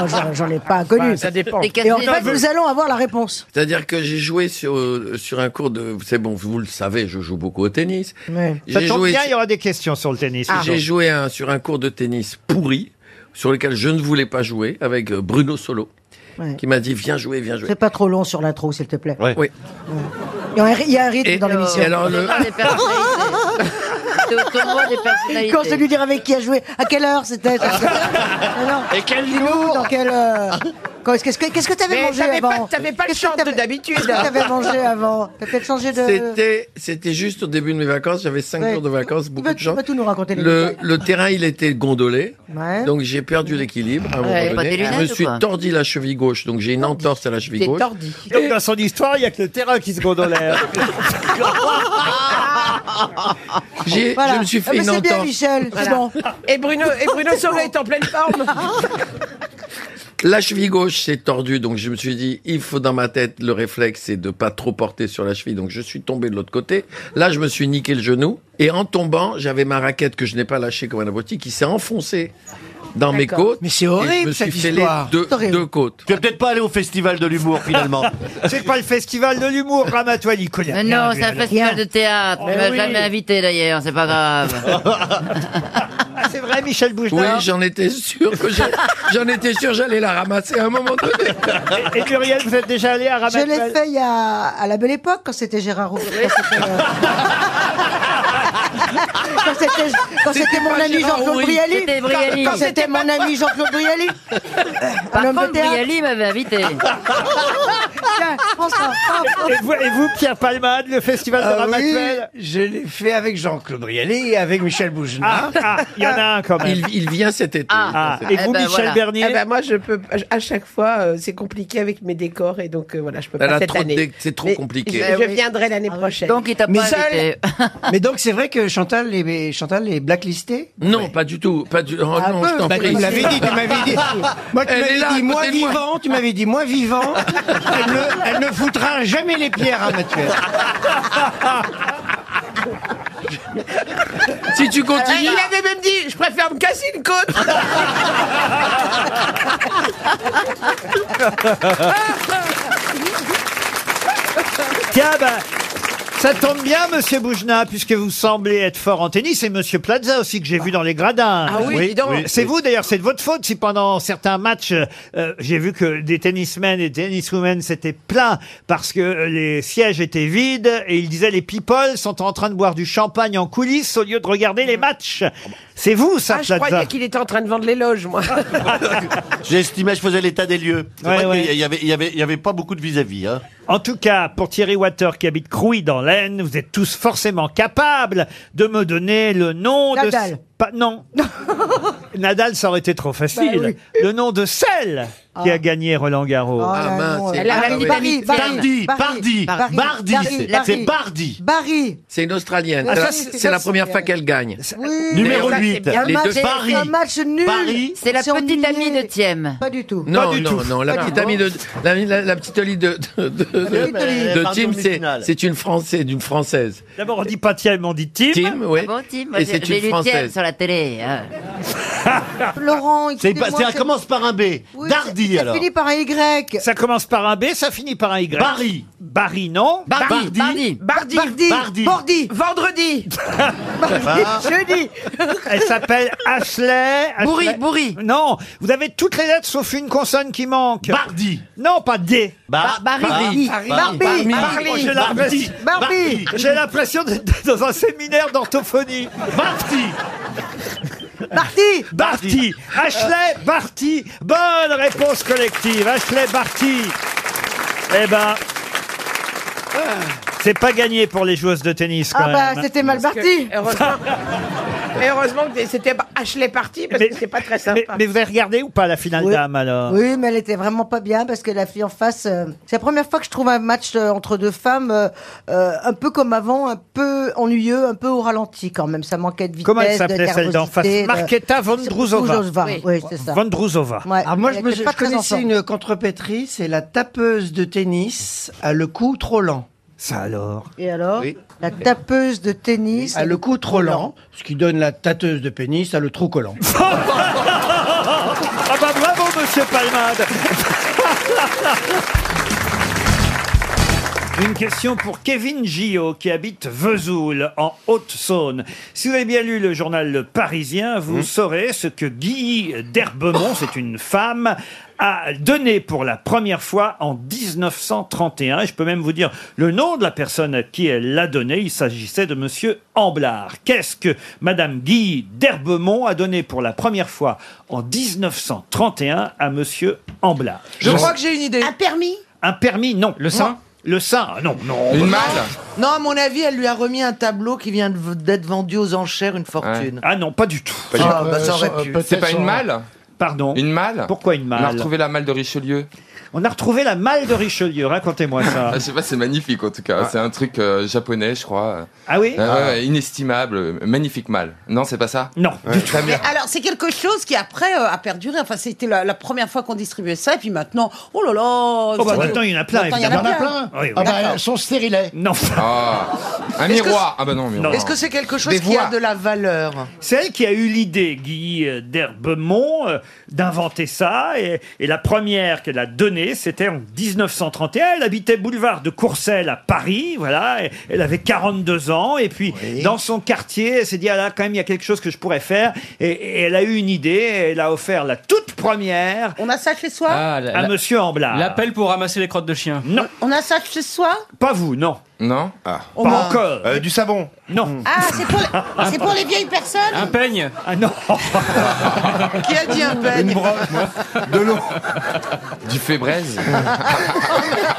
Moi, j'en- J'en ai pas connu.
Bah,
Ouais, Bah, ça dépend. Et
Et en fait,
Catherine-
nous allons avoir la réponse.
C'est-à-dire que j'ai joué sur, euh, sur un cours de. C'est bon, vous le savez, je joue beaucoup au tennis.
Ça
J'ai
tombe
joué
bien,
sur-
il y aura des questions sur le tennis.
Ah.
J'ai joué un- sur un cours de tennis pourri, sur lequel je ne voulais pas jouer, avec euh, Bruno Solo,
Ouais.
qui m'a dit Viens jouer, viens jouer.
Fais pas trop long sur l'intro, s'il te plaît.
Eh Oui.
Il y a un ry- il y a un rythme dans l'émission.
et alors le-
C'est tournoi des personnalités. Quand je vais lui dire avec qui a joué, à quelle heure c'était Ah Et quel niveau Dans quel euh, quand- Qu'est-ce que qu'est-ce que t'avais
Mais
mangé
t'avais pas-
avant
t'avais pas le
Qu'est-ce que
short
t'avais-
de d'habitude.
Qu'est-ce que t'avais mangé avant T'as peut-être changé de.
C'était, c'était juste au début de mes vacances. J'avais cinq
Ouais.
jours de vacances,
Tu
beaucoup
vas,
de gens.
tout nous raconter. les
Le,
détails.
le terrain, il était gondolé.
Ouais.
Donc j'ai perdu l'équilibre. à un moment
Ouais.
donné.
Pas des
je me
lunettes ou
suis
quoi
tordi la cheville gauche, donc j'ai une entorse à la cheville gauche.
Donc dans son histoire, il n'y a que le terrain qui se gondolait.
J'ai- Je me suis fait
Ah, mais
une
c'est bien,
entorse.
Michel.
Voilà.
C'est bon.
Et Bruno, et Bruno Solo est en pleine forme.
Ah,
La cheville gauche s'est tordue, donc je me suis dit, il faut dans ma tête, le réflexe, c'est de pas trop porter sur la cheville, donc je suis tombé de l'autre côté. Là, je me suis niqué le genou, et en tombant, j'avais ma raquette que je n'ai pas lâchée comme un abruti, qui s'est enfoncée dans mes
D'accord.
côtes.
Mais c'est
et Je
horrible,
me suis
cette
fait les
histoire.
deux, deux côtes.
Tu vas peut-être pas aller au festival de l'humour finalement.
C'est pas le festival de l'humour, Ramatoine, il connaît
Mais
rien,
non,
lui,
c'est un
alors.
festival de théâtre.
Eh
Tu m'as
oui.
jamais invité d'ailleurs, c'est pas grave.
Ah, c'est vrai, Michel Bouchelin.
Oui, j'en étais sûr que j'ai- j'en étais sûr, j'allais la ramasser à un moment donné.
Et Muriel, vous êtes déjà allé à
Je l'ai fait il y a- à la belle époque quand c'était Gérard Roux. Quand c'était, euh, quand c'était- quand
C'était
c'était mon
pas
ami
Gérard
Jean-Claude
Roux,
Brialy.
c'était Brialy.
Quand c'était mon ami Jean-Claude Brialy.
Par
Un homme de
contre,
théâtre. Ah,
Brialy m'avait invité.
Tiens, prends ça. Hop.
Et vous, et vous, Pierre Palmade, le festival de
Ah oui,
Ramatuel
je l'ai fait avec Jean-Claude Brialy et avec Michel Bougenat.
Ah, il y en a un quand même.
Il, il vient cet été.
Ah, et vous, Michel Bernier
Eh ben, Moi, je peux. À chaque fois, euh, c'est compliqué avec mes décors et donc euh, voilà, je peux
Elle
pas
a
cette
trop de
année.
dé- c'est trop
Mais
compliqué.
Je,
Eh
je
oui.
viendrai l'année prochaine. Donc,
il t'a
Mais, ça, mais donc c'est vrai que Chantal est, Chantal est blacklistée
Non, pas du tout, pas du. Oh
Un
non,
peu.
je t'en
Bah,
prie.
tu m'avais dit, tu m'avais dit. Moi, tu
Elle est
m'avais
là, à
dit, moi
côté de moi.
vivant, tu m'avais dit, moi vivant, elle ne, elle ne foutra jamais les pierres
hein,
à Mathieu.
Si tu continues.
Il avait même dit, je préfère me casser une côte.
Tiens, ben, ça tombe bien, monsieur Boujna, puisque vous semblez être fort en tennis, et monsieur Plaza aussi, que j'ai vu dans les gradins.
Ah oui, Oui, dis donc. oui,
C'est
oui.
vous, d'ailleurs, c'est de votre faute si pendant certains matchs, euh, j'ai vu que des tennismen et tenniswomen s'étaient plaints parce que euh, les sièges étaient vides, et ils disaient les people sont en train de boire du champagne en coulisses au lieu de regarder les matchs. C'est vous, ça,
Ah, je
Plaza.
croyais qu'il était en train de vendre les loges, moi.
J'estimais, je faisais l'état des lieux. C'est
Ouais,
vrai
ouais.
qu'il y avait, il y avait, il y avait pas beaucoup de vis-à-vis. Hein.
En tout cas, pour Thierry Water qui habite Crouy dans l'Aisne, vous êtes tous forcément capables de me donner le nom de...
Nadal.
Pas, non. Nadal, ça aurait été trop facile.
Bah oui.
Le nom de celle qui a
Ah.
gagné Roland Garros.
Ah, Ah, mince, non, c'est elle a Bardi, gagné Bardi, Bardi, Bardi, Bardi, Bardi, c'est- c'est Bardi.
Barry.
C'est une Australienne.
Ah,
Elle a-
ça, c'est-
c'est la
ça,
première
c'est
fois qu'elle gagne.
Numéro
D'ailleurs,
huit.
Les
Un match-
deux
c'est un match nul. Paris.
C'est la
C'est
petite amie de Thiem.
Pas du tout.
Non, non, non. La
Pas du
petite
tout.
amie de la, la- la petite Oli de de, de, de-
petite Oli.
de
Pardon,
Tim,
mais
c'est
finale.
c'est une française, d'une française.
D'abord on dit pas Thiem, on dit Tim.
Tim, oui.
Ah bon, Tim,
Et
moi, j'ai
c'est
j'ai
une
lu Thiem
française.
sur la télé. hein.
Laurent,
C'est
écoutez-moi,
pas- c'est-
c'est-
commence par un B.
Oui, ça- Ça finit par un Y.
Ça commence par un B, ça finit par un Y.
Barry.
Barry, non
Bardi.
Bardi.
Bardi. Bardi. Bardi.
Vendredi.
Jeudi.
Elle s'appelle Ashley.
Bourri,
Bourri. Non, vous avez toutes les lettres sauf une consonne qui manque. Bardi. Non, pas D.
Ba- Ba- Bardi. Bardi. Bardi. Bardi. Bardi.
J'ai l'impression-
Bardi.
J'ai l'impression d'être dans un séminaire d'orthophonie. Bardi.
Barty
Barty Ashley Barty Bonne réponse collective Ashley Barty Eh ben... C'est pas gagné pour les joueuses de tennis quand
Ah bah,
même.
c'était mal parti.
heureusement-
Et heureusement que c'était Ashley parti parce que c'est pas très
Mais, mais vous avez regardé ou pas la finale Hein, dame alors
Oui, mais elle était vraiment pas bien parce que la fille en face. euh, c'est la première fois que je trouve un match euh, entre deux femmes euh, euh, un peu comme avant, un peu ennuyeux, un peu au ralenti quand même. Ça manquait de vitesse.
Comment elle
de
s'appelait, celle d'en face
nervosité, de-
Marketa Vondrousova.
Vondrousova,
Oui.
Oui, c'est ça.
Vondrousova.
Ouais,
Alors Ah, moi, je,
elle
me,
était
je
pas très en
connaissais
forme.
une contrepétrie, c'est la tapeuse de tennis à le coup trop lent.
Ça alors
Et alors La tapeuse de tennis.
À Ah, le coup trop lent, ce qui donne la tâteuse de pénis à le trou collant.
Ah bah bravo Monsieur Palmade Une question pour Kevin Gillot qui habite Vesoul en Haute-Saône. Si vous avez bien lu le journal Le Parisien, vous saurez ce que Guy d'Herbemont, c'est une femme, a donné pour la première fois en 1931. Et je peux même vous dire le nom de la personne à qui elle l'a donné. Il s'agissait de monsieur Amblard. Qu'est-ce que madame Guy d'Herbemont a donné pour la première fois en 1931 à monsieur Amblard
Je crois que j'ai une idée. Un
permis
un permis, non. Le sein Le sein, ah non, non.
Une malle Non, à mon avis, elle lui a remis un tableau qui vient de- d'être vendu aux enchères une fortune.
Ah non, pas du tout.
Pas du Ah, tout. bah, ça aurait pu.
C'est pas
Peut-être
une
son-
malle
Pardon
Une malle
Pourquoi une malle
On a retrouvé la malle de Richelieu.
On a retrouvé la malle de Richelieu, racontez-moi ça.
Ah, je sais pas, c'est magnifique en tout cas.
Ouais.
C'est un truc euh, japonais, je crois.
Ah oui
Ah, ouais,
Ah.
ouais, Inestimable, euh, magnifique malle. Non, c'est pas ça
Non,
du tout.
Mais alors, c'est quelque chose qui après euh, a perduré. Enfin, c'était la, la première fois qu'on distribuait ça, et puis maintenant, oh là là.
Oh bah
ça-
maintenant il y en a plein,
Maintenant,
évidemment.
Il y en a plein.
Oui, oui.
Ah bah,
son stérilet. Non.
Ah. un
Est-ce que
miroir.
c'est-
Ah bah non, un miroir.
Non. Est-ce que
c'est quelque chose
Des
qui a
voix.
de la valeur
C'est elle qui a eu l'idée, Guy euh, d'Herbemont, euh, d'inventer ça. Et, et la première qu'elle a donnée, c'était en 1931. Elle habitait boulevard de Courcelles à Paris. Voilà. Et- elle avait 42 ans. Et puis, dans son quartier, elle s'est dit, ah là, quand même, il y a quelque chose que je pourrais faire. Et, et elle a eu une idée. et elle a offert la toute première
On a ça chez soi
Ah, la-
à
la-
Monsieur Amblard.
L'appel pour ramasser les crottes de chien.
Non.
On a ça chez soi
Pas vous, non.
Non
Oh,
Pas
bah.
encore.
Euh,
Du savon
Hmm.
Non.
Ah, c'est pour, les- c'est pour les vieilles personnes
Un peigne
Ah non
Qui a dit un peigne
De l'eau Du fébraise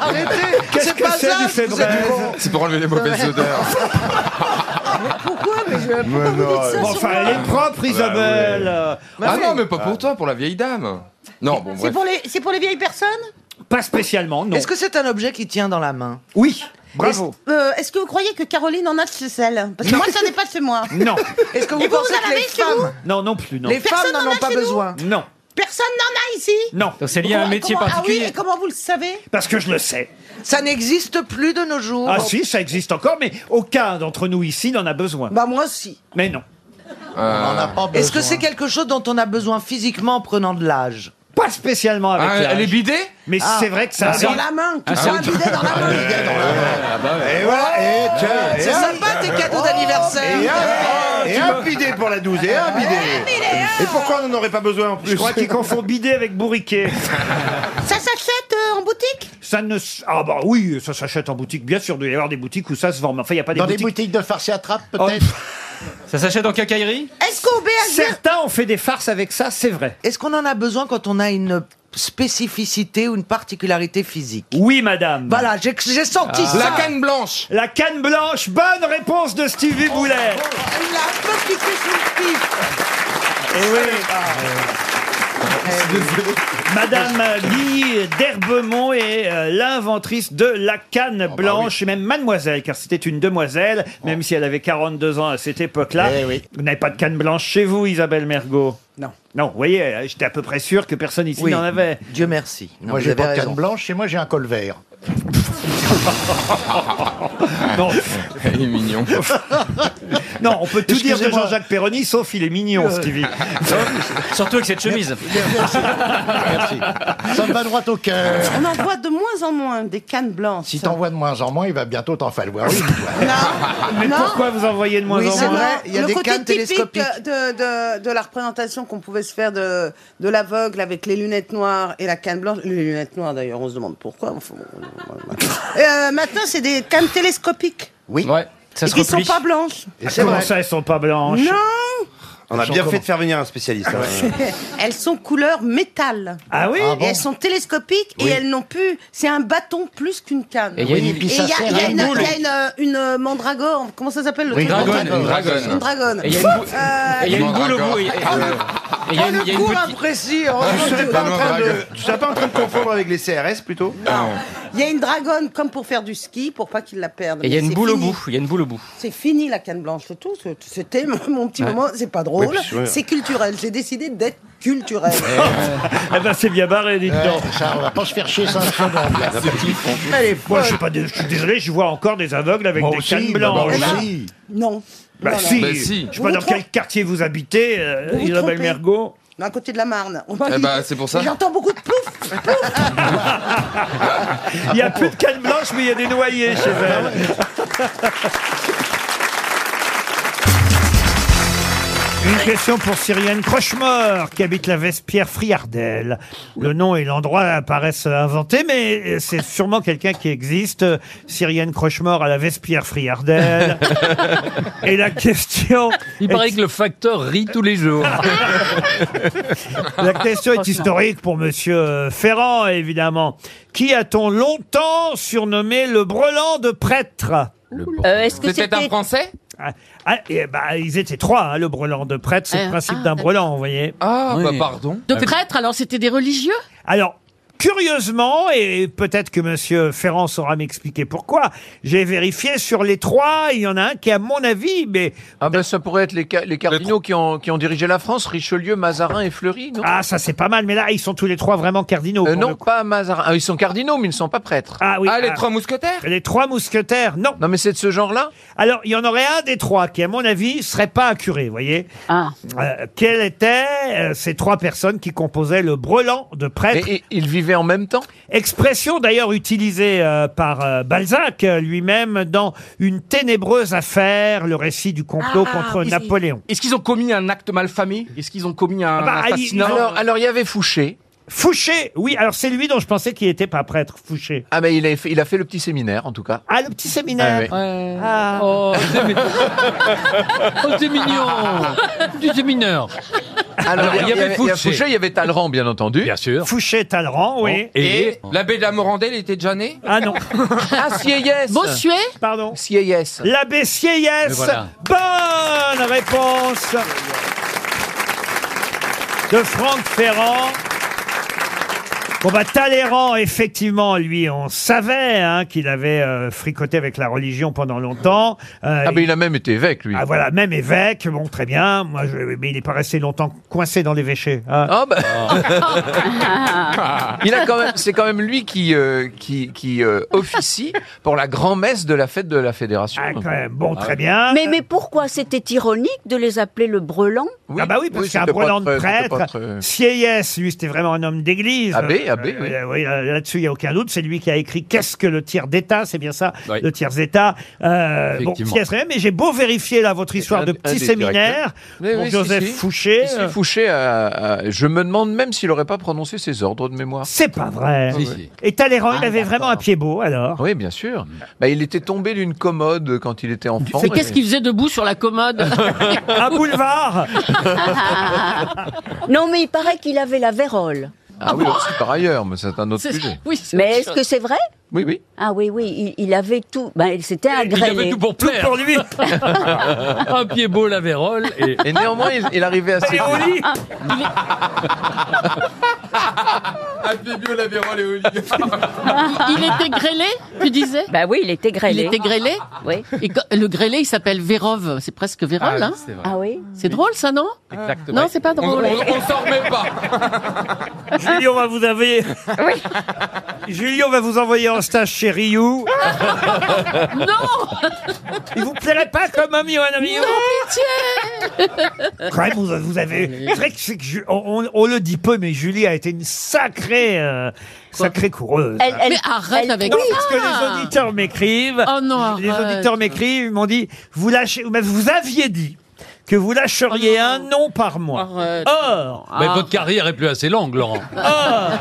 Arrêtez
Qu'est-ce que c'est du fébraise
C'est pour enlever les mauvaises odeurs.
Pourquoi Mais je- pourquoi
Mais Bah
vous
non,
dites ça
mais-
sur
Enfin,
moi
elle est
propre, Isabelle.
Ah
oui.
non, mais pas pour toi, pour la vieille dame. Non, bon,
C'est
bref.
pour, les, c'est pour les vieilles personnes
Pas spécialement, non.
Est-ce que c'est un objet qui tient dans la main
Oui, bravo.
Euh, Est-ce que vous croyez que Caroline en a de chez elle Parce que moi, ça n'est pas de chez moi.
Non.
Est-ce que
Et
vous
vous, vous
pensez
en
que les
avez chez vous
femmes
Non, non plus, non.
Les femmes
Personne
n'en
n'en a
ont pas
chez nous.
besoin
Non,
Personne n'en a ici
non.
c'est lié à un
Comment-
métier
comment- Ah
particulier.
oui, et comment vous le savez
Parce que je le sais.
Ça n'existe plus de nos jours.
Ah si, ça existe encore, mais aucun d'entre nous ici n'en a besoin.
Bah moi aussi.
Mais non.
Est-ce que c'est quelque chose dont on a besoin physiquement en prenant de l'âge
Pas spécialement avec
Ah,
l'âge.
elle est bidée
Mais
Ah.
c'est vrai que ça
Ah, dans
arrive.
la main, tu Ah, prends un c'est- bidet dans la main.
Ah,
Et voilà, et tiens,
C'est
et un-
sympa tes cadeaux d'anniversaire.
Et un, et
Tu
un
me-
bidet pour la 12, et un bidet. Et pourquoi on n'en aurait pas besoin en plus
Je crois qu'ils confondent bidet avec bourriquet.
Ah
Ça s'achète euh, en boutique
ça ne... s- Ah bah oui, ça s'achète en boutique. Bien sûr, il doit y avoir des boutiques où ça se vend. Mais enfin, il n'y a pas des
Dans des
boutiques... Oh.
boutiques de farce et attrape, peut-être
Ça s'achète en quincaillerie
Est-ce qu'au BHD
Certains ont fait des farces avec ça, c'est vrai.
Est-ce qu'on en a besoin quand on a une spécificité ou une particularité physique
Oui, madame.
Voilà, j'ai j'ai senti
Ah.
ça.
La canne
blanche.
La canne blanche, bonne réponse de Stevie Boulet.
Oh, Il a un peu piqué son pif.
Eh oui. Madame Guy d'Herbemont est euh, l'inventrice de la
Ah, bah
canne blanche, et même mademoiselle, car c'était une demoiselle,
Oh.
même si elle avait 42 ans à cette époque-là.
Eh
Vous n'avez pas de canne blanche chez vous, Isabelle Mergot
Non.
Non, vous voyez, euh, j'étais à peu près sûr que personne ici
Oui.
n'en avait.
Dieu merci. Non,
Moi,
vous
j'ai
avez
pas de
raison.
canne blanche et moi, j'ai un col vert.
Ah.
non.
Il est mignon.
Non, on peut tout dire de
Excusez-moi.
Jean-Jacques Perroni, sauf il est mignon,
Euh,
Stevie.
Surtout avec cette chemise.
Ça me va droit au cœur.
On en voit de moins en moins des cannes blanches.
Si t'en vois de moins en moins, il va bientôt t'en falloir une.
Mais pourquoi vous envoyez de moins en moins
le côté typique euh, de, de- de la représentation qu'on pouvait se faire de, de l'aveugle avec les lunettes noires et la canne blanche. Les lunettes noires, d'ailleurs, on se demande pourquoi. Enfin, bon, euh, maintenant, c'est des cannes télescopiques.
Oui.
et qui sont pas blanches.
Ah, Comment ça, elles sont pas blanches
Non
On a
Elles
bien
sont
fait de faire venir un spécialiste. hein.
Elles sont couleur métal.
Ah oui Ah bon
Et Elles sont télescopiques
Oui.
et elles n'ont plus. C'est un bâton plus qu'une canne.
Et il y a Oui, une-
Et
puis ça
il y a-
sert
il
à
y a une-
une boule.
il y a une, une, euh, mandragore. Comment ça s'appelle le
Oui,
truc
dragonne,
mandragore
une dragonne.
Une dragonne.
Et il y a une bou-
Euh,
et il y a une boule au bout, et-
Ah,
euh,
Et il y a une- il y a une petite-
imprécis.
Tu Ah, serais pas, en train de-
drague.
tu serais pas en train de confondre avec les CRS plutôt
Il y a une dragonne comme pour faire du ski, pour pas qu'ils la perdent.
Et il y a une
Mais
Ah.
c'est
boule au
fini.
bout. Il y a une boule au bout.
C'est fini la canne blanche, c'est tout. C'est- C'était mon mon petit
Ouais.
moment. C'est pas drôle.
Oui, puis, ouais.
C'est culturel. J'ai décidé d'être culturel.
Eh ben, c'est bien barré, dites donc.
Ça, on va pas se faire chier cinq secondes. là.
Elle est
Moi,
folle.
je suis, pas dé- je suis désolé, je vois encore des aveugles avec
Moi
des
aussi,
cannes
bah, moi
blanches. hein.
aussi.
Non.
Bah,
Non, non.
si. Je sais
Vous
pas dans
vous
quel quartier vous habitez, euh,
Vous vous
Isabelle
trompez.
Mergot.
D'un côté de la Marne.
Eh ben, c'est pour ça.
Mais J'entends beaucoup de plouf.
Il n'y a plus de cannes blanches, mais il y a des noyés chez elle. Une question pour Cyrienne Crochemort, qui habite la Vespierre Friardelle. Le nom et l'endroit paraissent inventés, mais c'est sûrement quelqu'un qui existe. Cyrienne Crochemort à la Vespierre Friardelle. et la question.
Il paraît que le facteur rit tous les jours.
La question est historique pour Monsieur euh, Ferrand, évidemment. Qui a-t-on longtemps surnommé le brelan de prêtre
Euh, Est-ce que c'était un Français
Ah, ah, eh ben, ils étaient trois, hein, le brelan de prêtre, c'est le
Ah,
principe
ah,
d'un
d'accord.
brelan, vous voyez. Ah,
bah, Oui.
pardon.
De prêtre, alors c'était des religieux
Alors, curieusement, et peut-être que Monsieur Ferrand saura m'expliquer pourquoi, j'ai vérifié sur les trois, il y en a un qui, à mon avis, mais...
Ah ben ça pourrait être les, ca- les cardinaux qui ont, qui ont dirigé la France, Richelieu, Mazarin et Fleury, non
Ah, ça c'est pas mal, mais là, ils sont tous les trois vraiment cardinaux.
Euh,
pour
non,
le coup.
pas Mazarin. Ah, ils sont cardinaux, mais ils ne sont pas prêtres.
Ah oui. ah.
mousquetaires
Les trois mousquetaires, non.
Non, mais c'est de ce genre-là
Alors, il y en aurait un des trois qui, à mon avis, serait pas un curé, vous voyez. Euh, quelles étaient euh, ces trois personnes qui composaient le brelan de prêtre
Et, ils vivaient en même temps
Expression d'ailleurs utilisée euh, par euh, Balzac euh, lui-même dans Une ténébreuse affaire, le récit du complot
Ah,
contre Napoléon.
Est-ce qu'ils ont commis un acte malfamé Est-ce qu'ils ont commis un
bah, ah, ils-
assassinat
ils ont- Alors-
alors, il y avait Fouché.
Fouché, oui, alors c'est lui dont je pensais qu'il n'était pas prêtre, Fouché.
Ah mais il a, fait, il a fait le petit séminaire, en tout cas.
Ah, le petit séminaire
Ah,
Ah.
Oh, c'est mi- oh, c'est mignon Du séminaire
Alors, il y avait il y a
Fouché.
Fouché, il y avait Talleyrand, bien entendu. Bien
sûr.
Fouché, Talleyrand, oui.
Et-
Et l'abbé de la Morandelle était déjà né
Ah non.
Ah, Sieyès
Bossuet
Pardon
Sieyès.
L'abbé Sieyès.
Mais voilà.
Bonne réponse de Franck Ferrand. Bon bah Talleyrand, effectivement, lui, on savait hein, qu'il avait euh, fricoté avec la religion pendant longtemps. Euh,
Ah ben il a même été évêque, lui.
ah, voilà, même évêque, bon très bien, Moi, je- mais il n'est pas resté longtemps coincé dans l'évêché. hein.
Ah bah. Il a quand même, c'est quand même lui qui euh, qui, qui euh, officie pour la grand-messe de la fête de la fédération.
Ah, quand même. Bon, très bien.
Mais, mais pourquoi c'était ironique de les appeler le brelan
ah bah oui, parce
oui,
qu'un
c'était pas
brelan de
très- c'était
prêtre,
pas très- Ah
Sieyès, lui, c'était vraiment un homme d'église.
Abbé, abbé, ben, oui.
euh, oui, là- là-dessus, il n'y a aucun doute. C'est lui qui a écrit Qu'est-ce que le tiers d'État C'est bien ça, le tiers d'État. Euh, bon,
Effectivement.
Sieyès, rien, mais j'ai beau vérifier là votre histoire
un-
de
un
petit
des
séminaire
directeurs. Mais
pour
oui, si,
Joseph
si.
Fouché.
Si, si,
euh,
Fouché, euh, euh, je me demande même s'il n'aurait pas prononcé ses ordres de mémoire.
C'est pas vrai.
Si, si.
Et Talleyrand, il avait vraiment un pied beau, alors
Oui, bien sûr. Bah, il était tombé d'une commode quand il était enfant.
Mais qu'est-ce qu'il faisait debout sur la commode
Un boulevard
Non, mais il paraît qu'il avait la vérole.
Ah oui, aussi par ailleurs, mais c'est un autre
C'est-
sujet.
Mais est-ce que c'est vrai
Oui, oui.
Ah oui, oui, il, il avait tout. Ben, il s'était agréé.
avait tout pour
Tout
plaire.
lui.
un pied beau, la vérole. Et,
Et néanmoins, il, il arrivait à se.
Et au lit.
Biblio, la vérole et Olivier.
Il était grêlé, tu disais
Bah oui, il était grêlé.
Il était grêlé
Oui.
Et quand- le grêlé, il s'appelle Vérov. C'est presque Vérol,
Ah,
hein
c'est vrai. Ah oui
C'est drôle, ça, non
Exactement.
Non, c'est pas drôle.
s'en remet pas.
Julien va vous avez. Julien va vous envoyer en stage chez Ryu.
non
Il vous plairait pas comme un hein Yohan Ryu Quand même, vous, vous avez. C'est vrai que c'est que Ju- on, on- on le dit peu, mais Julie a été une sacrée, euh, sacrée coureuse.
Mais arrête avec
Non,
ça.
parce que les auditeurs m'écrivent.
Oh
les
arrête.
auditeurs m'écrivent, ils m'ont dit, vous lâchez, mais vous aviez dit que vous
Oh
lâcheriez un nom par mois. Or,
Ah. Mais votre carrière est plus assez longue, Laurent.
or,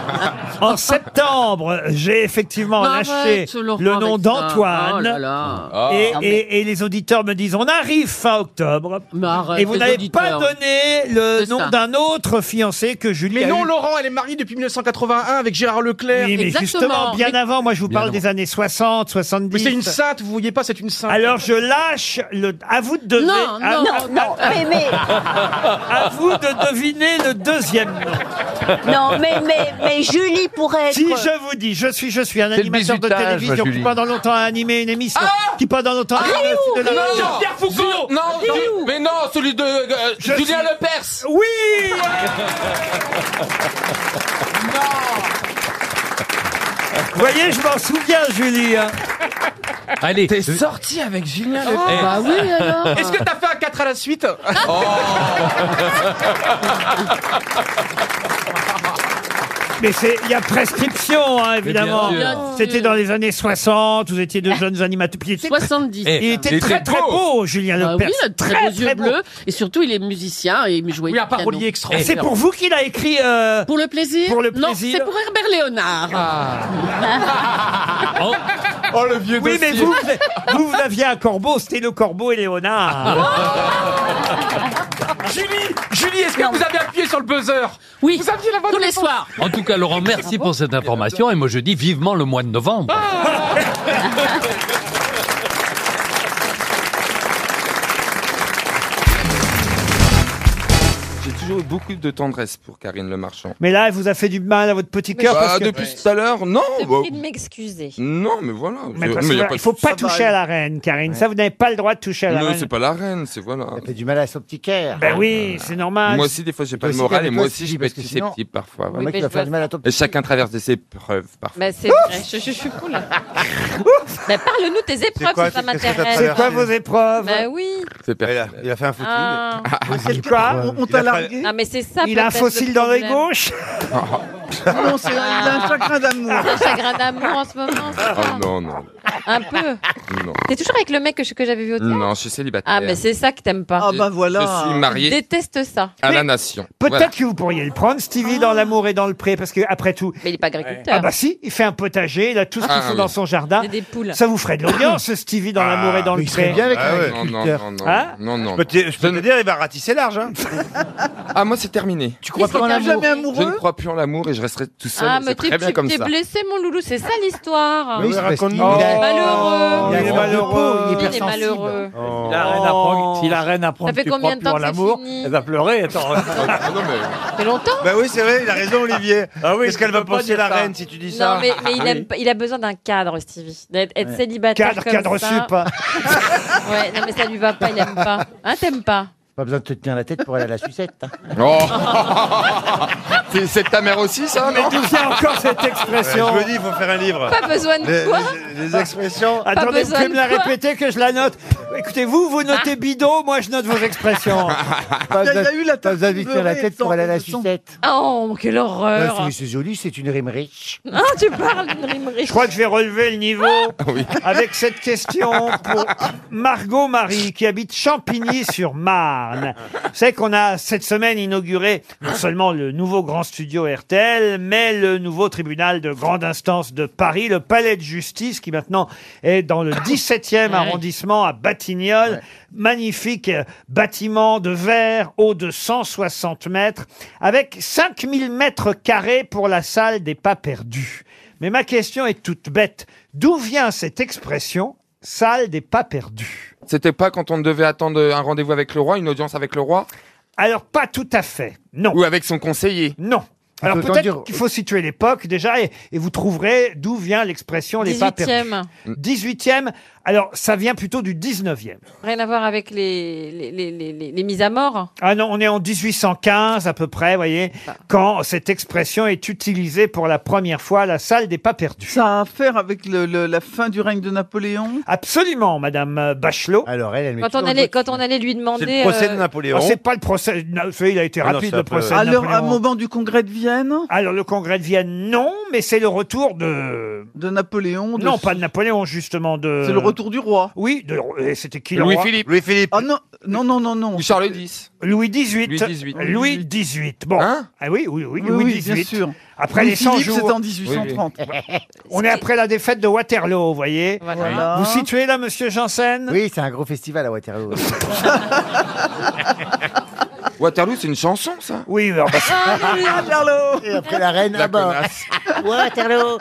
en septembre, j'ai effectivement
Mais
lâché
arrête, Laurent,
le nom
avec ça.
d'Antoine.
Oh là là. Ah.
Et,
Non, mais-
et- et les auditeurs me disent, on arrive fin octobre.
arrête,
et vous
les
n'avez pas
auditeurs.
donné le
C'est
nom
ça.
d'un autre fiancé que Julie
Mais
a
non,
eu.
Laurent, elle est mariée depuis 1981 avec Gérard Leclerc.
Oui, mais justement, bien avant, moi je vous parle des années 60, 70.
Mais c'est une sainte, vous voyez pas, c'est une sainte.
Alors je lâche le. À vous de deviner.
Non,
à-
non,
à-
non, mais- mais-
À vous de deviner le deuxième nom.
Non, mais- mais- mais Julie pourrait être-
Si je vous dis, je suis, je suis un
C'est le
animateur de
bizutage,
télévision
Julie.
qui pendant longtemps a animé une émission,
Ah
qui pendant longtemps a animé aussi de la radio.
Non, Ah, Pierre Foucault Non, non, mais non, celui de euh, Julien Lepers
Oui Vous voyez, je m'en souviens, Julie. hein.
Allez.
T'es sorti avec Julien
Oh,
Lepers
bah oui,
alors.
Est-ce que t'as fait un 4 à la suite
Oh.
Mais c'est, il y a prescription, hein, évidemment.
Mais bien sûr. Ah.
C'était dans les années 60, vous étiez de jeunes animateurs. Puis il était très-
70.
Il était très très beau, Julien
Bah
Lepers.
oui, il a de très, beaux yeux bleus. Et surtout, il est musicien et il jouait Oui, un
parolier extraordinaire. C'est pour vous qu'il a écrit... euh,
Pour le plaisir
Pour le
Non,
plaisir.
c'est pour Herbert Léonard.
Ah.
Oh,
le vieux
Oui, mais vous, vous, vous aviez un corbeau, c'était le corbeau et Léonard. Ah.
Julie, Julie, est-ce que vous avez appuyé sur le buzzer
Oui,
vous aviez la bonne
tous les
réponse.
soirs.
En tout cas, Laurent, merci pour cette information. Et moi, je dis vivement le mois de novembre.
Ah.
J'ai toujours eu beaucoup de tendresse pour Karine Le Marchand.
mais là, elle vous a fait du mal à votre petit cœur.
Bah,
parce que...
depuis tout à l'heure, non. bah,
de m'excuser.
non, mais voilà.
Mais parce
mais
que
y a
là,
pas
il
de-
ne faut pas
ça va,
toucher à la reine, Karine. Ça, vous n'avez pas le droit de toucher à la
Non,
reine.
c'est pas la reine, c'est voilà.
Ça fait du mal à son petit cœur.
Ben oui, c'est normal.
Moi aussi, des fois, j'ai pas
Toi
le
aussi,
moral
t'avais
et moi
pas
aussi,
ce
je
petit,
peux être
parce que sinon-
susceptible parfois.
Le mec, il va faire du mal à ton
Et chacun traverse des épreuves parfois.
Bah, c'est vrai, je, je suis cool. bah, parle-nous tes épreuves,
quoi,
si ça
qu'est-ce que t'as
m'intéresse.
traversé C'est quoi vos
épreuves
Bah oui.
Il a fait un
Ah.
Quoi
On
t'a
largué Ah, mais c'est ça.
Il a un
peut-être, le
fossile dans l'œil
problème.
gauche
Non, c'est- il a un chagrin d'amour. un chagrin d'amour en ce moment. c'est ça
Oh, non, non,
Un peu.
non.
T'es toujours avec le mec que, je- que j'avais vu au théâtre
Non, je suis célibataire.
Ah, mais c'est ça que t'aimes pas.
Ah, bah voilà. Je suis marié.
Je déteste ça.
À la nation.
Peut-être
Voilà.
que vous pourriez le prendre, Stevie, dans l'amour et dans le pré, parce que après tout.
Ah. Mais il n'est pas agriculteur.
Ah bah si, il fait un potager, il a tout ce qu'il
Ah,
faut
oui.
dans son jardin.
Il y a des poules.
Ça vous ferait de l'audience, Stevie, dans
Ah,
l'amour et dans le pré.
non, non, Ah non, non,
Hein
non, non.
Je peux
je peux te dire, il va ratisser large. ah, moi, c'est terminé. Tu
crois Ils pas en sont l'amour jamais amoureux
Je ne crois plus en l'amour et je resterai tout seul.
Ah,
et
mais
c'est
t'es
très bien
t'es-
comme
t'es
ça.
blessé, hein. mon loulou, c'est ça l'histoire. Oh,
Mais oui, c'est parce qu'il
Il
est-
est malheureux. Oh,
Il est malheureux.
Il est malheureux.
Si la reine apprend, si la reine apprend
Ça
que
fait
tu
combien
crois
de
plus
temps
en
que c'est
l'amour,
fini
elle va pleurer. Attends.
C'est longtemps
Ah, Bah oui, c'est vrai, il a raison, Olivier.
Ah oui,
Qu'est-ce qu'elle
tu
va
peux pas
penser
dire
la
ça.
reine si tu dis ça
Non, mais, mais il,
Ah
aime
oui.
pas- il a besoin d'un cadre, Stevie. D'être être
Ouais.
célibataire.
Cadre,
comme
cadre
ça.
sup, hein.
Ouais, non, mais ça lui va pas, il aime pas. Hein, t'aimes pas
Pas besoin de te tenir la tête pour aller à la sucette. hein.
C'est- C'est de ta mère aussi, ça
Mais d'où vient encore cette
Ouais,
expression
Bah, je me dis, il faut faire un livre.
Pas besoin de
Les-
quoi
les- les expressions.
Pas
Attendez, vous
besoin
pouvez
de
me la
quoi.
répéter que je la note. Écoutez, vous, vous notez bidon, moi je note vos expressions.
Pas besoin- pas besoin de te tenir la tête pour aller à la sucette.
Oh, quelle horreur
Ouais, c'est- C'est joli, c'est une rime riche.
Ah, tu parles d'une rimerie.
Je crois que je vais relever le niveau avec cette question pour Margot Marie qui habite Champigny-sur-Marne. C'est qu'on a cette semaine inauguré non seulement le nouveau grand studio RTL, mais le nouveau tribunal de grande instance de Paris, le palais de justice qui maintenant est dans le 17e
Ah oui.
arrondissement à Batignolles. Magnifique euh, bâtiment de verre haut de 160 mètres avec 5000 mètres carrés pour la salle des pas perdus. Mais ma question est toute bête. D'où vient cette expression salle des pas perdus
C'était pas quand on devait attendre un rendez-vous avec le roi, une audience avec le roi
Alors pas tout à fait, non.
Ou avec son conseiller
Non. Alors peut-être qu'il faut situer l'époque déjà et, et vous trouverez d'où vient l'expression les pas perdus.
18e.
18e. Alors ça vient plutôt du 19e.
Rien à voir avec les, les, les, les- les- les mises à mort.
Ah non, on est en 1815 à peu près, vous voyez, quand cette expression est utilisée pour la première fois à la salle des pas perdus.
Ça a à faire avec le- le- la fin du règne de Napoléon
Absolument, Madame euh, Bachelot. Alors elle, elle
Quand on, allait, quand on allait lui demander. euh,
Ah, c'est pas le procès. de Na- Il a été
Ah non,
rapide
c'est
le
un peu-
euh,
procès.
À l'heure- à
moment du congrès de Vienne. Alors le congrès de Vienne, non, mais c'est le retour de. De Napoléon.
de-
Non, pas de Napoléon justement. De.
C'est le retour du roi.
Oui, de... et c'était qui le roi
Louis-Philippe. Louis-Philippe.
Ah non, non, non, non, non.
Charles X.
Louis XVIII.
Louis XVIII.
Louis XVIII. Bon. ah oui, oui, oui,
Oui,
Louis
oui, bien
XVIII.
sûr.
Après
Louis
les 100
Philippe,
jours.
c'était en 1830.
On est après la défaite de Waterloo, vous voyez.
Voilà.
Vous situez là, monsieur Janssen
Oui, c'est un gros festival à Waterloo.
Waterloo, c'est une chanson, ça
Oui,
Ah, Et après la reine,
La
ah bah.
connasse.
Waterloo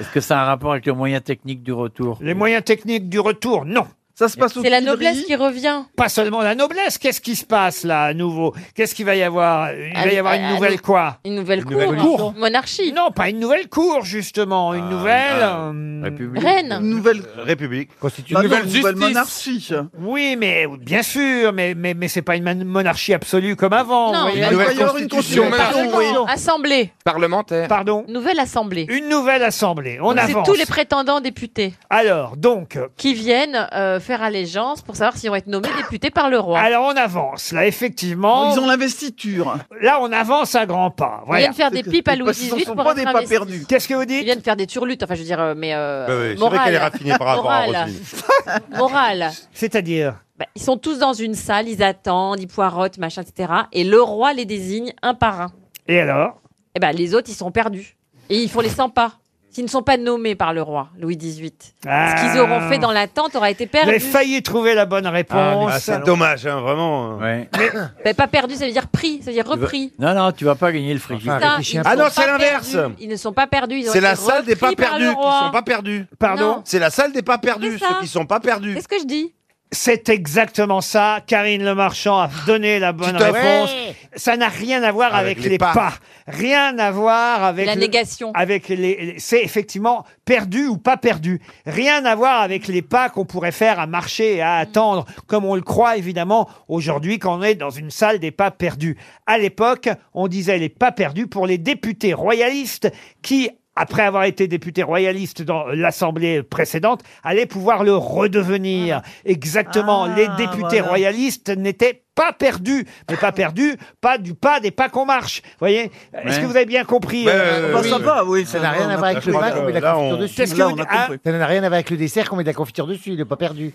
Est-ce que ça a un rapport avec le moyen technique du retour
Les moyens techniques du retour, non. Ça se passe
C'est la noblesse qui revient.
Pas seulement la noblesse. Qu'est-ce qui se passe là à nouveau Qu'est-ce qu'il va y avoir Il va
Allez,
y avoir
allez,
une nouvelle
allez.
quoi
Euh, Une nouvelle
Une
cour.
nouvelle cour.
Monarchie.
Non, pas une nouvelle cour, justement. Une nouvelle.
ah,
euh,
Reine.
Une nouvelle
République. Constitue
Bah non, une nouvelle
monarchie.
Oui, mais bien sûr, mais, mais, mais c'est pas une man- monarchie absolue comme avant.
Non,
vous voyez.
il va y avoir une
Pardon,
Pardon. Assemblée.
Parlementaire.
Pardon.
Nouvelle assemblée.
Une nouvelle assemblée. On
Donc,
avance.
C'est tous les prétendants députés
Alors, donc, euh,
qui viennent euh, faire allégeance pour savoir s'ils vont être nommés députés par le roi.
alors Ben, on avance, là, effectivement.
Ils ont l'investiture.
Là, on avance à grands pas.
Ils
Voilà.
viennent faire des pipes à Louis
parce qu'ils en
XVIII
sont
pour
pas
être
des pas
investis.
perdus.
Qu'est-ce que vous dites
Ils viennent faire des turlures, enfin je veux dire, euh, mais euh,
Bah oui, c'est vrai
morale.
qu'elle est raffinée par rapport à
morale. Morale.
C'est-à-dire
Bah, ils sont tous dans une salle, ils attendent, ils poirotent, machin, etc. Et le roi les désigne un par un.
Et alors
Eh ben, les autres, ils sont perdus. Et ils font les 100 pas. S'ils ne sont pas nommés par le roi, Louis XVIII.
Ah.
Ce qu'ils auront fait dans l'attente aura été perdu.
J'ai failli trouver la bonne réponse.
Ah, c'est
dommage, hein, vraiment.
Ouais.
Ben, pas perdu, ça veut dire pris, ça veut dire repris.
Non, non, tu vas pas gagner le
Ah,
fric.
Putain, ils ne
Ah
sont pas perdus. Ils ne sont pas perdus. ils ont
C'est
été
la salle des pas
repris par
perdus
le
qui
roi.
sont pas perdus.
Pardon Non.
C'est la salle des pas perdus,
C'est ça.
ceux qui sont pas perdus.
Qu'est-ce que je dis
C'est exactement ça. Karine Le Marchand a donné la bonne
Tout à fait.
réponse.
Ouais.
Ça n'a rien à voir avec, les, pas. Rien à voir avec
La
le-
négation.
Avec les, les- c'est effectivement perdu ou pas perdu. Rien à voir avec les pas qu'on pourrait faire à marcher et à attendre, comme on le croit évidemment aujourd'hui quand on est dans une salle des pas perdus. À l'époque, on disait les pas perdus pour les députés royalistes qui après avoir été député royaliste dans l'Assemblée précédente, allait pouvoir le redevenir. Exactement, les députés
voilà.
royalistes n'étaient pas perdus, mais pas perdus, pas du pas des pas qu'on marche. Vous voyez Est-ce
Ouais.
que vous avez bien compris
Bah,
euh,
euh, oui.
oui.
Ça n'a rien à voir avec le pain qu'on met de la confiture dessus.
Qu'est-ce que vous dites Ah,
Ça n'a rien à voir avec le dessert qu'on met de la confiture dessus, il n'est pas perdu.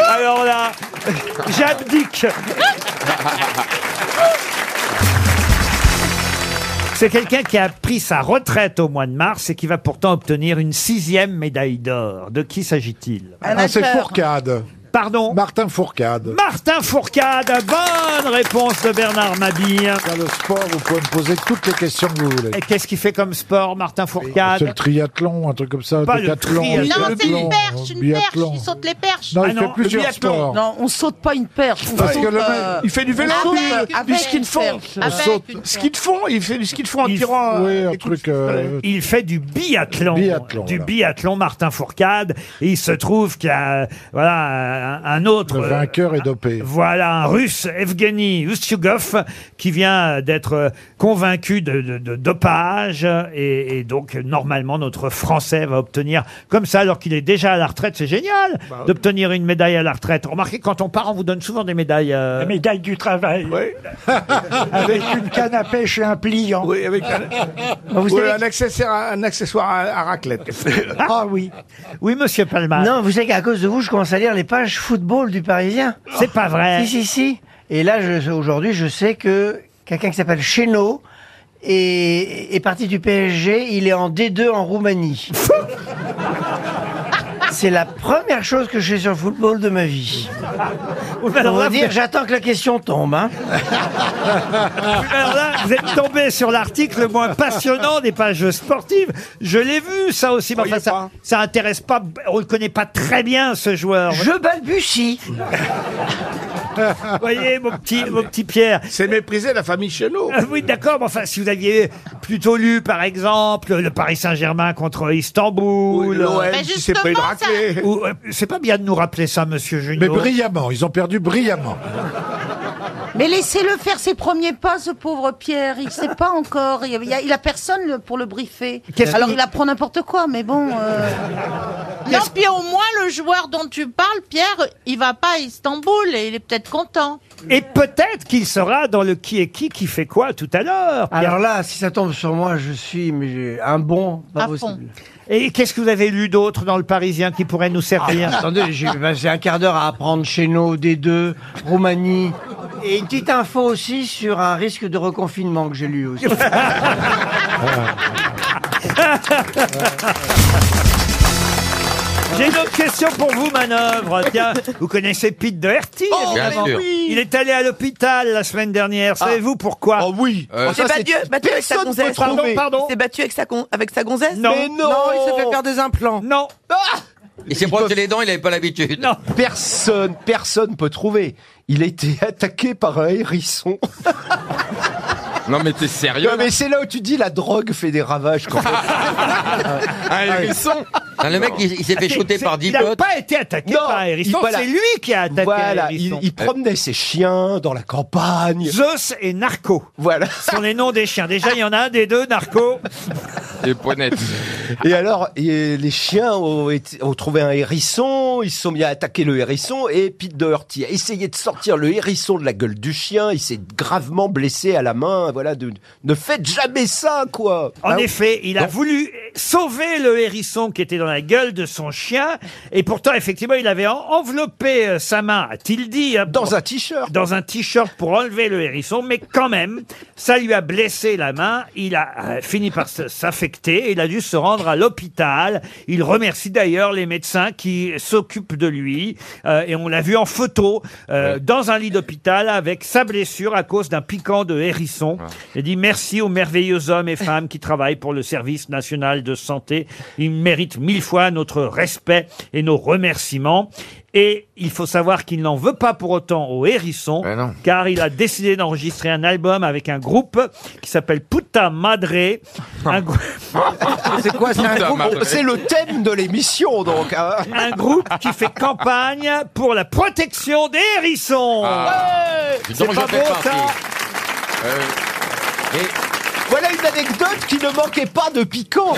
Ah
Alors là, j'abdique. C'est quelqu'un qui a pris sa retraite au mois de mars et qui va pourtant obtenir une sixième médaille d'or. De qui s'agit-il
Un Ah, c'est acteur.
Fourcade. Pardon Martin Fourcade. Martin Fourcade, bonne réponse de Bernard Mabille.
Dans le sport, vous pouvez me poser toutes les questions que vous voulez.
Et qu'est-ce qu'il fait comme sport, Martin
C'est le
Fourcade
triathlon, un truc comme ça.
Pas le
décathlon,
triathlon.
décathlon,
Non, c'est une
perche, biathlon.
saute les perches.
Non, il Ah fait non, plusieurs le biathlon. sports.
Non, on saute pas une perche. On
Parce
saute,
que le mec,
euh,
il fait du vélo,
avec-
lui,
avec
du ski de
une
fond.
perche.
On Avec saute. une perche.
Ski de fond, Oh, il fait du ski de fond en tirant.
Oui, un truc. euh,
Il fait du biathlon, du biathlon Martin Fourcade. Et il se trouve qu'il y a euh, voilà un, un autre euh,
Le vainqueur est dopé.
voilà un Russe, Evgeny Ustyugov, qui vient d'être euh, convaincu de, de- de dopage. Et, et donc, normalement, notre Français va obtenir, comme ça, alors qu'il est déjà à la retraite, c'est génial
Bah oui.
d'obtenir une médaille à la retraite. Remarquez, quand on part, on vous donne souvent des médailles. euh.
Ah,
La médaille du travail. Ah,
avec une canne à pêche et un pliant. Oui, avec un,
Vous savez-
un accessoire, un accessoire à, à raclette.
Ah oui.
Oui, monsieur Palma.
Non, vous savez qu'à cause de vous, je commence à lire les pages football du Parisien.
C'est pas vrai.
Si, si, si. Et là, je- aujourd'hui, je sais que quelqu'un qui s'appelle Chénaud et est parti du PSG. Il est en D2 en Roumanie. C'est la première chose que je sais sur le football de ma vie. On
mais alors
va
là,
dire,
vous-
j'attends que la question tombe. hein.
Alors là, vous êtes tombé sur l'article le moins passionnant des pages sportives. Je l'ai vu, ça aussi. Mais enfin, ça, ça intéresse pas. On le connaît pas très bien, ce joueur.
Je balbutie.
Vous voyez, mon petit, mon petit Pierre. C'est mépriser la famille Chenot. Oui, d'accord, mais enfin, si vous aviez plutôt lu, par exemple, le Paris Saint-Germain contre Istanbul.
l'OM, Mais si c'est pas une justement, ça- raclée.
Ou, euh, c'est pas bien de nous rappeler ça, monsieur Junot.
Mais brillamment, ils ont perdu brillamment.
Mais laissez-le faire ses premiers pas, ce pauvre Pierre. Il sait pas encore. Il y a, il a personne le- pour le briefer.
Qu'est-ce
Alors
qu'il-
il apprend n'importe quoi, mais bon. euh,
Non, puis au moins, le joueur dont tu parles, Pierre, il va pas à Istanbul et il est peut-être content.
Et peut-être qu'il sera dans le qui est qui qui fait quoi tout à l'heure.
Alors là, si ça tombe sur moi, je suis mais j'ai un bon, pas possible.
Et qu'est-ce que vous avez lu d'autre dans le Parisien qui pourrait nous servir
Ah, Attendez, j'ai passé un quart d'heure à apprendre chez nous des deux, Roumanie. Et une petite info aussi sur un risque de reconfinement que j'ai lu aussi.
J'ai une autre question pour vous, Manœuvre. Tiens, vous connaissez Pete Doherty,
Oh, bien
évidemment.
sûr. Oui.
Il est allé à l'hôpital la semaine dernière. Savez-vous pourquoi Oh
oui.
Euh,
il s'est
ça, c'est-
battu, battu avec sa
personne
gonzesse.
peut trouver. Pardon,
Il s'est battu avec sa, gon- avec sa gonzesse
Non. Mais non.
il s'est fait faire des implants. Ah
Non.
Il s'est brossé les dents, il n'avait pas l'habitude.
Personne, personne peut trouver. Il a été attaqué par un hérisson.
Non, mais t'es sérieux
non, mais c'est là où tu dis la drogue fait des ravages quand même.
Un hérisson
Ah, le mec, il- il s'est fait
C'est-
shooter
c'est-
par dix
Il n'a
potes.
pas été attaqué
Non,
par un hérisson.
il- voilà.
C'est lui qui a attaqué
Voilà,
un
il,
hérisson.
il promenait ses chiens dans la campagne.
Zeus et Narco.
Voilà.
Ce sont les noms des chiens. Déjà, il y en a un des deux, Narco.
Des poignettes.
Et alors, et les chiens ont, été- ont trouvé un hérisson, ils se sont mis à attaquer le hérisson, et Pete Doherty a essayé de sortir le hérisson de la gueule du chien, il s'est gravement blessé à la main, voilà, de- ne faites jamais ça, quoi
En
Hein
effet, il a
Donc,
voulu sauver le hérisson qui était dans la gueule de son chien. Et pourtant, effectivement, il avait en- enveloppé euh, sa main, a-t-il dit. dans un
t-shirt.
Dans un t-shirt pour enlever le hérisson. Mais quand même, ça lui a blessé la main. Il a euh, fini par se- s'affecter. Il a dû se rendre à l'hôpital. Il remercie d'ailleurs les médecins qui s'occupent de lui. Euh, et on l'a vu en photo euh, dans un lit d'hôpital avec sa blessure à cause d'un piquant de hérisson. Il dit merci aux merveilleux hommes et femmes qui travaillent pour le service national de santé. Ils méritent mille fois notre respect et nos remerciements. Et il faut savoir qu'il n'en veut pas pour autant au hérisson, car il a décidé d'enregistrer un album avec un groupe qui s'appelle Puta Madre. Un grou-
C'est quoi, c'est un Putain, groupe- madre. c'est le thème de l'émission, donc. hein.
Un groupe qui fait campagne pour la protection des hérissons.
Ah.
Ouais.
Dis
c'est
donc,
pas
j'en fais
beau,
partie.
ça
Voilà une anecdote qui ne manquait pas de piquant